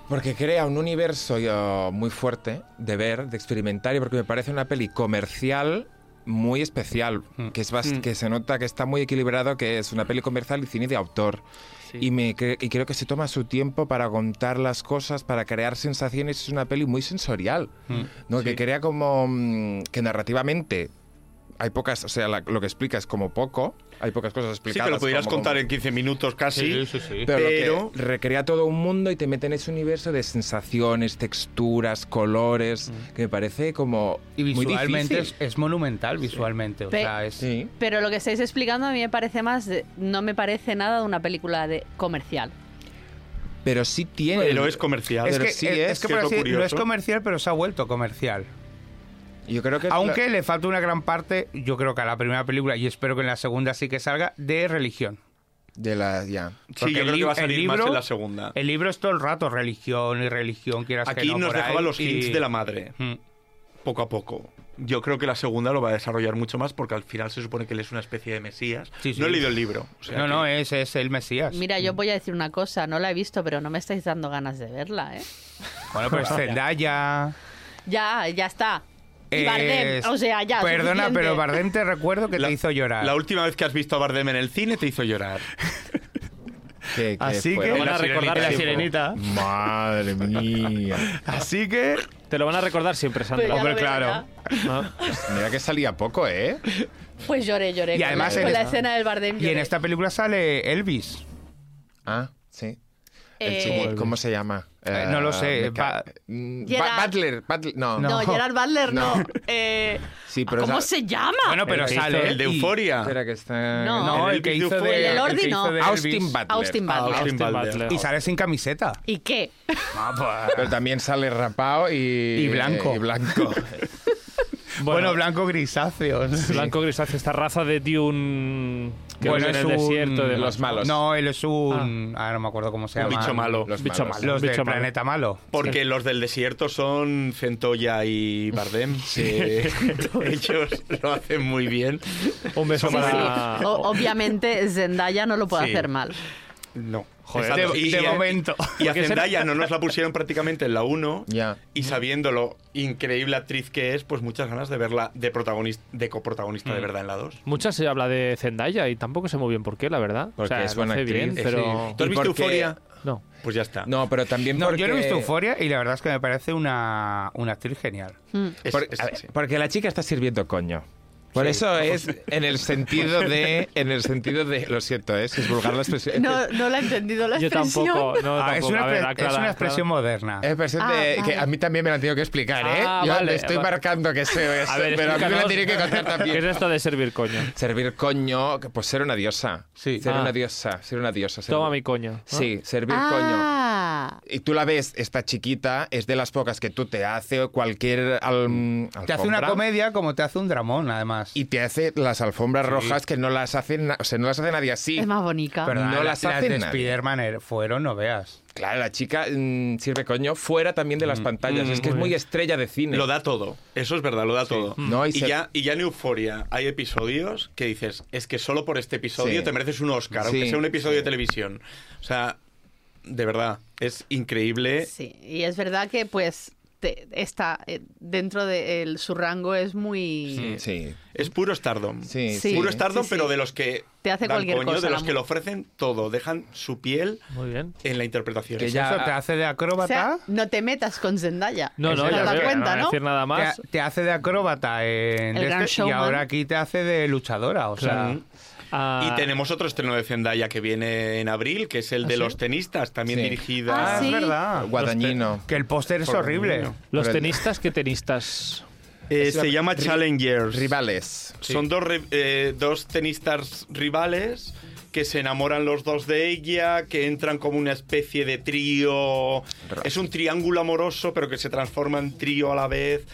Speaker 5: Porque crea un universo yo, muy fuerte de ver, de experimentar, y porque me parece una peli comercial muy especial,
Speaker 3: Mm.
Speaker 5: que, es bas- que se nota que está muy equilibrado, que es una peli comercial y cine de autor. Y, me cre- y creo que se toma su tiempo para contar las cosas, para crear sensaciones. Es una peli muy sensorial,
Speaker 3: Mm.
Speaker 5: ¿no? que crea como mm, que narrativamente hay pocas, o sea, la- lo que explica es como poco, hay pocas
Speaker 3: Sí,
Speaker 5: cosas explicadas.
Speaker 3: que lo pudieras
Speaker 5: como-
Speaker 3: contar en 15 minutos casi.
Speaker 2: sí, sí.
Speaker 5: pero, lo que
Speaker 3: Pero-
Speaker 5: recrea todo un mundo y te mete en ese universo de sensaciones, texturas, colores, que me parece como
Speaker 2: Y
Speaker 5: muy
Speaker 2: visualmente es,
Speaker 5: difícil.
Speaker 2: es monumental, visualmente. O
Speaker 4: Pe-
Speaker 2: sea, es.
Speaker 5: Sí.
Speaker 4: Pero lo que estáis explicando a mí me parece más, de- no me parece nada de una película de comercial.
Speaker 5: Pero sí tiene
Speaker 3: Pero es comercial.
Speaker 2: Es
Speaker 5: Pero
Speaker 2: que,
Speaker 5: sí
Speaker 2: es,
Speaker 5: es,
Speaker 2: es que,
Speaker 3: que
Speaker 2: por
Speaker 3: es lo
Speaker 2: así- no es
Speaker 3: curioso.
Speaker 2: comercial, pero se ha vuelto comercial.
Speaker 5: Yo creo que es
Speaker 2: Aunque
Speaker 5: la-
Speaker 2: le falta una gran parte, yo creo que a la primera película, y espero que en la segunda sí que salga, de religión.
Speaker 5: de la ya.
Speaker 3: Sí, yo
Speaker 2: el
Speaker 3: creo que
Speaker 2: li-
Speaker 3: va a
Speaker 2: el
Speaker 3: salir más
Speaker 2: libro-
Speaker 3: en la segunda.
Speaker 2: El libro es todo el rato religión y religión, quieras que
Speaker 3: Ah. Aquí
Speaker 2: no,
Speaker 3: nos
Speaker 2: por
Speaker 3: dejaba
Speaker 2: ahí,
Speaker 3: los
Speaker 2: y-
Speaker 3: hints de la madre,
Speaker 2: Mm.
Speaker 3: poco a poco. yo creo que la segunda lo va a desarrollar mucho más porque al final se supone que él es una especie de mesías.
Speaker 2: Sí, sí.
Speaker 3: No he leído el libro. o sea
Speaker 2: no,
Speaker 3: que-
Speaker 2: no, eh, es, es el Mesías.
Speaker 4: Mira, yo voy a decir una cosa, no la he visto, pero no me estáis dando ganas de verla, ¿eh?
Speaker 2: Bueno, pues Zendaya.
Speaker 4: Ya, ya está. Y
Speaker 2: eh,
Speaker 4: Bardem, o sea, ya.
Speaker 2: Perdona,
Speaker 4: suficiente.
Speaker 2: pero Bardem te recuerdo que te hizo llorar.
Speaker 3: La última vez que has visto a Bardem en el cine te hizo llorar.
Speaker 5: Que-
Speaker 3: Ah,
Speaker 2: Así
Speaker 5: Eh,
Speaker 2: que-
Speaker 5: fuera-
Speaker 1: Lo van a
Speaker 2: La
Speaker 1: recordar
Speaker 2: sirenita.
Speaker 1: siempre.
Speaker 2: La sirenita.
Speaker 5: Madre mía.
Speaker 2: Así que.
Speaker 1: Te lo van a recordar siempre,
Speaker 4: Pues ya
Speaker 1: Sandra.
Speaker 4: lo
Speaker 2: Hombre,
Speaker 4: veo,
Speaker 2: claro.
Speaker 4: ya.
Speaker 1: Ah,
Speaker 5: Mira que salía poco, ¿eh?
Speaker 4: Pues lloré, lloré.
Speaker 2: Y
Speaker 4: con
Speaker 2: además
Speaker 4: la,
Speaker 2: en
Speaker 4: con la
Speaker 2: esta-
Speaker 4: escena del Bardem.
Speaker 2: Y en
Speaker 4: lloré.
Speaker 2: esta película sale Elvis.
Speaker 5: Ah, sí. El
Speaker 4: Eh,
Speaker 5: chiqui- ¿Cómo se llama?
Speaker 2: Eh, no lo sé,
Speaker 5: me ca-
Speaker 2: Ba-
Speaker 5: Mm, Ba-
Speaker 4: Gerard.
Speaker 5: Butler. Butler- No.
Speaker 4: No, Gerard Butler no.
Speaker 5: No.
Speaker 4: Eh,
Speaker 5: Sí, pero
Speaker 4: ¿Cómo
Speaker 5: esa-
Speaker 4: se llama?
Speaker 2: Bueno, pero
Speaker 1: El que
Speaker 2: sale.
Speaker 1: hizo-
Speaker 3: El de
Speaker 2: y-
Speaker 3: Euforia.
Speaker 5: Espera que está.
Speaker 4: Ah. No.
Speaker 2: No, el,
Speaker 3: El
Speaker 2: que
Speaker 3: Elvis
Speaker 2: hizo
Speaker 3: de
Speaker 2: de.
Speaker 3: Euforia.
Speaker 4: El Elordi
Speaker 2: que hizo
Speaker 4: no.
Speaker 2: de
Speaker 5: Austin
Speaker 2: Elvis. Ah,
Speaker 5: Butler.
Speaker 4: Austin Butler.
Speaker 3: Austin
Speaker 1: Austin
Speaker 3: Butler.
Speaker 1: Butler.
Speaker 2: Y sale sin camiseta.
Speaker 4: ¿Y qué?
Speaker 2: Ah, pues,
Speaker 5: Pero también sale rapado y.
Speaker 2: Y blanco.
Speaker 5: y blanco.
Speaker 2: Bueno, blanco grisáceo. sí.
Speaker 1: Blanco grisáceo, esta raza de Dune que vive
Speaker 2: Bueno,
Speaker 1: en
Speaker 2: es
Speaker 1: el
Speaker 2: un-
Speaker 1: desierto de
Speaker 5: los malos.
Speaker 2: No, él es un. Ah, no me acuerdo cómo se
Speaker 3: Un
Speaker 2: llama.
Speaker 3: bicho malo.
Speaker 5: Los
Speaker 1: Bicho
Speaker 5: malos.
Speaker 1: malo.
Speaker 2: Los del
Speaker 1: bicho malo.
Speaker 2: planeta malo.
Speaker 3: Porque los del desierto son Centolla y Bardem. que ellos lo hacen muy bien.
Speaker 1: Un beso
Speaker 3: Son
Speaker 4: Sí,
Speaker 1: para.
Speaker 4: sí. O- obviamente Zendaya no lo puede
Speaker 3: Sí.
Speaker 4: hacer mal.
Speaker 2: No.
Speaker 1: Joder.
Speaker 2: de,
Speaker 3: Y-
Speaker 2: de
Speaker 3: y-
Speaker 2: momento.
Speaker 3: Y a
Speaker 1: Porque ser-
Speaker 3: Zendaya no nos la pusieron prácticamente en la 1.
Speaker 5: Ya.
Speaker 3: Y sabiendo lo increíble actriz que es, pues muchas ganas de verla de, protagonista, de coprotagonista
Speaker 5: Mm.
Speaker 3: de verdad en la 2.
Speaker 1: Muchas se habla de Zendaya y tampoco sé muy bien por qué, la verdad. o
Speaker 5: Porque
Speaker 1: sea,
Speaker 5: es
Speaker 1: lo
Speaker 5: buena
Speaker 1: hace
Speaker 5: actriz.
Speaker 1: bien,
Speaker 5: Eh,
Speaker 1: pero.
Speaker 3: ¿Tú has
Speaker 5: ¿Y
Speaker 3: visto
Speaker 5: por qué?
Speaker 3: Euforia?
Speaker 1: No.
Speaker 3: Pues ya está.
Speaker 5: No, pero también.
Speaker 2: No,
Speaker 5: porque...
Speaker 2: yo no he visto Euforia y la verdad es que me parece una, una actriz genial.
Speaker 3: Es-
Speaker 5: Por-
Speaker 3: es-
Speaker 5: a ver,
Speaker 3: sí.
Speaker 5: Porque la chica está sirviendo coño. Por eso es en el sentido de. En el sentido de. Lo siento, ¿eh? si es vulgar la expresión.
Speaker 4: No, no la he entendido la
Speaker 1: Yo
Speaker 4: expresión.
Speaker 1: tampoco. No,
Speaker 2: Ah, es,
Speaker 1: tampoco.
Speaker 2: una
Speaker 1: A ver,
Speaker 2: pre-
Speaker 1: aclara,
Speaker 2: es una
Speaker 1: aclara.
Speaker 2: expresión moderna.
Speaker 5: Eh, Es versión
Speaker 4: Ah,
Speaker 5: de-
Speaker 4: vale.
Speaker 5: que a mí también me la han tenido que explicar, ¿eh?
Speaker 1: Ah,
Speaker 5: Yo
Speaker 1: vale,
Speaker 5: le estoy
Speaker 1: va-
Speaker 5: marcando que sé eso,
Speaker 1: A ver,
Speaker 5: pero a mí me la
Speaker 1: explícanos,
Speaker 5: tiene que contar
Speaker 1: ¿Qué es
Speaker 5: también.
Speaker 1: esto de servir coño?
Speaker 5: Servir coño, que- pues ser una diosa.
Speaker 2: Sí.
Speaker 5: Ser
Speaker 1: Ah.
Speaker 5: una diosa, ser una diosa. ser-
Speaker 1: Toma mi coño. ¿no?
Speaker 5: Sí, servir coño.
Speaker 4: Ah,
Speaker 5: Y tú la ves, esta chiquita, es de las pocas que tú te hace cualquier al,
Speaker 2: Te hace una
Speaker 5: alfombra,
Speaker 2: comedia como te hace un dramón, además.
Speaker 5: Y te hace las alfombras rojas que no las hacen, na- o sea, no las hace nadie así.
Speaker 4: es más bonita.
Speaker 2: Pero
Speaker 5: no las hace
Speaker 2: de
Speaker 5: nadie.
Speaker 2: Spider-Man er- fueron, no veas.
Speaker 5: Claro, la chica mm, sirve coño fuera también de las pantallas. es que es muy estrella de cine.
Speaker 3: Lo da todo. Eso es verdad, lo da todo.
Speaker 4: Mm.
Speaker 5: No, y
Speaker 3: y,
Speaker 5: se-
Speaker 3: ya, y ya en Euforia hay episodios que dices, es que solo por este episodio
Speaker 5: Sí.
Speaker 3: te mereces un Oscar,
Speaker 5: Sí,
Speaker 3: aunque sea un episodio
Speaker 5: sí.
Speaker 3: de televisión. O sea, de verdad, es increíble.
Speaker 4: Sí, y es verdad que pues te- está eh, dentro de él, su rango es muy...
Speaker 5: Mm, Sí,
Speaker 3: Es puro stardom.
Speaker 5: sí,
Speaker 4: Sí.
Speaker 3: Puro
Speaker 5: sí.
Speaker 3: stardom,
Speaker 4: Sí, sí.
Speaker 3: pero de los que
Speaker 4: Te hace
Speaker 3: dan
Speaker 4: cualquier
Speaker 3: coño,
Speaker 4: cosa,
Speaker 3: de
Speaker 4: la
Speaker 3: los que
Speaker 4: mu-
Speaker 3: lo ofrecen todo, dejan su piel
Speaker 1: Muy bien.
Speaker 3: en la interpretación.
Speaker 5: Que
Speaker 3: Eso
Speaker 5: ya-
Speaker 2: Eso te hace de
Speaker 4: O sea,
Speaker 2: acróbata.
Speaker 4: no te metas con Zendaya.
Speaker 1: No, no,
Speaker 4: Te
Speaker 1: ya
Speaker 4: has dado
Speaker 1: veo, no
Speaker 4: cuenta,
Speaker 1: voy a
Speaker 4: ¿no?
Speaker 1: decir nada más.
Speaker 2: te, te hace de acróbata en este,
Speaker 4: El Gran
Speaker 2: y
Speaker 4: Showman.
Speaker 2: ahora aquí te hace de luchadora, o sea,
Speaker 1: Claro. Ah,
Speaker 3: Mm. Y tenemos otro estreno de Zendaya que viene en abril, que es el de
Speaker 1: sí?
Speaker 3: los tenistas, también
Speaker 5: Sí.
Speaker 3: dirigida.
Speaker 4: Ah,
Speaker 2: es
Speaker 4: sí.
Speaker 2: verdad.
Speaker 5: Guadañino.
Speaker 2: Que el póster es
Speaker 5: Por
Speaker 2: horrible.
Speaker 5: niño.
Speaker 1: Los
Speaker 5: Pero-
Speaker 1: tenistas, ¿qué tenistas?
Speaker 3: Eh,
Speaker 5: Es
Speaker 3: se
Speaker 5: la-
Speaker 3: llama
Speaker 5: ri-
Speaker 3: Challengers.
Speaker 5: Rivales.
Speaker 3: Son dos, re- eh, dos tenistas rivales que se enamoran los dos de ella, que entran como una especie de trío.
Speaker 5: Ra-
Speaker 3: Es un triángulo amoroso, pero que se transforma en trío a la vez.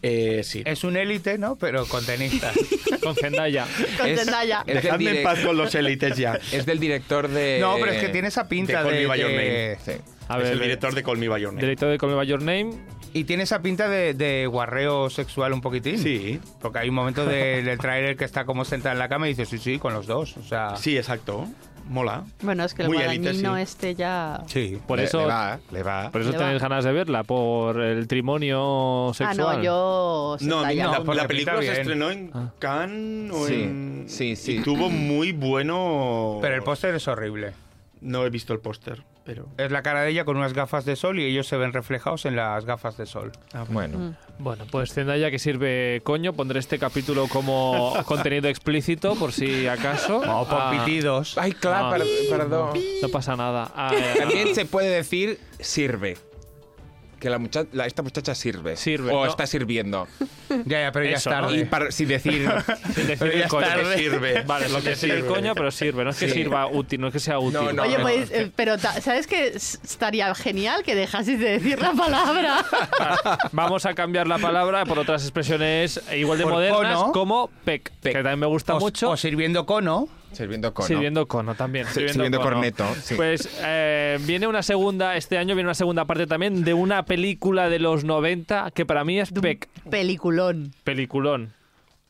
Speaker 3: Eh, sí.
Speaker 2: Es un élite, ¿no? Pero con tenistas.
Speaker 1: Con Zendaya.
Speaker 4: Con
Speaker 5: Es-
Speaker 4: Zendaya.
Speaker 5: es del
Speaker 3: Dejadme en
Speaker 5: direct-
Speaker 3: paz con los élites ya.
Speaker 5: Es del director de.
Speaker 2: no, pero es que tiene esa pinta
Speaker 3: de Call
Speaker 2: de,
Speaker 3: Me By Your
Speaker 2: de-
Speaker 3: Name.
Speaker 5: Sí.
Speaker 1: A
Speaker 3: es el
Speaker 1: ver,
Speaker 3: director de Call Me By Your Name.
Speaker 1: director de Call Me By Your Name.
Speaker 2: y tiene esa pinta de, de guarreo sexual un poquitín.
Speaker 3: Sí.
Speaker 2: Porque hay un momento de- del tráiler que está como sentada en la cama y dice, "Sí, sí, con los dos", o sea,
Speaker 3: Sí, exacto. Mola.
Speaker 4: Bueno, es que el
Speaker 3: Muy élite,
Speaker 4: guadañino
Speaker 3: sí.
Speaker 4: este ya...
Speaker 2: Sí.
Speaker 1: Por
Speaker 5: Le-
Speaker 1: eso,
Speaker 5: Le va, le va.
Speaker 1: por eso
Speaker 4: Le va.
Speaker 1: tenéis ganas de verla, por el trimonio
Speaker 4: Ah,
Speaker 1: sexual.
Speaker 4: no, yo...
Speaker 3: No,
Speaker 4: Zendaya
Speaker 3: la,
Speaker 2: no,
Speaker 4: aún.
Speaker 2: por
Speaker 3: la
Speaker 2: porque
Speaker 3: película
Speaker 2: pinta
Speaker 3: se
Speaker 2: bien.
Speaker 3: estrenó en Cannes o
Speaker 5: Sí,
Speaker 3: en...
Speaker 5: sí, sí.
Speaker 3: Y tuvo muy bueno...
Speaker 2: Pero el póster es horrible.
Speaker 3: No he visto el póster, pero...
Speaker 2: Es la cara de ella con unas gafas de sol y ellos se ven reflejados en las gafas de sol.
Speaker 5: Ah.
Speaker 4: Mm.
Speaker 5: Bueno,
Speaker 1: Bueno, pues Zendaya que sirve coño, pondré este capítulo como contenido explícito por si acaso.
Speaker 2: O por
Speaker 1: Ah,
Speaker 2: pitidos.
Speaker 5: ay,
Speaker 1: No.
Speaker 5: claro, per- perdón.
Speaker 1: no pasa nada. Ah,
Speaker 5: También se puede decir sirve. Que la mucha- la- esta muchacha sirve.
Speaker 1: Sirve,
Speaker 5: O
Speaker 1: ¿no?
Speaker 5: está sirviendo.
Speaker 2: Ya, ya, pero ya
Speaker 1: Eso,
Speaker 2: es tarde.
Speaker 5: Y para- sin decir.
Speaker 1: sin decir
Speaker 2: Pero
Speaker 1: el
Speaker 2: ya
Speaker 1: coño.
Speaker 2: está,
Speaker 1: Que
Speaker 3: sirve.
Speaker 1: Vale, lo que es el coño, pero sirve. No es que
Speaker 5: Sí.
Speaker 1: sirva útil, no es que sea útil.
Speaker 5: No, no.
Speaker 4: Oye, pues,
Speaker 5: es que-
Speaker 4: eh, pero ta- ¿sabes qué? S- Estaría genial que dejases de decir la palabra.
Speaker 1: Vamos a cambiar la palabra por otras expresiones eh, igual de
Speaker 2: Por
Speaker 1: modernas
Speaker 2: cono.
Speaker 1: como pec, que también me gusta
Speaker 2: O-
Speaker 1: mucho.
Speaker 2: O sirviendo cono.
Speaker 5: Sirviendo cono.
Speaker 1: Sirviendo cono también.
Speaker 5: Sí, sirviendo
Speaker 1: cono.
Speaker 5: corneto, sí.
Speaker 1: Pues eh, viene una segunda, este año viene una segunda parte también de una película de los 90 que para mí es pec,
Speaker 4: Peliculón.
Speaker 1: peliculón.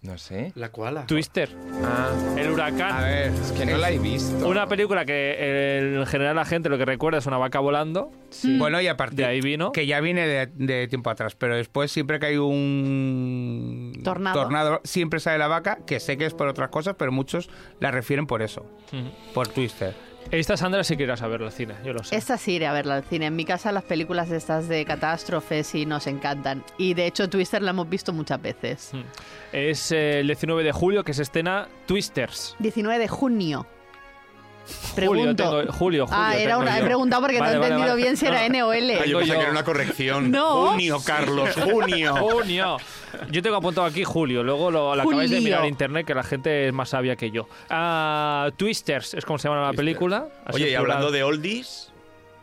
Speaker 5: No sé.
Speaker 3: La koala.
Speaker 1: Twister,
Speaker 5: Ah,
Speaker 1: El Huracán.
Speaker 2: A ver,
Speaker 5: es que no la he visto.
Speaker 1: Una película que eh, en general la gente lo que recuerda es una vaca volando.
Speaker 2: bueno, y aparte,
Speaker 1: Mm. De ahí vino.
Speaker 2: que ya viene de, de tiempo atrás, pero después siempre que hay un
Speaker 4: Tornado.
Speaker 2: siempre sale la vaca, que sé que es por otras cosas, pero muchos la refieren por eso,
Speaker 1: Ujú.
Speaker 2: por Twister.
Speaker 1: Esta Sandra sí que irás a verlo al cine, yo lo sé.
Speaker 4: Esta sí iré a verla al cine. En mi casa las películas estas de catástrofes sí nos encantan. Y de hecho Twister la hemos visto muchas veces.
Speaker 1: Mm. Es eh, el 19 de julio que se escena Twisters.
Speaker 4: 19 de junio.
Speaker 1: Julio,
Speaker 4: Pregunto.
Speaker 1: tengo- julio, julio.
Speaker 4: ah, era
Speaker 1: tengo
Speaker 4: una, he
Speaker 1: yo.
Speaker 4: preguntado porque
Speaker 1: Vale,
Speaker 4: no he
Speaker 1: vale,
Speaker 4: entendido
Speaker 1: vale.
Speaker 4: bien si
Speaker 1: No,
Speaker 4: era N o L.
Speaker 3: Ah, yo
Speaker 1: Tengo
Speaker 3: pensaba
Speaker 1: yo.
Speaker 3: que era una corrección.
Speaker 4: No.
Speaker 3: Junio, Carlos, junio.
Speaker 1: Junio. Yo tengo apuntado aquí julio, luego lo, lo acabáis de
Speaker 4: Julio.
Speaker 1: mirar en internet que la gente es más sabia que yo. Ah, Twisters es como se llama la
Speaker 5: Twisters.
Speaker 1: película. así
Speaker 3: Oye, y
Speaker 1: en
Speaker 3: hablando
Speaker 1: plural.
Speaker 3: de oldies,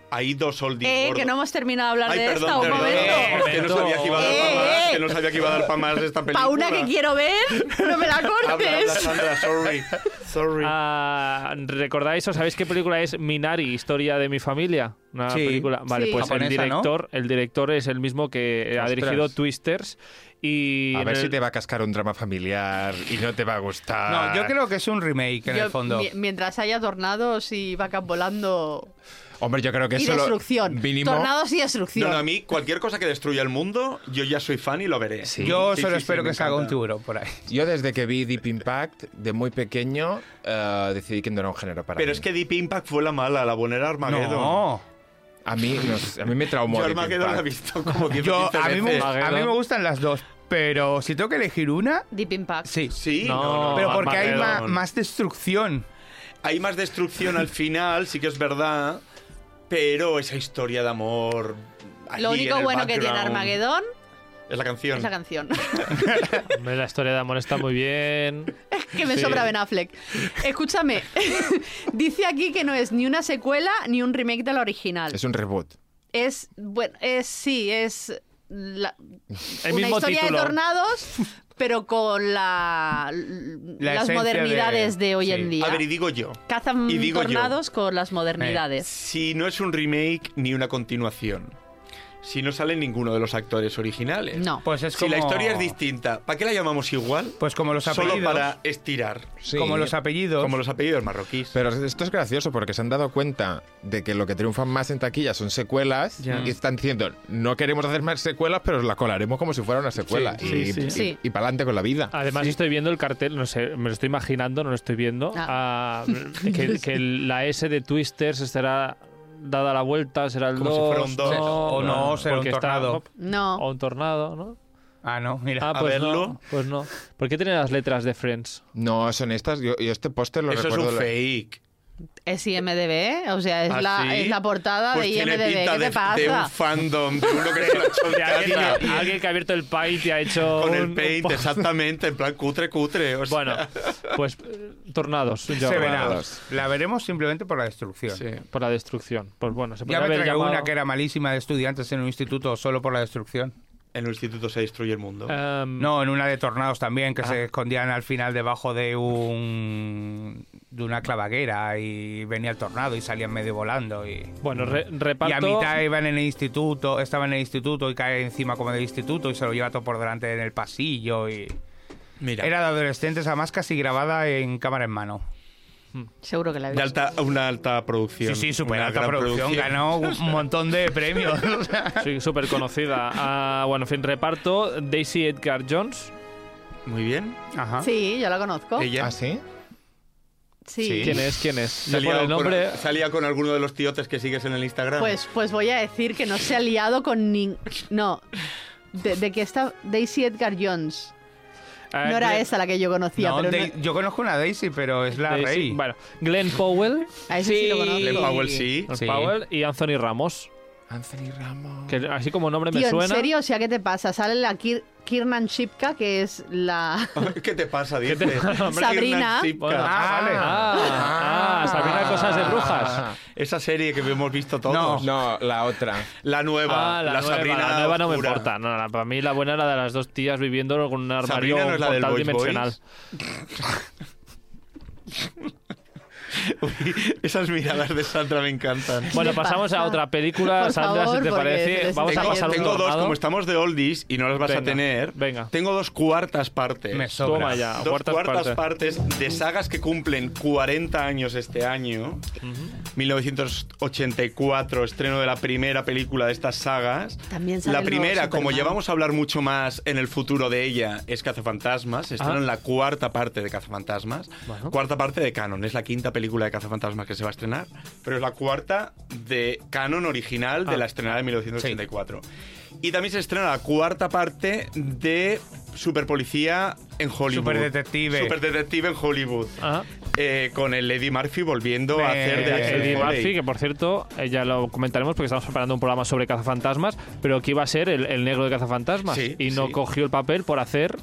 Speaker 3: hay dos oldies.
Speaker 4: Eh,
Speaker 3: gordos.
Speaker 4: que no hemos terminado de hablar
Speaker 3: Ay,
Speaker 4: de
Speaker 3: perdón,
Speaker 4: esta. Un
Speaker 3: perdón,
Speaker 4: momento.
Speaker 3: perdón, que no sabía que iba a dar
Speaker 4: Eh,
Speaker 3: pa' más,
Speaker 4: eh.
Speaker 3: que no sabía que iba a dar pa' más esta película.
Speaker 4: Pa' una que quiero ver, no me la cortes.
Speaker 3: Habla, habla, Sandra, sorry. Sorry.
Speaker 1: Ah, ¿Recordáis o sabéis qué película es Minari, Historia de mi familia? Una
Speaker 2: Sí.
Speaker 1: película. Vale,
Speaker 4: Sí.
Speaker 1: pues el
Speaker 2: Japonesa, ¿no?
Speaker 1: director, el director es el mismo que eh, ha
Speaker 5: Ostras.
Speaker 1: dirigido Twisters. Y
Speaker 5: A
Speaker 1: en
Speaker 5: ver
Speaker 1: el-
Speaker 5: si te va a cascar un drama familiar y no te va a
Speaker 3: Ah.
Speaker 5: gustar.
Speaker 2: No, yo creo que es un remake en
Speaker 4: Yo,
Speaker 2: el fondo.
Speaker 4: mi- mientras haya tornados y vacas volando
Speaker 5: Hombre, yo creo que
Speaker 4: y
Speaker 5: eso lo-
Speaker 4: destrucción.
Speaker 5: mínimo.
Speaker 4: Tornados y destrucción.
Speaker 3: No, no, a mí cualquier cosa que destruya el mundo, yo ya soy fan y lo veré.
Speaker 5: Sí.
Speaker 2: Yo
Speaker 3: Sí,
Speaker 2: solo
Speaker 3: sí, sí,
Speaker 2: espero
Speaker 3: me
Speaker 2: que salga un
Speaker 3: encanta.
Speaker 2: tiburón por ahí.
Speaker 5: Yo desde que vi Deep Impact, de muy pequeño, eh, decidí que no era un género para
Speaker 3: Pero
Speaker 5: mí.
Speaker 3: es que Deep Impact fue la mala, la buena era Armageddon.
Speaker 2: No.
Speaker 5: A mí, no sé, a mí me traumó
Speaker 3: Yo
Speaker 5: Deep
Speaker 3: Armageddon la he
Speaker 5: Impact.
Speaker 3: visto como 10
Speaker 2: Yo,
Speaker 3: 15
Speaker 2: a, mí me,
Speaker 3: veces.
Speaker 2: a mí me gustan las dos, pero si tengo que elegir una,
Speaker 4: Deep Impact.
Speaker 2: sí.
Speaker 3: Sí,
Speaker 1: No,
Speaker 3: no, no,
Speaker 2: Pero porque hay ma-
Speaker 3: Armageddon.
Speaker 2: más destrucción.
Speaker 3: Hay más destrucción al final, sí que es verdad, pero esa historia de amor. allí
Speaker 4: Lo
Speaker 3: en
Speaker 4: único
Speaker 3: el
Speaker 4: bueno que tiene
Speaker 3: background
Speaker 4: Armagedón
Speaker 3: Es la canción.
Speaker 4: es la canción.
Speaker 1: Hombre, la historia de amor está muy bien.
Speaker 4: que me
Speaker 1: Sí.
Speaker 4: sobra Ben Affleck. Escúchame, dice aquí que no es ni una secuela ni un remake de la original.
Speaker 5: Es un reboot.
Speaker 4: Es, bueno, es sí, es la-
Speaker 1: El
Speaker 4: una
Speaker 1: mismo
Speaker 4: historia
Speaker 1: título.
Speaker 4: de tornados, pero con la, las
Speaker 2: esencia
Speaker 4: modernidades de,
Speaker 2: de-
Speaker 4: hoy
Speaker 2: sí.
Speaker 4: en día.
Speaker 3: A ver, y digo yo.
Speaker 4: Cazan
Speaker 3: y digo yo.
Speaker 4: tornados con las modernidades.
Speaker 3: Si no es un remake ni una continuación. Si no sale ninguno de los actores originales.
Speaker 4: No.
Speaker 2: Pues es
Speaker 3: Si
Speaker 2: como,
Speaker 3: la historia es distinta, ¿para qué la llamamos igual?
Speaker 2: Pues como los apellidos.
Speaker 3: Solo para estirar.
Speaker 5: Sí.
Speaker 2: Como los apellidos.
Speaker 3: Como los apellidos marroquíes.
Speaker 5: Pero esto es gracioso porque se han dado cuenta de que lo que triunfan más en taquilla son secuelas
Speaker 3: Ya.
Speaker 5: y están diciendo, no queremos hacer más secuelas, pero las colaremos como si fuera una secuela.
Speaker 3: Sí,
Speaker 5: y
Speaker 3: sí, sí.
Speaker 4: Sí.
Speaker 5: para adelante con la vida.
Speaker 1: Además estoy viendo el cartel, no sé, me lo estoy imaginando, no lo estoy viendo. Ah, que que el- la S de Twisters estará dada la vuelta, será el
Speaker 3: Como si
Speaker 1: 2.
Speaker 3: fuera un dos.
Speaker 2: O no, será un
Speaker 1: porque está-
Speaker 2: tornado.
Speaker 4: No.
Speaker 1: o un tornado, ¿no?
Speaker 2: Ah, no, mira.
Speaker 1: Ah,
Speaker 3: a
Speaker 1: pues no,
Speaker 3: verlo.
Speaker 1: pues no. ¿Por qué tiene las letras de Friends?
Speaker 5: No, son estas. Yo, yo este póster lo
Speaker 3: Eso es
Speaker 5: recuerdo.
Speaker 3: un fake.
Speaker 4: Es IMDB, o sea, es,
Speaker 3: ¿Ah,
Speaker 4: la,
Speaker 3: sí?
Speaker 4: es la portada
Speaker 3: Pues
Speaker 4: de
Speaker 3: tiene
Speaker 4: IMDB.
Speaker 3: pinta
Speaker 4: ¿Qué
Speaker 3: de,
Speaker 4: te pasa?
Speaker 3: de un fandom, de uno que se lo ha hecho
Speaker 1: De alguien,
Speaker 3: cada
Speaker 1: que,
Speaker 3: día.
Speaker 1: alguien que ha abierto el paint y ha hecho
Speaker 3: Con
Speaker 1: un-
Speaker 3: el
Speaker 1: un
Speaker 3: paint,
Speaker 1: po-
Speaker 3: exactamente, en plan cutre, cutre. o sea.
Speaker 1: Bueno, pues eh, tornados. yo
Speaker 2: se
Speaker 1: creo,
Speaker 2: verá.
Speaker 5: Tornados.
Speaker 2: La veremos simplemente por la destrucción.
Speaker 3: Sí.
Speaker 1: Por la destrucción. Pues bueno, se
Speaker 2: Ya
Speaker 1: podría
Speaker 2: me
Speaker 1: haber
Speaker 2: tragué
Speaker 1: llamado-
Speaker 2: una que era malísima de estudiantes en un instituto solo por la destrucción.
Speaker 3: En el instituto se destruye el mundo.
Speaker 1: Em,
Speaker 2: No, en una de tornados también, que se escondían al final debajo de un de una clavaguera y venía el tornado y salían medio volando y,
Speaker 1: Bueno, re-
Speaker 2: y a
Speaker 1: reparto.
Speaker 2: mitad iban en el instituto, estaban en el instituto y cae encima como del instituto y se lo lleva todo por delante en el pasillo y
Speaker 3: Mira,
Speaker 2: era de adolescentes además casi grabada en cámara en mano.
Speaker 4: Seguro que la
Speaker 3: de
Speaker 4: habéis
Speaker 3: alta, una alta producción.
Speaker 2: Sí, sí, super
Speaker 3: una
Speaker 2: alta
Speaker 3: gran
Speaker 2: producción, ganó un montón de premios.
Speaker 1: Sí, súper conocida. Ah, bueno, en fin, reparto. Daisy Edgar Jones.
Speaker 3: Muy bien.
Speaker 2: Ajá.
Speaker 4: Sí, yo la conozco.
Speaker 3: Ella
Speaker 5: ¿Ah, sí?
Speaker 4: Sí.
Speaker 1: ¿Quién es? ¿Quién es? Se
Speaker 3: salía,
Speaker 1: pone el nombre.
Speaker 3: con, salía con alguno de los tiotes que sigues en el Instagram.
Speaker 4: Pues, pues voy a decir que no se ha liado con nin... No. De, de que está Daisy Edgar Jones.
Speaker 1: Ah,
Speaker 4: No era
Speaker 1: Glenn-
Speaker 4: esa la que yo conocía,
Speaker 2: No,
Speaker 4: pero no-
Speaker 2: Dai- Yo conozco una Daisy, pero es la
Speaker 1: Daisy-
Speaker 2: rey.
Speaker 1: Bueno, Glenn Powell.
Speaker 4: a esa sí, lo conozco.
Speaker 3: Glenn Powell sí.
Speaker 1: Glenn
Speaker 2: Sí.
Speaker 1: Powell y Anthony Ramos.
Speaker 5: Anthony Ramos.
Speaker 1: Que así como nombre me
Speaker 4: Tío,
Speaker 1: suena.
Speaker 4: ¿en serio? O sea, ¿qué te pasa? Sale la Kir- Kiernan Shipka, que es la...
Speaker 3: ¿Qué te pasa, dice?
Speaker 1: te pasa,
Speaker 4: hombre? Sabrina.
Speaker 1: Bueno,
Speaker 3: Sabrina.
Speaker 1: ah, vale. Ah, ah, Sabrina Cosas de Brujas. Ah,
Speaker 3: Esa serie que hemos visto todos.
Speaker 5: Oh, No, la otra.
Speaker 3: La nueva.
Speaker 1: Ah,
Speaker 3: la,
Speaker 1: nueva,
Speaker 3: Sabrina.
Speaker 1: la nueva no me
Speaker 3: oscura.
Speaker 1: importa. No, no, para mí la buena era de las dos tías viviendo con un armario
Speaker 3: Sabrina no es la del
Speaker 1: portal
Speaker 3: Boys
Speaker 1: dimensional.
Speaker 3: Boys. Uy, esas miradas de Sandra me encantan.
Speaker 1: Bueno,
Speaker 4: ¿Qué
Speaker 1: pasamos a
Speaker 4: pasa?
Speaker 1: otra película,
Speaker 4: Por
Speaker 1: Sandra,
Speaker 4: favor,
Speaker 1: si te
Speaker 4: porque se
Speaker 1: parece.
Speaker 4: les
Speaker 1: Vamos a
Speaker 4: está
Speaker 3: Tengo,
Speaker 1: pasar
Speaker 4: yendo.
Speaker 1: un
Speaker 3: tengo dos,
Speaker 1: tornado.
Speaker 3: como este estamos de oldies y no las vas a
Speaker 1: Venga,
Speaker 3: tener,
Speaker 1: venga.
Speaker 3: tengo dos cuartas partes.
Speaker 2: Me sobra.
Speaker 1: Toma ya,
Speaker 3: dos cuartas,
Speaker 1: cuartas partes.
Speaker 3: partes de sagas que cumplen 40 años este año. 1984, estreno de la primera película de estas sagas.
Speaker 4: También sale
Speaker 3: La
Speaker 4: el nuevo
Speaker 3: primera, como
Speaker 4: Superman.
Speaker 3: llevamos a hablar mucho más en el futuro de ella, es Cazafantasmas. Se estrena
Speaker 1: Ah.
Speaker 3: en la cuarta parte de Cazafantasmas.
Speaker 1: Bueno.
Speaker 3: Cuarta parte de Canon. Es la quinta película de Cazafantasmas que se va a estrenar, pero es la cuarta de Canon original de
Speaker 1: Ah.
Speaker 3: la estrenada de 1984. Y también se estrena la cuarta parte de Superpolicía en Hollywood.
Speaker 2: Superdetective.
Speaker 3: Superdetective en Hollywood.
Speaker 1: Ajá.
Speaker 3: Eh, con el Eddie Murphy volviendo a
Speaker 2: Eh,
Speaker 3: hacer de Axel
Speaker 1: Eddie
Speaker 3: Foley.
Speaker 1: Murphy, que por cierto, eh, ya lo comentaremos porque estamos preparando un programa sobre cazafantasmas, pero que iba a ser el, el negro de cazafantasmas
Speaker 3: Sí,
Speaker 1: y no
Speaker 3: sí.
Speaker 1: cogió el papel por hacer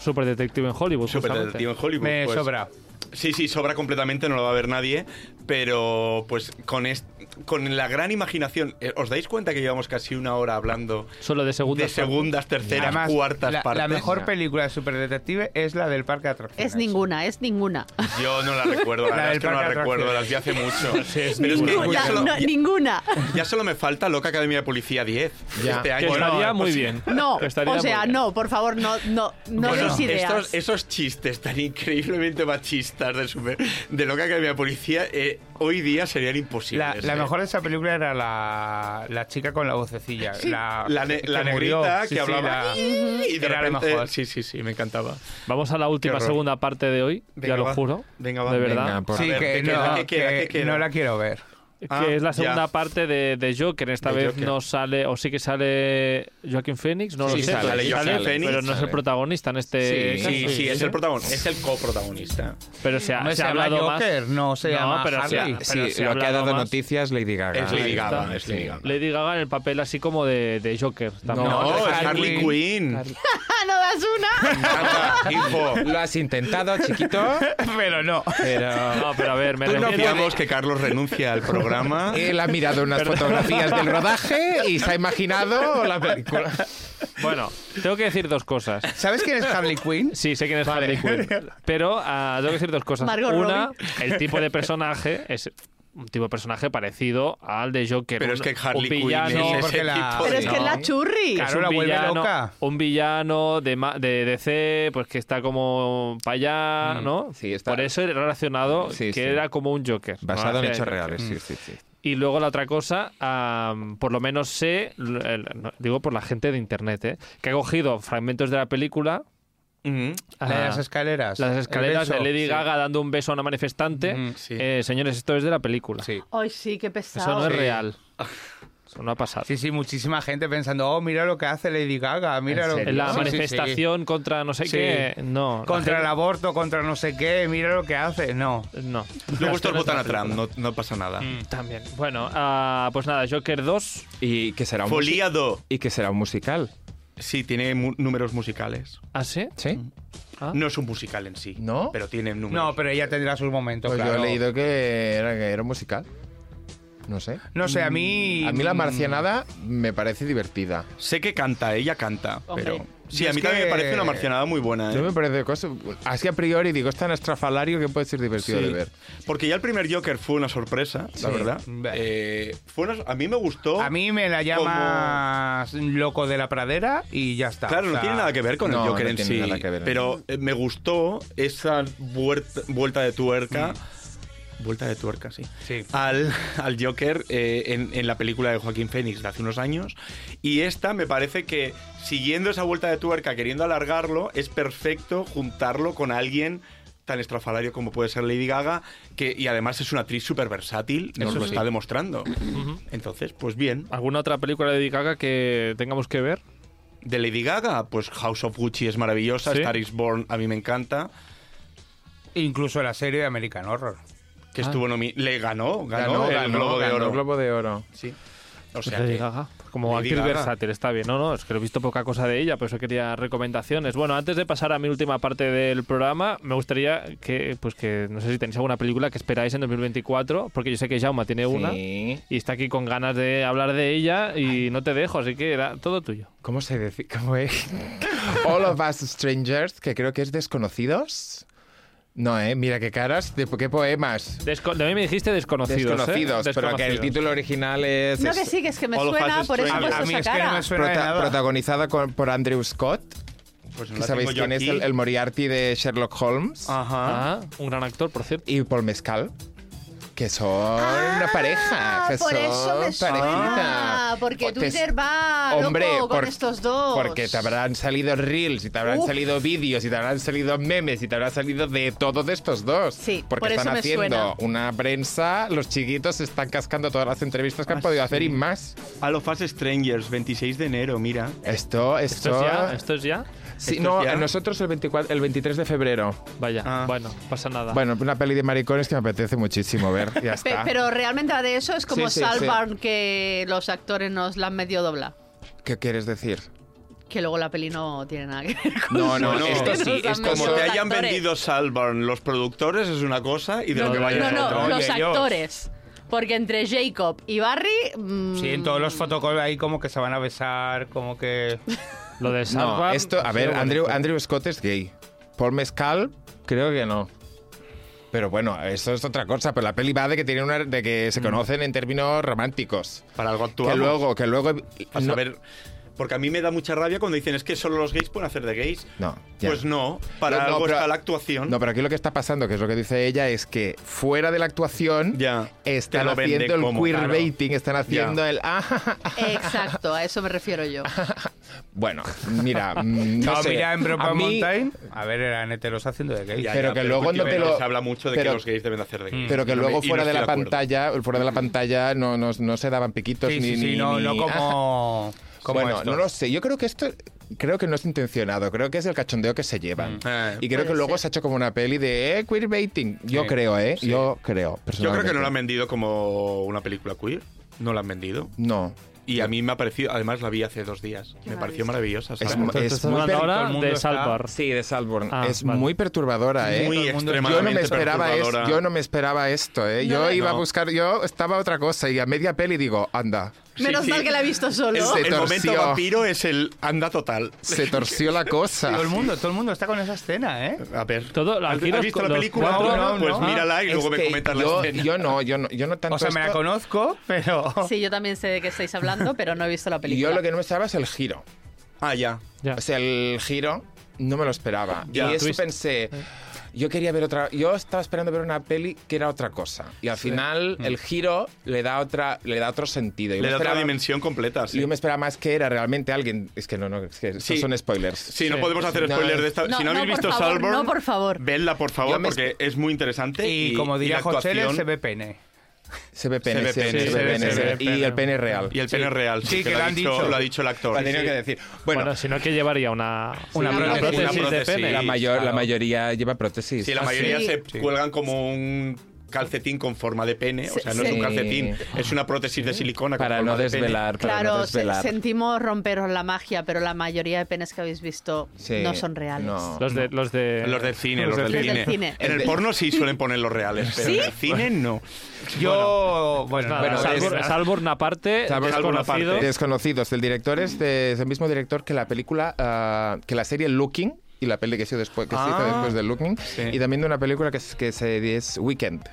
Speaker 1: Super Detective en Hollywood. justamente.
Speaker 3: Superdetective en Hollywood.
Speaker 2: Me
Speaker 3: pues.
Speaker 2: sobra.
Speaker 3: Sí, sí, sobra completamente, no lo va a ver nadie, pero pues con, est- con la gran imaginación, eh, ¿os dais cuenta que llevamos casi una hora hablando
Speaker 1: Solo de segundas.
Speaker 3: de segundas, terceras,
Speaker 2: Además,
Speaker 3: cuartas
Speaker 2: la, la
Speaker 3: partes?
Speaker 2: mejor película de superdetective es la del parque de atracciones.
Speaker 4: Es ninguna, es ninguna.
Speaker 3: Yo no la recuerdo, la,
Speaker 2: La
Speaker 3: verdad
Speaker 2: del
Speaker 3: es que no la
Speaker 2: parque de
Speaker 3: recuerdo, las vi hace mucho. pero es que
Speaker 2: ninguna.
Speaker 3: ya
Speaker 4: Ya,
Speaker 3: solo,
Speaker 4: no,
Speaker 3: ya-
Speaker 4: ninguna.
Speaker 3: ya solo me falta Loca Academia de Policía 10
Speaker 5: Ya.
Speaker 3: este
Speaker 1: Que
Speaker 3: año.
Speaker 1: estaría muy bien.
Speaker 4: No,
Speaker 1: Que estaría
Speaker 4: o sea,
Speaker 1: muy bien.
Speaker 4: no, por favor, no, no, no
Speaker 3: Bueno,
Speaker 4: des ideas.
Speaker 3: estos- esos chistes tan increíblemente machistas de, super, de Loca Academia de Policía eh, hoy día serían
Speaker 2: La,
Speaker 3: imposibles.
Speaker 2: la
Speaker 3: eh.
Speaker 2: mejor de esa película era la, la chica con la vocecilla. la
Speaker 3: la, ne-
Speaker 2: que
Speaker 3: la
Speaker 2: murió.
Speaker 3: negrita
Speaker 2: Sí,
Speaker 3: que
Speaker 2: sí,
Speaker 3: hablaba
Speaker 2: la-
Speaker 3: y de
Speaker 2: Era la
Speaker 3: repente-
Speaker 2: mejor.
Speaker 3: sí sí sí me encantaba
Speaker 1: Vamos a la última
Speaker 3: horror.
Speaker 1: segunda parte de hoy,
Speaker 3: Venga,
Speaker 1: ya lo
Speaker 3: va.
Speaker 1: juro.
Speaker 3: Venga, va.
Speaker 1: De
Speaker 5: Venga,
Speaker 1: verdad.
Speaker 5: por-
Speaker 2: Sí,
Speaker 3: A ver,
Speaker 2: que
Speaker 3: ¿qué queda,
Speaker 2: no,
Speaker 3: qué queda,
Speaker 2: que
Speaker 3: qué queda?
Speaker 2: no la quiero ver.
Speaker 3: Ah,
Speaker 1: que es la segunda
Speaker 3: ya.
Speaker 1: parte de, de Joker. Esta
Speaker 3: De
Speaker 1: vez
Speaker 3: Joker.
Speaker 1: no sale, o sí que sale Joaquin Phoenix, no
Speaker 5: Sí,
Speaker 1: lo sé.
Speaker 5: sale,
Speaker 1: pero-
Speaker 5: sale
Speaker 3: Phoenix,
Speaker 1: pero no es el
Speaker 5: sale.
Speaker 1: protagonista en este.
Speaker 3: sí,
Speaker 1: caso.
Speaker 3: sí, sí, es el protagonista es el coprotagonista
Speaker 1: Pero se ha,
Speaker 2: Hombre,
Speaker 1: se ha
Speaker 2: se llama
Speaker 1: hablado
Speaker 2: Joker,
Speaker 1: más.
Speaker 2: no se llama
Speaker 1: pero se ha-
Speaker 2: Harley.
Speaker 1: Ah, pero
Speaker 5: Sí,
Speaker 1: se ha
Speaker 5: lo que ha
Speaker 1: hablado
Speaker 5: dado
Speaker 1: más.
Speaker 5: noticias Lady Gaga.
Speaker 3: es Lady
Speaker 1: ahí
Speaker 3: Gaga
Speaker 1: está.
Speaker 3: es Lady Gaga.
Speaker 1: Lady Gaga en el papel así como de, de Joker. también.
Speaker 5: No,
Speaker 3: no, es Harley
Speaker 2: Harley
Speaker 3: Quinn
Speaker 4: ¡Ah, no das una!
Speaker 3: Anda, hijo
Speaker 5: Lo has intentado, chiquito,
Speaker 2: Pero no.
Speaker 5: pero...
Speaker 1: No, pero a ver, me
Speaker 3: Tú no
Speaker 1: refiero.
Speaker 3: fiamos que Carlos renuncia al programa
Speaker 2: Eh,
Speaker 5: Él ha mirado unas fotografías del rodaje y se ha imaginado la película.
Speaker 1: Bueno, tengo que decir dos cosas.
Speaker 2: ¿Sabes quién es Harley Quinn?
Speaker 1: Sí, sé quién es Harley Quinn. Pero ah, tengo que decir dos cosas.
Speaker 4: Margot
Speaker 1: Una,
Speaker 4: Robbie.
Speaker 1: el tipo de personaje es un tipo de personaje parecido al de Joker.
Speaker 3: pero
Speaker 1: un-
Speaker 3: es que
Speaker 1: un
Speaker 3: Harley Quinn es
Speaker 1: villano,
Speaker 2: porque
Speaker 3: ese
Speaker 2: la-
Speaker 3: tipo
Speaker 4: Pero es
Speaker 3: de-
Speaker 4: que es la churri.
Speaker 1: es
Speaker 2: Claro.
Speaker 1: un
Speaker 2: la vuelve
Speaker 1: villano,
Speaker 2: loca.
Speaker 1: un villano de, ma- de DC, pues que está como para allá,
Speaker 5: Mm,
Speaker 1: ¿no?
Speaker 5: sí, está-
Speaker 1: Por eso era relacionado
Speaker 5: Sí,
Speaker 1: que
Speaker 5: sí.
Speaker 1: era como un Joker.
Speaker 5: Basado en
Speaker 1: Gracias.
Speaker 5: hechos reales, sí, sí, sí.
Speaker 1: Y luego la otra cosa, am, por lo menos sé, l- el- no, digo por la gente de internet, ¿eh? que ha cogido fragmentos de la película,
Speaker 3: Mm,
Speaker 2: La de
Speaker 1: ah,
Speaker 2: Mm-hmm. las escaleras.
Speaker 1: las
Speaker 2: El
Speaker 1: escaleras de
Speaker 2: beso.
Speaker 1: Lady
Speaker 2: Sí.
Speaker 1: Gaga dando un beso a una manifestante.
Speaker 2: Mm,
Speaker 3: sí.
Speaker 1: Eh, señores, esto es de la película.
Speaker 2: Sí.
Speaker 4: Ay, sí, qué pesado.
Speaker 1: Eso no es
Speaker 2: Sí. Ah.
Speaker 1: real. Eso no ha pasado.
Speaker 2: Sí, sí, muchísima gente pensando, oh, mira lo que hace Lady Gaga, mira
Speaker 5: ¿En
Speaker 2: lo que...
Speaker 1: En la
Speaker 2: Sí, sí, sí.
Speaker 1: manifestación contra no sé
Speaker 2: Sí.
Speaker 1: qué, no. la
Speaker 2: Contra el
Speaker 1: gente-
Speaker 2: aborto, contra no sé qué, mira lo que hace. No.
Speaker 1: No.
Speaker 3: luego
Speaker 1: Las
Speaker 3: estos
Speaker 1: escenas de
Speaker 3: votan
Speaker 1: la
Speaker 3: a Trump no, no pasa nada
Speaker 2: Mm.
Speaker 1: película. También. Bueno, ah, pues nada, Joker 2.
Speaker 5: Y que será un musi-
Speaker 3: Foliado
Speaker 5: y que será un musical,
Speaker 3: sí tiene mu- números musicales
Speaker 1: ¿Ah, sí?
Speaker 5: ¿sí?
Speaker 1: Ah.
Speaker 3: no es un musical en sí
Speaker 5: ¿No?
Speaker 3: pero tiene números
Speaker 2: No, pero ella tendrá sus momentos,
Speaker 5: Pues yo
Speaker 2: claro.
Speaker 5: he leído que era, que era un musical. No sé.
Speaker 2: No sé, a mí...
Speaker 5: A mí la marcianada me parece divertida.
Speaker 3: sé que canta ella canta
Speaker 4: Hombre.
Speaker 5: Pero
Speaker 3: Sí,
Speaker 2: Y
Speaker 3: a
Speaker 2: es
Speaker 3: mí también me
Speaker 2: que-
Speaker 3: parece una marcianada muy buena. ¿eh?
Speaker 5: no me parece cosa. Así a priori digo, es tan estrafalario que puede ser divertido
Speaker 3: Sí.
Speaker 5: de ver.
Speaker 3: Porque ya el primer Joker fue una sorpresa, la verdad.
Speaker 2: Vale.
Speaker 3: Eh, fue una- a mí me gustó.
Speaker 2: A mí me la llamas loco de la pradera y ya está.
Speaker 3: Claro,
Speaker 2: O
Speaker 3: no
Speaker 2: sea,
Speaker 3: tiene nada que ver con
Speaker 5: no,
Speaker 3: el Joker
Speaker 5: no
Speaker 3: en
Speaker 5: tiene
Speaker 3: sí.
Speaker 5: nada que ver.
Speaker 3: Pero eh, me gustó esa vuelta, vuelta de tuerca. Vuelta de tuerca, sí.
Speaker 2: Mm. Sí.
Speaker 3: Al, al Joker eh, en, en la película de Joaquín Phoenix de hace unos años. Y esta me parece que siguiendo esa vuelta de tuerca, queriendo alargarlo, es perfecto juntarlo con alguien tan estrafalario como puede ser Lady Gaga, que, y además es una actriz súper versátil, nos
Speaker 2: Eso
Speaker 3: lo
Speaker 2: sí.
Speaker 3: está demostrando. Entonces, pues bien.
Speaker 1: ¿Alguna otra película de Lady Gaga que tengamos que ver?
Speaker 3: De Lady Gaga, pues House of Gucci es maravillosa,
Speaker 1: Sí.
Speaker 3: Star is Born a mí me encanta,
Speaker 2: Incluso la serie de American Horror.
Speaker 3: que estuvo nomi- le ganó, ganó, el
Speaker 5: ganó,
Speaker 3: Globo de
Speaker 5: ganó
Speaker 3: Oro.
Speaker 5: el Globo de Oro.
Speaker 3: Sí. O sea
Speaker 1: Pues Lady
Speaker 3: que-
Speaker 1: Gaga. Como
Speaker 3: Lady
Speaker 1: actriz
Speaker 3: Gaga.
Speaker 1: versátil, está bien, ¿no? No, es que he visto poca cosa de ella, por eso quería recomendaciones. Bueno, antes de pasar a mi última parte del programa, me gustaría que, pues que, no sé si tenéis alguna película que esperáis en 2024, porque yo sé que Jauma tiene una
Speaker 5: Sí.
Speaker 1: y está aquí con ganas de hablar de ella y no te dejo, así que era todo tuyo.
Speaker 5: ¿Cómo se dice? ¿Cómo es? All of Us Strangers, que creo que es Desconocidos. No, eh, mira qué caras, de, qué poemas.
Speaker 1: Desco- de mí me dijiste desconocidos. ¿eh?
Speaker 5: Desconocidos, pero que el
Speaker 1: Desconocidos.
Speaker 5: título original es.
Speaker 4: No,
Speaker 5: es
Speaker 4: que sí, que es que me
Speaker 3: All of
Speaker 4: suena,
Speaker 3: us
Speaker 4: por eso he
Speaker 3: strange.
Speaker 2: A, a
Speaker 4: puesto esa
Speaker 2: mí es que no
Speaker 4: cara.
Speaker 2: me suena de
Speaker 5: prota-
Speaker 2: nada.
Speaker 5: protagonizada con- por Andrew Scott,
Speaker 3: Pues no
Speaker 5: que
Speaker 3: la
Speaker 5: sabéis
Speaker 3: tengo yo
Speaker 5: quién es
Speaker 3: aquí.
Speaker 5: el, el Moriarty de Sherlock Holmes,
Speaker 2: Ajá.
Speaker 1: Ah, un gran actor, por cierto.
Speaker 5: y Paul Mescal, que son
Speaker 4: Ah,
Speaker 5: una pareja. que
Speaker 4: por eso me
Speaker 5: son
Speaker 4: pareja.
Speaker 5: pareja.
Speaker 4: Porque
Speaker 5: O te-
Speaker 4: Twitter va
Speaker 5: Hombre,
Speaker 4: loco con
Speaker 5: por-
Speaker 4: estos dos.
Speaker 5: Porque te habrán salido reels, y te habrán
Speaker 4: Uf.
Speaker 5: salido vídeos, y te habrán salido memes, y te habrán salido de todos estos dos.
Speaker 4: Sí,
Speaker 5: porque
Speaker 4: por eso
Speaker 5: están
Speaker 4: me
Speaker 5: haciendo
Speaker 4: suena.
Speaker 5: una prensa, los chiquitos están cascando todas las entrevistas que han
Speaker 3: Ah,
Speaker 5: podido
Speaker 3: sí.
Speaker 5: hacer y más.
Speaker 3: All of Us Strangers, 26 de enero, mira.
Speaker 5: Esto,
Speaker 1: ¿Esto,
Speaker 5: esto.
Speaker 1: es ya? ¿Esto es ya?
Speaker 5: Sí,
Speaker 3: ¿Esto
Speaker 5: no,
Speaker 3: es ya?
Speaker 5: a nosotros el, 24, el 23 de febrero.
Speaker 1: Vaya,
Speaker 3: Ah.
Speaker 1: bueno, pasa nada.
Speaker 5: Bueno, una peli de maricones que me apetece muchísimo ver. Ya
Speaker 4: Pe-
Speaker 5: está.
Speaker 4: pero realmente la de eso es como
Speaker 5: Sí, sí,
Speaker 4: Salvarn que los actores nos la han medio dobla.
Speaker 5: ¿Qué quieres decir?
Speaker 4: Que luego la peli no tiene nada que ver con
Speaker 5: No, no,
Speaker 3: no,
Speaker 5: esto
Speaker 4: nos han
Speaker 5: sí, esto
Speaker 4: metido
Speaker 5: sí.
Speaker 3: Como
Speaker 4: los
Speaker 3: te hayan
Speaker 4: actores.
Speaker 3: vendido Salvarn los productores es una cosa y de lo que vaya
Speaker 4: No,
Speaker 3: es otra.
Speaker 4: no, los
Speaker 2: Oye, yo-
Speaker 4: actores. Porque entre Jacob y Barry. mm,
Speaker 2: Sí, en todos los fotocalls ahí como que se van a besar, como que...
Speaker 1: Lo de
Speaker 5: No,
Speaker 1: Salva.
Speaker 5: esto, a ver, Andrew, Andrew Scott es gay. Paul Mescal, creo que no. Pero bueno, eso es otra cosa. Pero la peli va de que tienen una, de que
Speaker 3: Mm.
Speaker 5: se conocen en términos románticos.
Speaker 3: Para algo
Speaker 5: Que
Speaker 3: actual.
Speaker 5: luego, que luego.
Speaker 3: A
Speaker 5: no-
Speaker 3: saber. Porque a mí me da mucha rabia cuando dicen es que solo los gays pueden hacer de gays.
Speaker 5: No, ya.
Speaker 3: Pues no, para
Speaker 5: No, no,
Speaker 3: algo
Speaker 5: pero-
Speaker 3: está la actuación.
Speaker 5: No, pero aquí lo que está pasando, que es lo que dice ella, es que fuera de la actuación
Speaker 3: Ya, te
Speaker 5: están
Speaker 3: lo vende
Speaker 5: haciendo el
Speaker 3: como,
Speaker 5: queerbaiting, están haciendo el. "Ah, ja, ja, ja".
Speaker 4: Exacto, a eso me refiero yo.
Speaker 5: Bueno, mira, mm, no,
Speaker 2: No,
Speaker 5: sé.
Speaker 2: mira, en Brokeback
Speaker 5: A mí-
Speaker 2: Mountain... A ver, eran heteros haciendo de gays.
Speaker 3: Ya,
Speaker 5: pero
Speaker 3: ya,
Speaker 5: que luego no te lo-
Speaker 3: Se habla mucho de
Speaker 5: pero-
Speaker 3: que los gays deben de hacer de gays.
Speaker 5: Pero que
Speaker 3: No me-
Speaker 5: luego
Speaker 3: y no
Speaker 5: fuera de
Speaker 3: estoy
Speaker 5: la
Speaker 3: acuerdo.
Speaker 5: pantalla, fuera de la pantalla no, no, no se daban piquitos
Speaker 2: Sí,
Speaker 5: ni,
Speaker 2: sí, sí,
Speaker 5: ni-
Speaker 2: no,
Speaker 5: ni- Ah,
Speaker 2: no como... como
Speaker 5: bueno,
Speaker 2: esto.
Speaker 5: no lo sé. Yo creo que esto creo que no es intencionado. Creo que es el cachondeo que se llevan.
Speaker 2: Mm.
Speaker 3: Eh,
Speaker 5: Y creo
Speaker 4: Puede
Speaker 5: que luego
Speaker 4: ser.
Speaker 5: se ha hecho como una peli de eh, queerbaiting. Yo
Speaker 2: Sí,
Speaker 5: creo, ¿eh?
Speaker 2: sí.
Speaker 5: Yo creo.
Speaker 3: Yo creo que no la han
Speaker 5: personalmente.
Speaker 3: vendido como una película queer. No la han vendido.
Speaker 5: No.
Speaker 3: Y a mí me ha parecido, además la vi hace dos días. Me pareció maravillosa.
Speaker 5: Es,
Speaker 3: Salvarn.
Speaker 5: es
Speaker 1: Estás
Speaker 5: muy
Speaker 1: hablando
Speaker 5: per-
Speaker 2: todo
Speaker 1: ahora
Speaker 2: el mundo
Speaker 1: de
Speaker 2: está-
Speaker 1: Salvar.
Speaker 5: Sí, de Salborn.
Speaker 1: Ah,
Speaker 5: es
Speaker 1: vale.
Speaker 5: muy perturbadora, ¿eh?
Speaker 3: muy
Speaker 2: todo el mundo-
Speaker 5: yo no
Speaker 3: extremadamente
Speaker 5: me esperaba esto,
Speaker 3: perturbadora.
Speaker 5: yo no me esperaba esto, ¿eh?
Speaker 4: No,
Speaker 5: yo
Speaker 4: no,
Speaker 5: iba a
Speaker 3: no.
Speaker 5: buscar, yo estaba a otra cosa y a media peli digo, anda,
Speaker 3: Sí,
Speaker 4: Menos
Speaker 3: sí.
Speaker 4: mal que la he visto solo.
Speaker 5: Es de-
Speaker 3: El
Speaker 5: torció.
Speaker 3: momento vampiro es el anda total.
Speaker 5: se torció la cosa.
Speaker 2: Todo el mundo, todo el mundo está con esa escena, ¿eh?
Speaker 3: A ver.
Speaker 1: Todo-
Speaker 3: ¿Has,
Speaker 1: aquí
Speaker 3: has
Speaker 1: los-
Speaker 3: visto la
Speaker 1: los
Speaker 3: película?
Speaker 1: cuatro-
Speaker 3: No,
Speaker 2: no, no.
Speaker 3: Pues mírala y
Speaker 5: Es
Speaker 3: luego me
Speaker 5: que
Speaker 3: comentas
Speaker 5: yo,
Speaker 3: la escena.
Speaker 5: Yo no, yo no, yo no tanto
Speaker 2: O sea, me la
Speaker 5: esto-
Speaker 2: conozco, pero...
Speaker 4: Sí, yo también sé de qué estáis hablando, pero no he visto la
Speaker 5: Y
Speaker 4: película.
Speaker 5: yo lo que no me esperaba es el giro.
Speaker 3: Ah, ya.
Speaker 1: Ya.
Speaker 5: O sea, el giro no me lo esperaba.
Speaker 3: Ya.
Speaker 5: y eso
Speaker 1: Twist.
Speaker 5: pensé. Yo quería ver otra. Yo estaba esperando ver una peli que era otra cosa. Y al final el giro le da otra, le da otro sentido. Yo
Speaker 3: Mm. Le
Speaker 5: me
Speaker 3: da otra
Speaker 5: esperaba-
Speaker 3: dimensión completa. Sí,
Speaker 5: Yo me esperaba más que era realmente alguien. Es que no, no, es que estos
Speaker 3: Sí.
Speaker 5: son spoilers.
Speaker 3: Sí, no podemos hacer
Speaker 5: No,
Speaker 3: spoilers de esta.
Speaker 4: no,
Speaker 3: si no
Speaker 4: no,
Speaker 3: habéis
Speaker 4: por
Speaker 3: visto
Speaker 4: favor,
Speaker 3: Salborn,
Speaker 4: no, por favor.
Speaker 3: vedla por favor,
Speaker 5: Yo me-
Speaker 3: porque es muy interesante.
Speaker 2: Y, como
Speaker 3: la
Speaker 2: diría José,
Speaker 3: actuación-
Speaker 2: se ve pene.
Speaker 5: Se ve pene,
Speaker 3: Se ve pene,
Speaker 5: se
Speaker 1: se
Speaker 5: ve
Speaker 1: ve
Speaker 5: pene,
Speaker 1: pene,
Speaker 5: se ve-
Speaker 1: se ve
Speaker 5: Y el pene real.
Speaker 3: Y el pene real.
Speaker 2: Sí, que
Speaker 3: lo,
Speaker 2: lo
Speaker 3: ha
Speaker 2: han dicho.
Speaker 3: Lo ha dicho el actor.
Speaker 5: Lo he tenido que decir.
Speaker 1: Bueno,
Speaker 5: Bueno,
Speaker 1: si no, que llevaría una,
Speaker 2: Una prótesis.
Speaker 3: Una
Speaker 1: de
Speaker 3: prótesis.
Speaker 1: pene.
Speaker 5: la, mayor, la
Speaker 2: claro.
Speaker 5: mayoría lleva prótesis.
Speaker 3: Sí, la
Speaker 5: Ah,
Speaker 3: mayoría
Speaker 4: sí.
Speaker 3: se cuelgan como un calcetín con forma de pene. O
Speaker 4: Sí,
Speaker 3: sea, no es
Speaker 5: sí.
Speaker 3: un calcetín, es una prótesis de silicona con
Speaker 5: Para
Speaker 3: forma
Speaker 5: no
Speaker 3: de pene.
Speaker 5: desvelar, para no
Speaker 4: Claro, se-
Speaker 5: desvelar.
Speaker 4: sentimos romperos la magia, pero la mayoría de penes que habéis visto
Speaker 5: Sí,
Speaker 4: no son reales.
Speaker 5: no.
Speaker 1: Los de, los de.
Speaker 3: Los del cine, los,
Speaker 2: Los
Speaker 3: del,
Speaker 2: del
Speaker 3: cine.
Speaker 4: cine.
Speaker 3: En el porno sí suelen poner los reales, pero en el cine no.
Speaker 2: Yo, bueno,
Speaker 1: Nada,
Speaker 2: nada,
Speaker 5: Bueno,
Speaker 2: salvo-
Speaker 1: Salborn,
Speaker 5: es-
Speaker 1: Salborn aparte,
Speaker 5: Salborn
Speaker 1: desconocido.
Speaker 3: aparte.
Speaker 5: Desconocidos. El director es, de- es el mismo director que la película, ah, que la serie Looking y la peli que, se hizo después, que se hizo
Speaker 3: Ah,
Speaker 5: después de Looking. Y también de una película que, es- que se, es Weekend,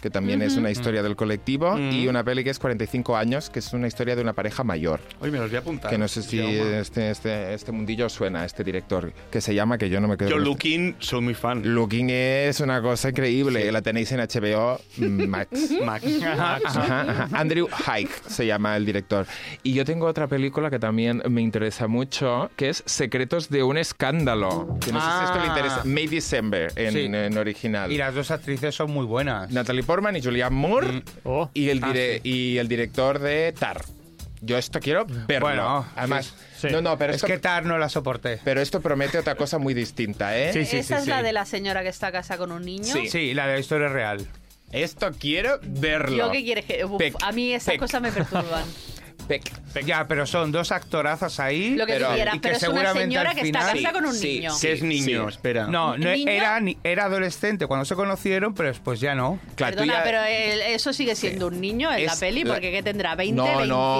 Speaker 5: que también es una historia
Speaker 3: Mm.
Speaker 5: del colectivo. Y una peli que es 45 años, que es una historia de una pareja mayor.
Speaker 3: Oye, me los voy a apuntar.
Speaker 5: Que no sé si
Speaker 3: Yo,
Speaker 5: este, este, este mundillo os suena, este director, que se llama, que yo no me quedo.
Speaker 3: Yo,
Speaker 5: con este-
Speaker 3: Looking, soy muy fan.
Speaker 5: Looking es una cosa increíble. La tenéis en HBO Max.
Speaker 3: Max.
Speaker 5: Ajá, ajá. Andrew Haig se llama el director. Y yo tengo otra película que también me interesa mucho, que es Secretos de un escándalo. Que no sé si esto le
Speaker 2: Ah.
Speaker 5: interesa. May December en,
Speaker 2: Sí.
Speaker 5: en original.
Speaker 2: Y las dos actrices son muy buenas.
Speaker 5: Natalie Portman y Julianne Moore
Speaker 1: Oh.
Speaker 5: y, el
Speaker 2: Ah,
Speaker 5: dire- y el director de Tar. Yo esto quiero verlo.
Speaker 2: Bueno,
Speaker 5: Además,
Speaker 1: sí.
Speaker 5: no, no, pero
Speaker 2: es
Speaker 5: esto,
Speaker 2: que Tar no la soporté.
Speaker 5: pero esto promete otra cosa muy distinta, ¿eh?
Speaker 2: Sí, sí,
Speaker 4: Esa
Speaker 2: sí,
Speaker 4: es la
Speaker 2: sí.
Speaker 4: de la señora que está casada con un niño.
Speaker 5: Sí.
Speaker 2: Sí, la de la historia real.
Speaker 5: Esto quiero verlo.
Speaker 4: Yo qué quieres que. uf,
Speaker 5: Pec,
Speaker 4: a mí esas
Speaker 5: pec.
Speaker 4: cosas me perturban.
Speaker 5: Peck.
Speaker 1: perfecto.
Speaker 2: Ya, pero son dos actorazos ahí.
Speaker 4: Lo que
Speaker 5: Pero-
Speaker 4: quisiera,
Speaker 2: y que
Speaker 4: pero es una
Speaker 2: seguramente
Speaker 4: señora
Speaker 2: al
Speaker 4: que está
Speaker 2: final-
Speaker 4: casada con un
Speaker 6: Sí,
Speaker 4: niño.
Speaker 3: Que es niño,
Speaker 6: Sí.
Speaker 3: espera.
Speaker 2: No, no
Speaker 4: ¿Niño?
Speaker 2: era, ni- era adolescente cuando se conocieron, pero después ya no.
Speaker 5: Claro, tú
Speaker 4: Perdona,
Speaker 5: ya-
Speaker 4: pero él- eso sigue siendo un niño en la
Speaker 5: Es
Speaker 4: peli,
Speaker 5: la-
Speaker 4: porque ¿qué tendrá? ¿20,
Speaker 5: No, no,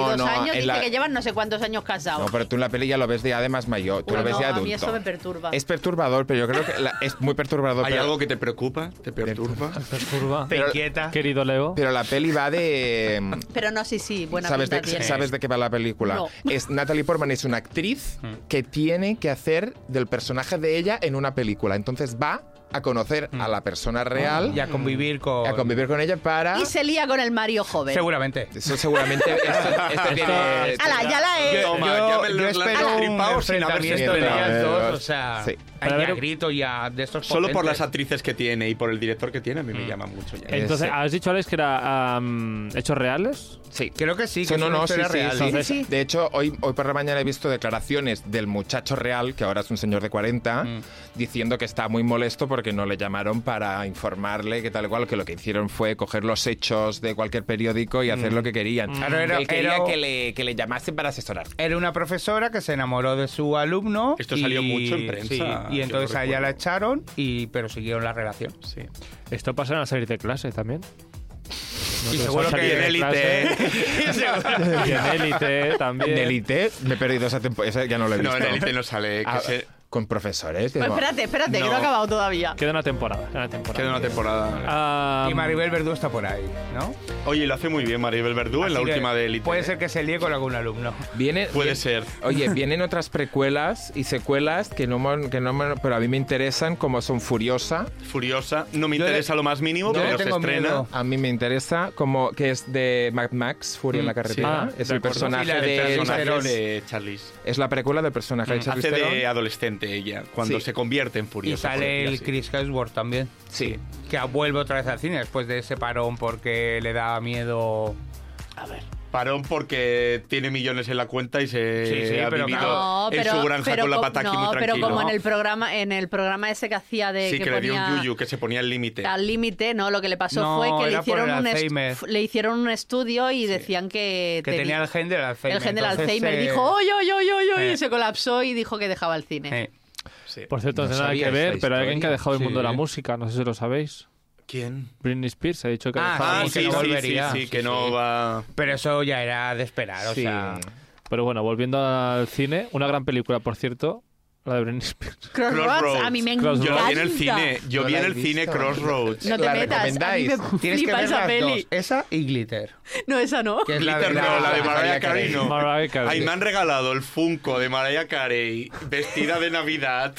Speaker 4: 22
Speaker 5: no,
Speaker 4: años?
Speaker 5: en
Speaker 4: Dice
Speaker 5: la-
Speaker 4: que llevan no sé cuántos años
Speaker 5: No,
Speaker 4: casados.
Speaker 5: pero tú en la peli ya lo ves de además mayor, tú
Speaker 4: Bueno,
Speaker 5: lo ves de
Speaker 4: a mí
Speaker 5: adulto.
Speaker 4: eso me perturba.
Speaker 5: Es perturbador, pero yo creo que la- es muy perturbador.
Speaker 3: ¿Hay
Speaker 5: pero-
Speaker 3: algo que te preocupa? ¿Te perturba?
Speaker 1: Perturba.
Speaker 2: Te
Speaker 5: Pero-
Speaker 2: inquieta.
Speaker 1: Querido Leo.
Speaker 5: Pero la peli va de...
Speaker 4: Pero no, sí, sí, buena
Speaker 5: ¿Sabes
Speaker 4: pinta
Speaker 5: de,
Speaker 4: tiene.
Speaker 5: sabes de qué va la película?
Speaker 4: No.
Speaker 5: Es, Natalie Portman es una actriz que tiene que hacer del personaje de ella en una película. Entonces va a conocer a la persona real,
Speaker 2: Y a convivir con.
Speaker 5: a convivir con ella para...
Speaker 4: Y se lía con el Mario joven.
Speaker 2: Seguramente.
Speaker 5: Eso seguramente... esto, esto tiene...
Speaker 4: ¡Hala, ya la he!
Speaker 3: Toma, ya me lo- la- la- tripao sin haberse
Speaker 2: enfrentamiento de
Speaker 5: estrenado.
Speaker 2: ellas dos, o sea,
Speaker 5: Sí.
Speaker 2: hay
Speaker 1: Para
Speaker 2: ya
Speaker 1: ver-
Speaker 2: grito ya de estos
Speaker 3: Solo por las
Speaker 2: potentes.
Speaker 3: actrices que tiene y por el director que tiene, a mí
Speaker 2: Mm.
Speaker 3: me llama mucho ya.
Speaker 5: Eh,
Speaker 1: Entonces,
Speaker 5: Ese.
Speaker 1: ¿has dicho, Alex, que era am, hechos reales?
Speaker 5: Sí.
Speaker 2: Creo que sí,
Speaker 5: Sí,
Speaker 2: que
Speaker 5: no,
Speaker 2: es una
Speaker 5: no, sí,
Speaker 2: historia
Speaker 5: sí,
Speaker 2: real.
Speaker 5: sí.
Speaker 4: Sí, sí.
Speaker 5: De hecho, hoy, hoy por la mañana he visto declaraciones del muchacho real, que ahora es un señor de 40,
Speaker 2: Mm.
Speaker 5: diciendo que está muy molesto porque no le llamaron para informarle que tal cual, que lo que hicieron fue coger los hechos de cualquier periódico y
Speaker 2: Mm.
Speaker 5: hacer lo que querían.
Speaker 2: Claro, era-
Speaker 5: Él quería
Speaker 2: era-
Speaker 5: que, le, que le llamasen para asesorar.
Speaker 2: Era una profesora que se enamoró de su alumno.
Speaker 3: Esto
Speaker 2: y-
Speaker 3: salió mucho en prensa,
Speaker 2: sí,
Speaker 3: yo
Speaker 2: y entonces
Speaker 3: lo
Speaker 2: a ella
Speaker 3: recuerdo.
Speaker 2: la echaron, y pero siguieron la relación.
Speaker 3: Sí.
Speaker 1: Esto pasa en la salir de clase también.
Speaker 2: y seguro
Speaker 1: salir
Speaker 2: que
Speaker 1: de
Speaker 3: en élite.
Speaker 1: Y en élite también.
Speaker 5: En Elite me he perdido esa temporada, esa ya no lo he
Speaker 3: No,
Speaker 5: visto.
Speaker 3: en Elite no sale. Que
Speaker 5: Ah,
Speaker 3: se-
Speaker 5: Con profesores.
Speaker 4: Pues
Speaker 5: digo,
Speaker 4: espérate, espérate, que no
Speaker 3: No.
Speaker 4: ha acabado todavía.
Speaker 1: Queda una temporada. Queda una temporada.
Speaker 3: Queda una
Speaker 2: Ah.
Speaker 3: temporada.
Speaker 1: Am,
Speaker 2: Y Maribel Verdú está por ahí, ¿no?
Speaker 3: Oye, lo hace muy bien Maribel Verdú en la
Speaker 2: Así que
Speaker 3: última de Elite. ¿eh?
Speaker 2: Puede ser que se líe con algún alumno.
Speaker 5: Viene,
Speaker 3: Puede
Speaker 5: vien-
Speaker 3: ser.
Speaker 5: Oye, vienen otras precuelas y secuelas que no, mon- que no mon- pero a mí me interesan como son Furiosa,
Speaker 3: Furiosa. No me
Speaker 2: Yo le-
Speaker 3: interesa lo más mínimo,
Speaker 2: yo le
Speaker 3: pero se
Speaker 2: tengo
Speaker 3: estrena.
Speaker 2: miedo.
Speaker 5: a mí me interesa como que es de Mad Max Furia en la carretera,
Speaker 1: sí. Ah,
Speaker 5: es
Speaker 1: de
Speaker 5: el
Speaker 1: acuerdo.
Speaker 5: personaje
Speaker 2: Sí, la
Speaker 5: de,
Speaker 2: del
Speaker 3: El personaje
Speaker 5: Charlize-
Speaker 3: de Charlize.
Speaker 5: es la precuela del personaje de Charlize
Speaker 3: Mm. Hace de
Speaker 5: Theron.
Speaker 3: adolescente ella, cuando
Speaker 5: Sí.
Speaker 3: se convierte en
Speaker 2: Y
Speaker 3: Furiosa. por
Speaker 2: sale
Speaker 3: decir
Speaker 2: el
Speaker 3: así.
Speaker 2: Chris Hemsworth también.
Speaker 5: Sí.
Speaker 2: Que vuelve otra vez al cine después de ese parón porque le da miedo.
Speaker 3: Parón porque tiene millones en la cuenta y se
Speaker 2: Sí, sí,
Speaker 3: ha
Speaker 2: pero
Speaker 3: vivido
Speaker 2: claro.
Speaker 4: No, pero,
Speaker 3: en su granja
Speaker 4: pero
Speaker 3: con la
Speaker 4: co-
Speaker 3: pataki
Speaker 4: no,
Speaker 3: muy tranquilo.
Speaker 4: pero como en el programa, en el programa ese que hacía de
Speaker 3: sí, que,
Speaker 4: que,
Speaker 3: le dio
Speaker 4: ponía
Speaker 3: un yuyu, que se ponía al límite.
Speaker 4: al límite, no, lo que le pasó
Speaker 2: No,
Speaker 4: fue que le
Speaker 2: era por
Speaker 4: hicieron
Speaker 2: el
Speaker 4: un est-
Speaker 2: Alzheimer.
Speaker 4: f- le hicieron un estudio y decían que,
Speaker 2: Que tenía el gen del Alzheimer.
Speaker 4: el gen del
Speaker 2: entonces,
Speaker 4: Alzheimer.
Speaker 2: eh,
Speaker 4: Dijo, oye, oye, oye, oye,
Speaker 2: eh.
Speaker 4: y se colapsó y dijo que dejaba el cine.
Speaker 2: eh,
Speaker 3: Sí.
Speaker 1: Por cierto, no
Speaker 5: No
Speaker 1: tiene nada
Speaker 5: sabía
Speaker 1: que ver,
Speaker 5: esta
Speaker 1: pero hay alguien que ha
Speaker 5: historia.
Speaker 1: dejado el mundo de la
Speaker 2: Sí.
Speaker 1: música, no sé si lo sabéis.
Speaker 3: ¿Quién?
Speaker 1: Britney Spears ha dicho que ha
Speaker 2: Ah,
Speaker 1: dejado la
Speaker 3: Ah,
Speaker 2: que
Speaker 1: música.
Speaker 3: sí,
Speaker 2: no
Speaker 3: sí, sí,
Speaker 2: volvería.
Speaker 3: sí, que
Speaker 2: Sí,
Speaker 3: no
Speaker 2: sí.
Speaker 3: va...
Speaker 2: Pero eso ya era de esperar, o
Speaker 5: Sí.
Speaker 2: sea.
Speaker 1: Pero bueno, volviendo al cine, una gran película, por cierto, la de Britney Spears.
Speaker 4: Crossroads,
Speaker 3: Crossroads.
Speaker 4: a mí me
Speaker 1: Crossroads.
Speaker 4: encanta.
Speaker 3: Yo la vi en el cine, yo
Speaker 5: No
Speaker 3: vi
Speaker 5: la
Speaker 3: en
Speaker 5: he
Speaker 3: el cine
Speaker 5: visto.
Speaker 3: Crossroads.
Speaker 4: No te
Speaker 5: ¿La
Speaker 4: metas,
Speaker 5: recomendáis?
Speaker 4: a mí me
Speaker 2: Tienes que
Speaker 4: flipa
Speaker 2: ver
Speaker 4: esa
Speaker 2: las
Speaker 4: peli.
Speaker 2: dos, esa y Glitter.
Speaker 4: No, esa no.
Speaker 2: Que es la de
Speaker 3: Glitter,
Speaker 2: la,
Speaker 3: no, la de Mariah
Speaker 5: Mariah
Speaker 3: Carey
Speaker 5: Carey.
Speaker 3: no.
Speaker 1: Mariah Carey.
Speaker 3: Ay, me han regalado el Funko de Mariah Carey vestida de Navidad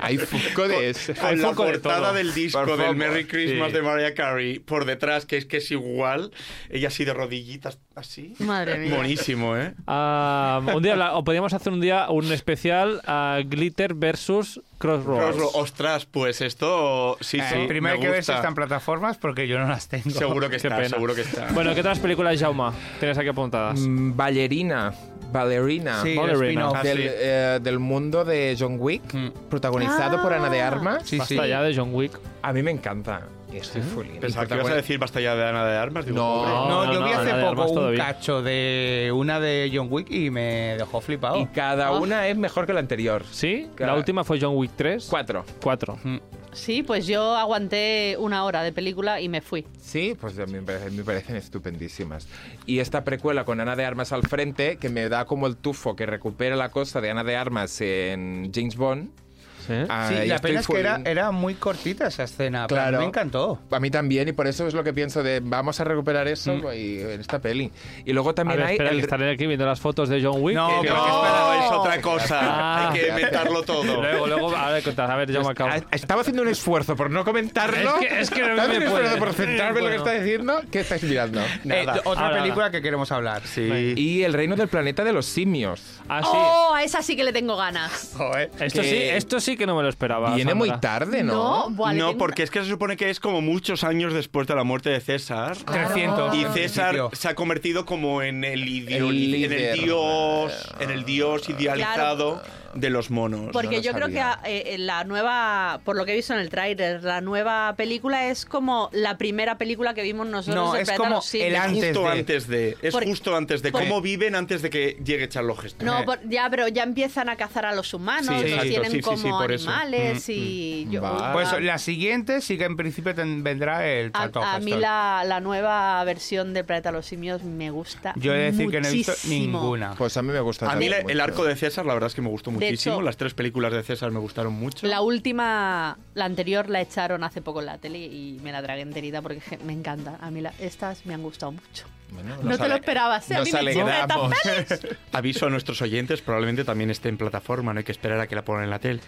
Speaker 5: Hay Foucault de ese.
Speaker 1: Hay
Speaker 3: con la
Speaker 1: Funko de
Speaker 3: portada
Speaker 1: todo.
Speaker 3: del disco
Speaker 5: Por
Speaker 3: del
Speaker 5: favor.
Speaker 3: Merry Christmas
Speaker 1: Sí.
Speaker 3: de Mariah Carey por detrás, que es que es igual. Ella así de rodillitas, así.
Speaker 4: Madre mía.
Speaker 3: Buenísimo, ¿eh?
Speaker 1: Ah, un día habla- o podríamos hacer un día un especial a Glitter versus Crossroads.
Speaker 3: Crossroads. Ostras, pues esto sí,
Speaker 2: Eh,
Speaker 3: sí.
Speaker 2: primero
Speaker 3: me
Speaker 2: hay que ver si
Speaker 3: gusta.
Speaker 2: están plataformas porque yo no las tengo.
Speaker 3: Seguro que
Speaker 1: Qué
Speaker 3: está,
Speaker 1: pena.
Speaker 3: seguro que está.
Speaker 1: Bueno, ¿qué otras películas, Jauma? Tienes aquí apuntadas.
Speaker 5: Mm, Ballerina, Ballerina.
Speaker 2: Sí, el
Speaker 1: Ballerina.
Speaker 2: spin-off.
Speaker 3: Ah,
Speaker 5: Del,
Speaker 3: sí.
Speaker 5: eh, del mundo de John Wick,
Speaker 1: Mm.
Speaker 5: protagonizado por Ana
Speaker 3: Ah.
Speaker 5: de Armas.
Speaker 2: Sí, sí.
Speaker 1: Basta ya de John Wick.
Speaker 5: A mí me encanta. Estoy full in.
Speaker 3: Pensaba
Speaker 5: Y
Speaker 3: que ibas a
Speaker 5: protagoni-
Speaker 3: decir basta ya de Ana de Armas. Digo,
Speaker 5: No.
Speaker 3: pobre.
Speaker 2: No, yo
Speaker 1: no,
Speaker 2: vi
Speaker 1: no,
Speaker 2: hace
Speaker 1: la de
Speaker 2: poco
Speaker 1: Armas
Speaker 2: un
Speaker 1: todavía.
Speaker 2: cacho de una de John Wick y me dejó flipado.
Speaker 5: Y cada
Speaker 4: Oh.
Speaker 5: una es mejor que la anterior.
Speaker 1: ¿Sí? La
Speaker 5: Claro.
Speaker 1: última fue John Wick 3.
Speaker 5: Cuatro.
Speaker 1: 4.
Speaker 4: Sí, pues yo aguanté una hora de película y me fui.
Speaker 5: Sí, pues a mí me, parece- me parecen estupendísimas. Y esta precuela con Ana de Armas al frente, que me da como el tufo que recupera la cosa de Ana de Armas en James Bond. Ah,
Speaker 2: sí,
Speaker 5: ahí
Speaker 2: la
Speaker 5: estoy
Speaker 2: pena es
Speaker 5: full
Speaker 2: que era,
Speaker 5: in.
Speaker 2: era muy cortita esa escena, pero a mí
Speaker 5: Claro.
Speaker 2: me encantó.
Speaker 5: A mí también, y por eso es lo que pienso de vamos a recuperar eso y- en esta peli. Y luego
Speaker 1: Mm. A
Speaker 5: también
Speaker 1: ver, espera,
Speaker 5: hay...
Speaker 1: que
Speaker 5: el-
Speaker 1: estaré aquí viendo las fotos de John Wick.
Speaker 2: No,
Speaker 1: que-
Speaker 3: Creo que
Speaker 2: No.
Speaker 3: esperaba es otra cosa.
Speaker 1: Ah.
Speaker 3: Hay que meterlo todo.
Speaker 1: Luego, luego, a ver, contad, a ver, Jauma, acabo.
Speaker 5: Ah, Estaba haciendo un esfuerzo por no
Speaker 1: Es
Speaker 5: comentarlo.
Speaker 1: que- es que no
Speaker 5: Estaba
Speaker 1: me
Speaker 5: haciendo un
Speaker 1: puede.
Speaker 5: esfuerzo por centrarme en lo que
Speaker 1: Bueno.
Speaker 5: está diciendo. ¿Qué estáis mirando?
Speaker 2: Eh, otra
Speaker 1: Ahora,
Speaker 2: película que queremos hablar.
Speaker 3: Sí.
Speaker 5: Y El reino del planeta de los simios.
Speaker 3: Oh,
Speaker 1: Ah, sí.
Speaker 4: ¡Oh! A esa sí que le tengo ganas.
Speaker 1: Esto sí,
Speaker 5: que-
Speaker 1: esto sí que no me lo esperaba.
Speaker 5: Viene muy
Speaker 1: Sandra.
Speaker 5: tarde, ¿no?
Speaker 4: buah, le
Speaker 3: no,
Speaker 4: tengo-
Speaker 3: porque es que se supone que es como muchos años después de la muerte de César.
Speaker 2: 300.
Speaker 3: Y
Speaker 2: al
Speaker 3: César
Speaker 2: Ah. principio.
Speaker 3: se ha convertido como en el, ideo-
Speaker 5: El
Speaker 3: en
Speaker 5: líder.
Speaker 3: el dios, en el dios idealizado de los monos.
Speaker 5: Por-
Speaker 4: Porque
Speaker 5: lo
Speaker 4: Pues yo creo que
Speaker 5: sabía.
Speaker 4: eh, eh, la nueva, por lo que he visto en el tráiler, la nueva película es como la primera película que vimos nosotros
Speaker 2: No,
Speaker 4: del
Speaker 2: es
Speaker 4: planeta
Speaker 2: como
Speaker 4: Los Simios.
Speaker 2: el
Speaker 3: Es
Speaker 2: antes
Speaker 3: justo
Speaker 2: de-
Speaker 3: antes de, es
Speaker 4: Porque-
Speaker 3: justo antes de
Speaker 4: porque-
Speaker 3: cómo viven antes de que llegue Charlo Heston.
Speaker 4: No, por- ya, pero ya empiezan a cazar a los humanos,
Speaker 3: Eh. Sí,
Speaker 4: los
Speaker 3: exacto,
Speaker 4: tienen
Speaker 3: sí, sí,
Speaker 4: como
Speaker 3: sí, por eso.
Speaker 4: animales y... yo-
Speaker 5: Vale.
Speaker 2: Pues la siguiente sí que en principio ten- vendrá el
Speaker 4: a,
Speaker 2: Chateau
Speaker 4: a mí
Speaker 2: Gestor.
Speaker 4: la, la nueva versión de Planeta los Simios me gusta
Speaker 2: Yo he de decir que no he visto
Speaker 4: muchísimo.
Speaker 2: ninguna.
Speaker 5: Pues a mí me gusta
Speaker 3: A mí
Speaker 5: también
Speaker 3: la-
Speaker 5: mucho.
Speaker 3: el arco de César, la verdad es que me gustó
Speaker 4: De
Speaker 3: muchísimo.
Speaker 4: hecho-
Speaker 3: Las tres películas de César me gustaron mucho.
Speaker 4: La última, la anterior la echaron hace poco en la tele y me la tragué enterita porque je, me encanta. A mí la- estas me han gustado mucho.
Speaker 5: Bueno,
Speaker 4: No
Speaker 5: nos
Speaker 4: te lo
Speaker 5: ale-
Speaker 4: esperabas, ¿eh? A
Speaker 5: Nos
Speaker 4: mí me encantan estas
Speaker 5: alegramos.
Speaker 3: Aviso a nuestros oyentes, probablemente también esté en plataforma, no hay que esperar a que la pongan en la tele.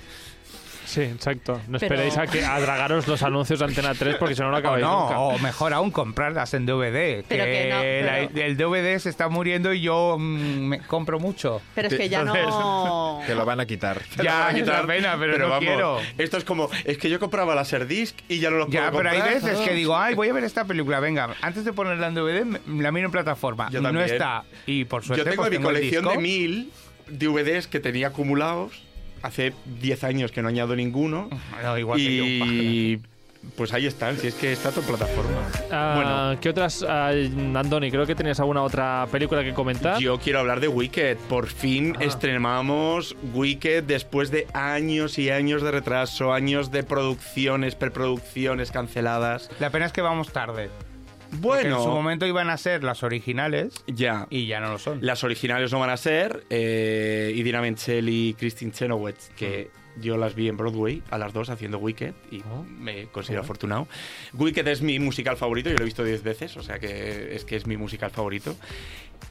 Speaker 1: Sí, exacto. No
Speaker 4: Pero-
Speaker 1: esperéis a, que, a dragaros los anuncios de Antena 3 porque
Speaker 3: Oh,
Speaker 1: si no, no
Speaker 2: O
Speaker 1: acabáis
Speaker 2: no,
Speaker 1: nunca.
Speaker 2: o mejor aún, comprarlas en DVD.
Speaker 4: Pero que no,
Speaker 2: la-
Speaker 4: pero-
Speaker 2: El DVD se está muriendo y yo mm, me compro mucho.
Speaker 4: Pero es que ya
Speaker 3: Entonces,
Speaker 4: no...
Speaker 5: Te lo van a quitar.
Speaker 2: Ya, es una pena, pero, no
Speaker 3: vamos,
Speaker 2: quiero.
Speaker 3: Esto es como, es que yo compraba las Disc y ya no los
Speaker 2: Ya,
Speaker 3: puedo
Speaker 2: pero hay
Speaker 3: comprar. Ah.
Speaker 2: veces que digo, ay, voy a ver esta película, venga, antes de ponerla en DVD, me- la miro en plataforma.
Speaker 3: Yo
Speaker 2: no
Speaker 3: también.
Speaker 2: está. Y por suerte,
Speaker 3: Yo tengo
Speaker 2: pues,
Speaker 3: mi
Speaker 2: el
Speaker 3: colección de
Speaker 2: disco.
Speaker 3: mil DVDs que tenía acumulados hace 10 años que no añado ninguno.
Speaker 2: No, igual que yo, pájaro.
Speaker 3: y pues ahí están, si es que está tu plataforma.
Speaker 1: Ah, ¿Qué otras, ah, Andoni? Creo que tenías alguna otra película que comentar.
Speaker 3: Yo quiero hablar de Wicked. Por fin
Speaker 2: Ah.
Speaker 3: estrenamos Wicked después de años y años de retraso, años de producciones, preproducciones canceladas.
Speaker 2: La pena es que vamos tarde. porque En su
Speaker 3: Bueno,
Speaker 2: momento iban a ser las originales
Speaker 3: ya.
Speaker 2: y ya no lo son.
Speaker 3: Las originales no van a ser eh, Idina Menzel y Christine Chenoweth, que yo las vi en Broadway, a las dos haciendo Wicked, y me considero afortunado. Wicked es mi musical favorito, yo lo he visto 10 veces, o sea que es que es mi musical favorito.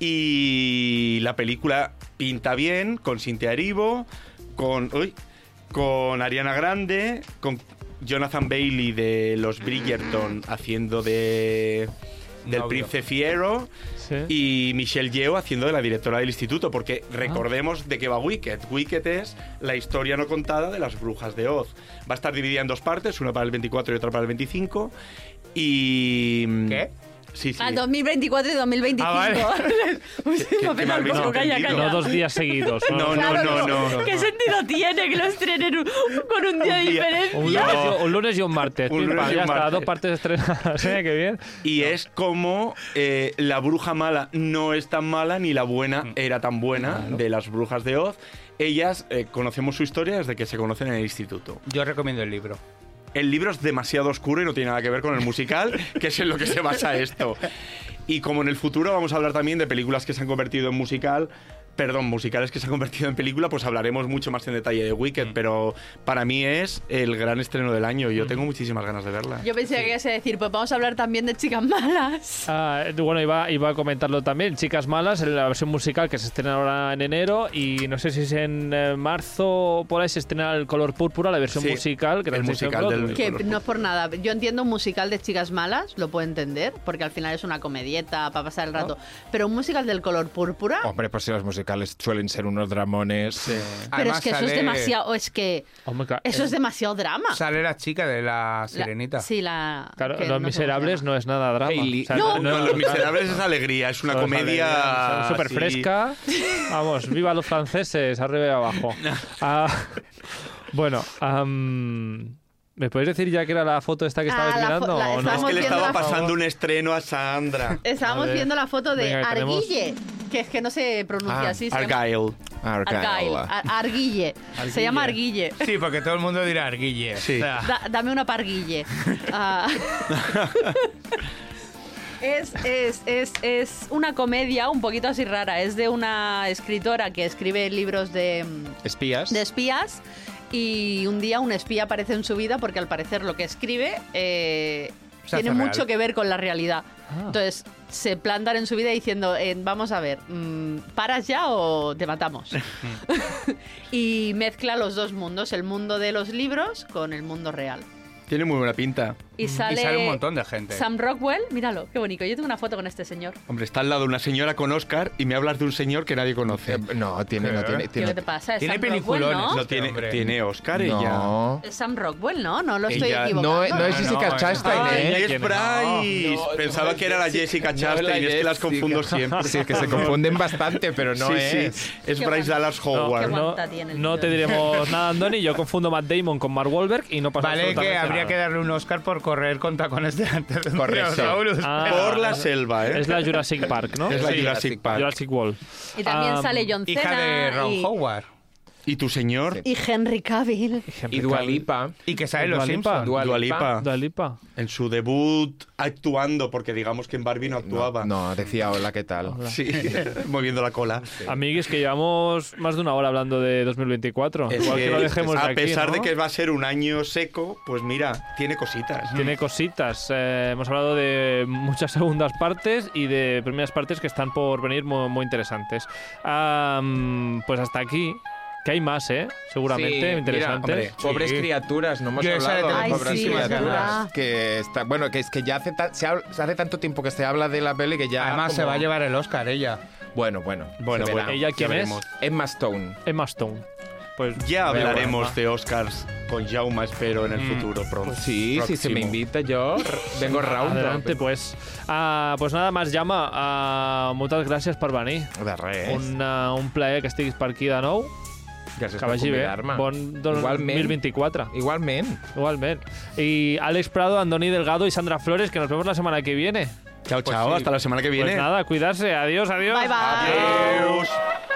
Speaker 3: Y la película pinta bien, con Cynthia Erivo, con, uy, con Ariana Grande, con Jonathan Bailey de los Bridgerton haciendo de... Del
Speaker 2: Novio.
Speaker 3: príncipe fiero
Speaker 1: Sí.
Speaker 3: y Michelle Yeo haciendo de la directora del instituto, porque
Speaker 4: Ah.
Speaker 3: recordemos de qué va Wicked. Wicked es la historia no contada de las brujas de Oz. Va a estar dividida en dos partes, una para el 24 y otra para el 25. Y. mm,
Speaker 2: ¿Qué?
Speaker 3: Sí, sí.
Speaker 4: Al 2024 y 2025.
Speaker 2: Ah, vale.
Speaker 4: Uy,
Speaker 3: Que-
Speaker 4: me
Speaker 3: que
Speaker 4: pega
Speaker 3: me
Speaker 4: el
Speaker 3: habéis
Speaker 4: coco, calla,
Speaker 3: entendido.
Speaker 4: calla.
Speaker 1: No dos días seguidos.
Speaker 3: No,
Speaker 4: Claro,
Speaker 3: no,
Speaker 4: digo,
Speaker 3: no, no.
Speaker 4: ¿Qué sentido tiene que los estrenen un- con un día de
Speaker 3: Un día.
Speaker 1: Un
Speaker 4: diferencia?
Speaker 1: lunes,
Speaker 3: No.
Speaker 1: y- un lunes y un martes.
Speaker 3: Un
Speaker 1: pim,
Speaker 3: lunes
Speaker 1: pam,
Speaker 3: y
Speaker 1: ya
Speaker 3: un
Speaker 1: está,
Speaker 3: martes.
Speaker 1: dos partes estrenadas. ¿eh? Qué bien.
Speaker 3: Y es como eh, la bruja mala no es tan mala ni la buena era tan buena de las brujas de Oz. Ellas eh, conocemos su historia desde que se conocen en el instituto.
Speaker 2: Yo recomiendo el libro.
Speaker 3: El libro es demasiado oscuro y no tiene nada que ver con el musical, que es en lo que se basa esto. Y como en el futuro vamos a hablar también de películas que se han convertido en musical, perdón, musicales que se han convertido en película, pues hablaremos mucho más en detalle de Wicked,
Speaker 2: Mm.
Speaker 3: pero para mí es el gran estreno del año. Yo tengo muchísimas ganas de verla.
Speaker 4: Yo pensé que ibas a decir, pues vamos a hablar también de chicas malas.
Speaker 1: Ah, bueno, iba, iba a comentarlo también. Chicas Malas, la versión musical que se estrena ahora en enero. Y no sé si es en eh, marzo por ahí se estrena El color púrpura, la versión
Speaker 3: Sí,
Speaker 1: musical. Que
Speaker 3: el
Speaker 1: también se hizo en
Speaker 3: musical del-
Speaker 1: Broadway.
Speaker 4: Que
Speaker 3: color
Speaker 4: no es por nada. Yo entiendo un musical de chicas malas, lo puedo entender, porque al final es una comedieta para pasar el rato. Pero un musical del color púrpura,
Speaker 5: Hombre, pues si los musicales suelen ser unos dramones.
Speaker 4: pero es que eso es demasiado. Es que
Speaker 1: Hombre, claro,
Speaker 4: eso es demasiado drama.
Speaker 2: Sale la chica de la
Speaker 4: La-
Speaker 2: sirenita.
Speaker 4: sí, la.
Speaker 1: Claro,
Speaker 4: que
Speaker 1: Los
Speaker 4: no sé cómo se
Speaker 1: Miserables
Speaker 4: llama.
Speaker 1: no es nada drama.
Speaker 5: Hayley.
Speaker 4: No,
Speaker 3: No, Los Miserables es alegría, es una comedia
Speaker 1: súper
Speaker 3: así.
Speaker 1: fresca. Vamos, viva los franceses, arriba y abajo. Ah, bueno, am, ¿me podéis decir ya que era la foto esta que
Speaker 4: Ah,
Speaker 1: estabais
Speaker 4: la fo-
Speaker 1: mirando?
Speaker 4: la-
Speaker 1: o no?
Speaker 3: Es
Speaker 4: Estamos
Speaker 3: que le
Speaker 4: viendo
Speaker 3: estaba
Speaker 4: la-
Speaker 3: pasando un estreno a Sandra.
Speaker 4: Estábamos
Speaker 1: Vale.
Speaker 4: viendo la foto de
Speaker 1: Venga, que tenemos-
Speaker 4: Arguille, que es que no se pronuncia
Speaker 5: Ah,
Speaker 4: así. se llama-
Speaker 3: Argyle.
Speaker 5: Argyle.
Speaker 4: Argyle. Ar- Arguille. Se llama Arguille.
Speaker 2: Sí, porque todo el mundo dirá Arguille.
Speaker 3: Sí.
Speaker 2: O sea,
Speaker 4: Da- dame una parguille. Ah. Es, es, es, es una comedia un poquito así rara. Es de una escritora que escribe libros de, mm,
Speaker 5: Espías.
Speaker 4: de espías y un día un espía aparece en su vida porque al parecer lo que escribe eh,
Speaker 2: Se hace
Speaker 4: tiene
Speaker 2: real.
Speaker 4: mucho que ver con la realidad.
Speaker 1: Ah.
Speaker 4: Entonces se plantan en su vida diciendo, eh, vamos a ver, mm, ¿paras ya o te matamos? y mezcla los dos mundos, el mundo de los libros con el mundo real.
Speaker 3: Tiene muy buena pinta.
Speaker 4: Y
Speaker 2: Mm, Y
Speaker 4: sale,
Speaker 2: sale un montón de gente.
Speaker 4: Sam Rockwell, míralo, qué bonito. Yo tengo una foto con este señor.
Speaker 3: Hombre, está al lado una señora con Oscar y me hablas de un señor que nadie conoce.
Speaker 5: Eh, no, tiene, no
Speaker 2: ¿Qué?
Speaker 5: tiene.
Speaker 4: ¿Qué
Speaker 5: tiene-
Speaker 4: ¿Qué te pasa? Es
Speaker 2: Tiene ¿eh?
Speaker 4: Sam Rockwell,
Speaker 2: peliculones,
Speaker 4: ¿no?
Speaker 3: No tiene,
Speaker 2: hombre.
Speaker 3: tiene Oscar ella.
Speaker 5: No.
Speaker 4: Es Sam Rockwell, ¿no? No lo estoy
Speaker 3: Ella-
Speaker 4: equivocando.
Speaker 5: No, no es
Speaker 2: no,
Speaker 5: Jessica
Speaker 2: no.
Speaker 5: Chastain,
Speaker 3: Ah,
Speaker 5: ¿eh?
Speaker 3: ella
Speaker 1: ¿Quién
Speaker 3: es
Speaker 1: es?
Speaker 3: Bryce.
Speaker 5: No, no,
Speaker 3: Pensaba
Speaker 5: no,
Speaker 3: que era la
Speaker 5: sí,
Speaker 3: Jessica
Speaker 5: no, la
Speaker 3: Chastain. Es que las
Speaker 5: Jessica.
Speaker 3: confundo siempre.
Speaker 5: Sí, es que se confunden bastante, pero no
Speaker 3: sí,
Speaker 5: es.
Speaker 3: sí. Es
Speaker 4: Qué
Speaker 3: Bryce
Speaker 4: guapa.
Speaker 3: Dallas
Speaker 1: No,
Speaker 3: Howard.
Speaker 4: Qué
Speaker 1: no,
Speaker 4: guanta tiene el
Speaker 1: no te
Speaker 4: tío.
Speaker 1: diremos nada, Andoni. Yo confundo Matt Damon con Mark Wahlberg y no pasa
Speaker 2: Vale, que
Speaker 1: absolutamente
Speaker 2: habría
Speaker 1: nada.
Speaker 2: que darle un Oscar por correr con tacones delante de un
Speaker 5: Correcto.
Speaker 2: dinosaurus.
Speaker 1: Ah,
Speaker 3: Por la selva, ¿eh?
Speaker 1: Es la Jurassic Park, ¿no?
Speaker 3: Es la
Speaker 2: Sí,
Speaker 3: Jurassic Park.
Speaker 1: Jurassic World.
Speaker 4: Y también
Speaker 1: Ah,
Speaker 4: sale John
Speaker 2: Hija de
Speaker 4: Cena
Speaker 2: Ron
Speaker 4: y,
Speaker 2: Howard.
Speaker 3: ¿Y tu señor?
Speaker 5: Sí.
Speaker 4: y Henry Cavill.
Speaker 5: Y Dualipa.
Speaker 2: Y que sale los
Speaker 1: Dua Lipa.
Speaker 2: Simpsons.
Speaker 3: Dua Lipa.
Speaker 1: Dua Lipa.
Speaker 3: En su debut actuando, porque digamos que en Barbie no actuaba.
Speaker 5: No, no, decía hola, ¿qué tal?
Speaker 3: Sí, moviendo la cola.
Speaker 1: Amigues, que llevamos más de una hora hablando de 2024.
Speaker 3: Es
Speaker 1: Igual que, lo dejemos
Speaker 3: a
Speaker 1: aquí,
Speaker 3: pesar
Speaker 1: ¿no?
Speaker 3: de que va a ser un año seco, pues mira, tiene cositas.
Speaker 1: Tiene cositas. Eh, hemos hablado de muchas segundas partes y de primeras partes que están por venir muy, muy interesantes. Am, pues hasta aquí. Que hay más, ¿eh? Seguramente,
Speaker 5: mira,
Speaker 1: interesantes.
Speaker 5: hombre, pobres
Speaker 2: Sí.
Speaker 5: criaturas, no hemos
Speaker 2: Yo esa
Speaker 5: hablado
Speaker 2: le
Speaker 5: de
Speaker 2: tengo
Speaker 5: pobres
Speaker 2: muchísimas
Speaker 5: criaturas.
Speaker 4: ganas.
Speaker 5: Que está, bueno, que es que ya hace, ta- se hab- se hace tanto tiempo que se habla de la peli que
Speaker 1: Ah,
Speaker 5: ya.
Speaker 2: Además se
Speaker 5: como-
Speaker 2: va a llevar el Oscar ella.
Speaker 5: Bueno, bueno.
Speaker 3: Bueno,
Speaker 5: se verá.
Speaker 3: bueno.
Speaker 1: ¿Ella
Speaker 3: ya
Speaker 1: quién
Speaker 3: veremos.
Speaker 1: es?
Speaker 5: Emma Stone.
Speaker 1: Emma Stone. Pues
Speaker 3: Ya
Speaker 5: Bueno,
Speaker 3: hablaremos
Speaker 5: bueno.
Speaker 3: de Oscars con Jauma, espero, en el futuro pronto.
Speaker 5: Sí, si se me
Speaker 3: Próximo.
Speaker 5: invita yo, vengo round.
Speaker 1: adelante, pues. Ah, pues nada más, llama. Ah, moltes gràcies per venir.
Speaker 5: De res.
Speaker 1: Un, ah, un plaer que estiguis per aquí de nou. Que
Speaker 5: Gràcies per
Speaker 1: vagi bé.
Speaker 5: convidar-me.
Speaker 1: Bon don-
Speaker 5: Igualment.
Speaker 1: 2024.
Speaker 5: Igualment.
Speaker 1: Igualmente. Y Alex Prado, Andoni Delgado y Sandra Flores, que nos vemos la semana que viene.
Speaker 3: Chao, chao, hasta la semana que viene.
Speaker 1: Pues nada, cuidarse. Adiós, adiós.
Speaker 4: Bye, bye.
Speaker 3: Adiós.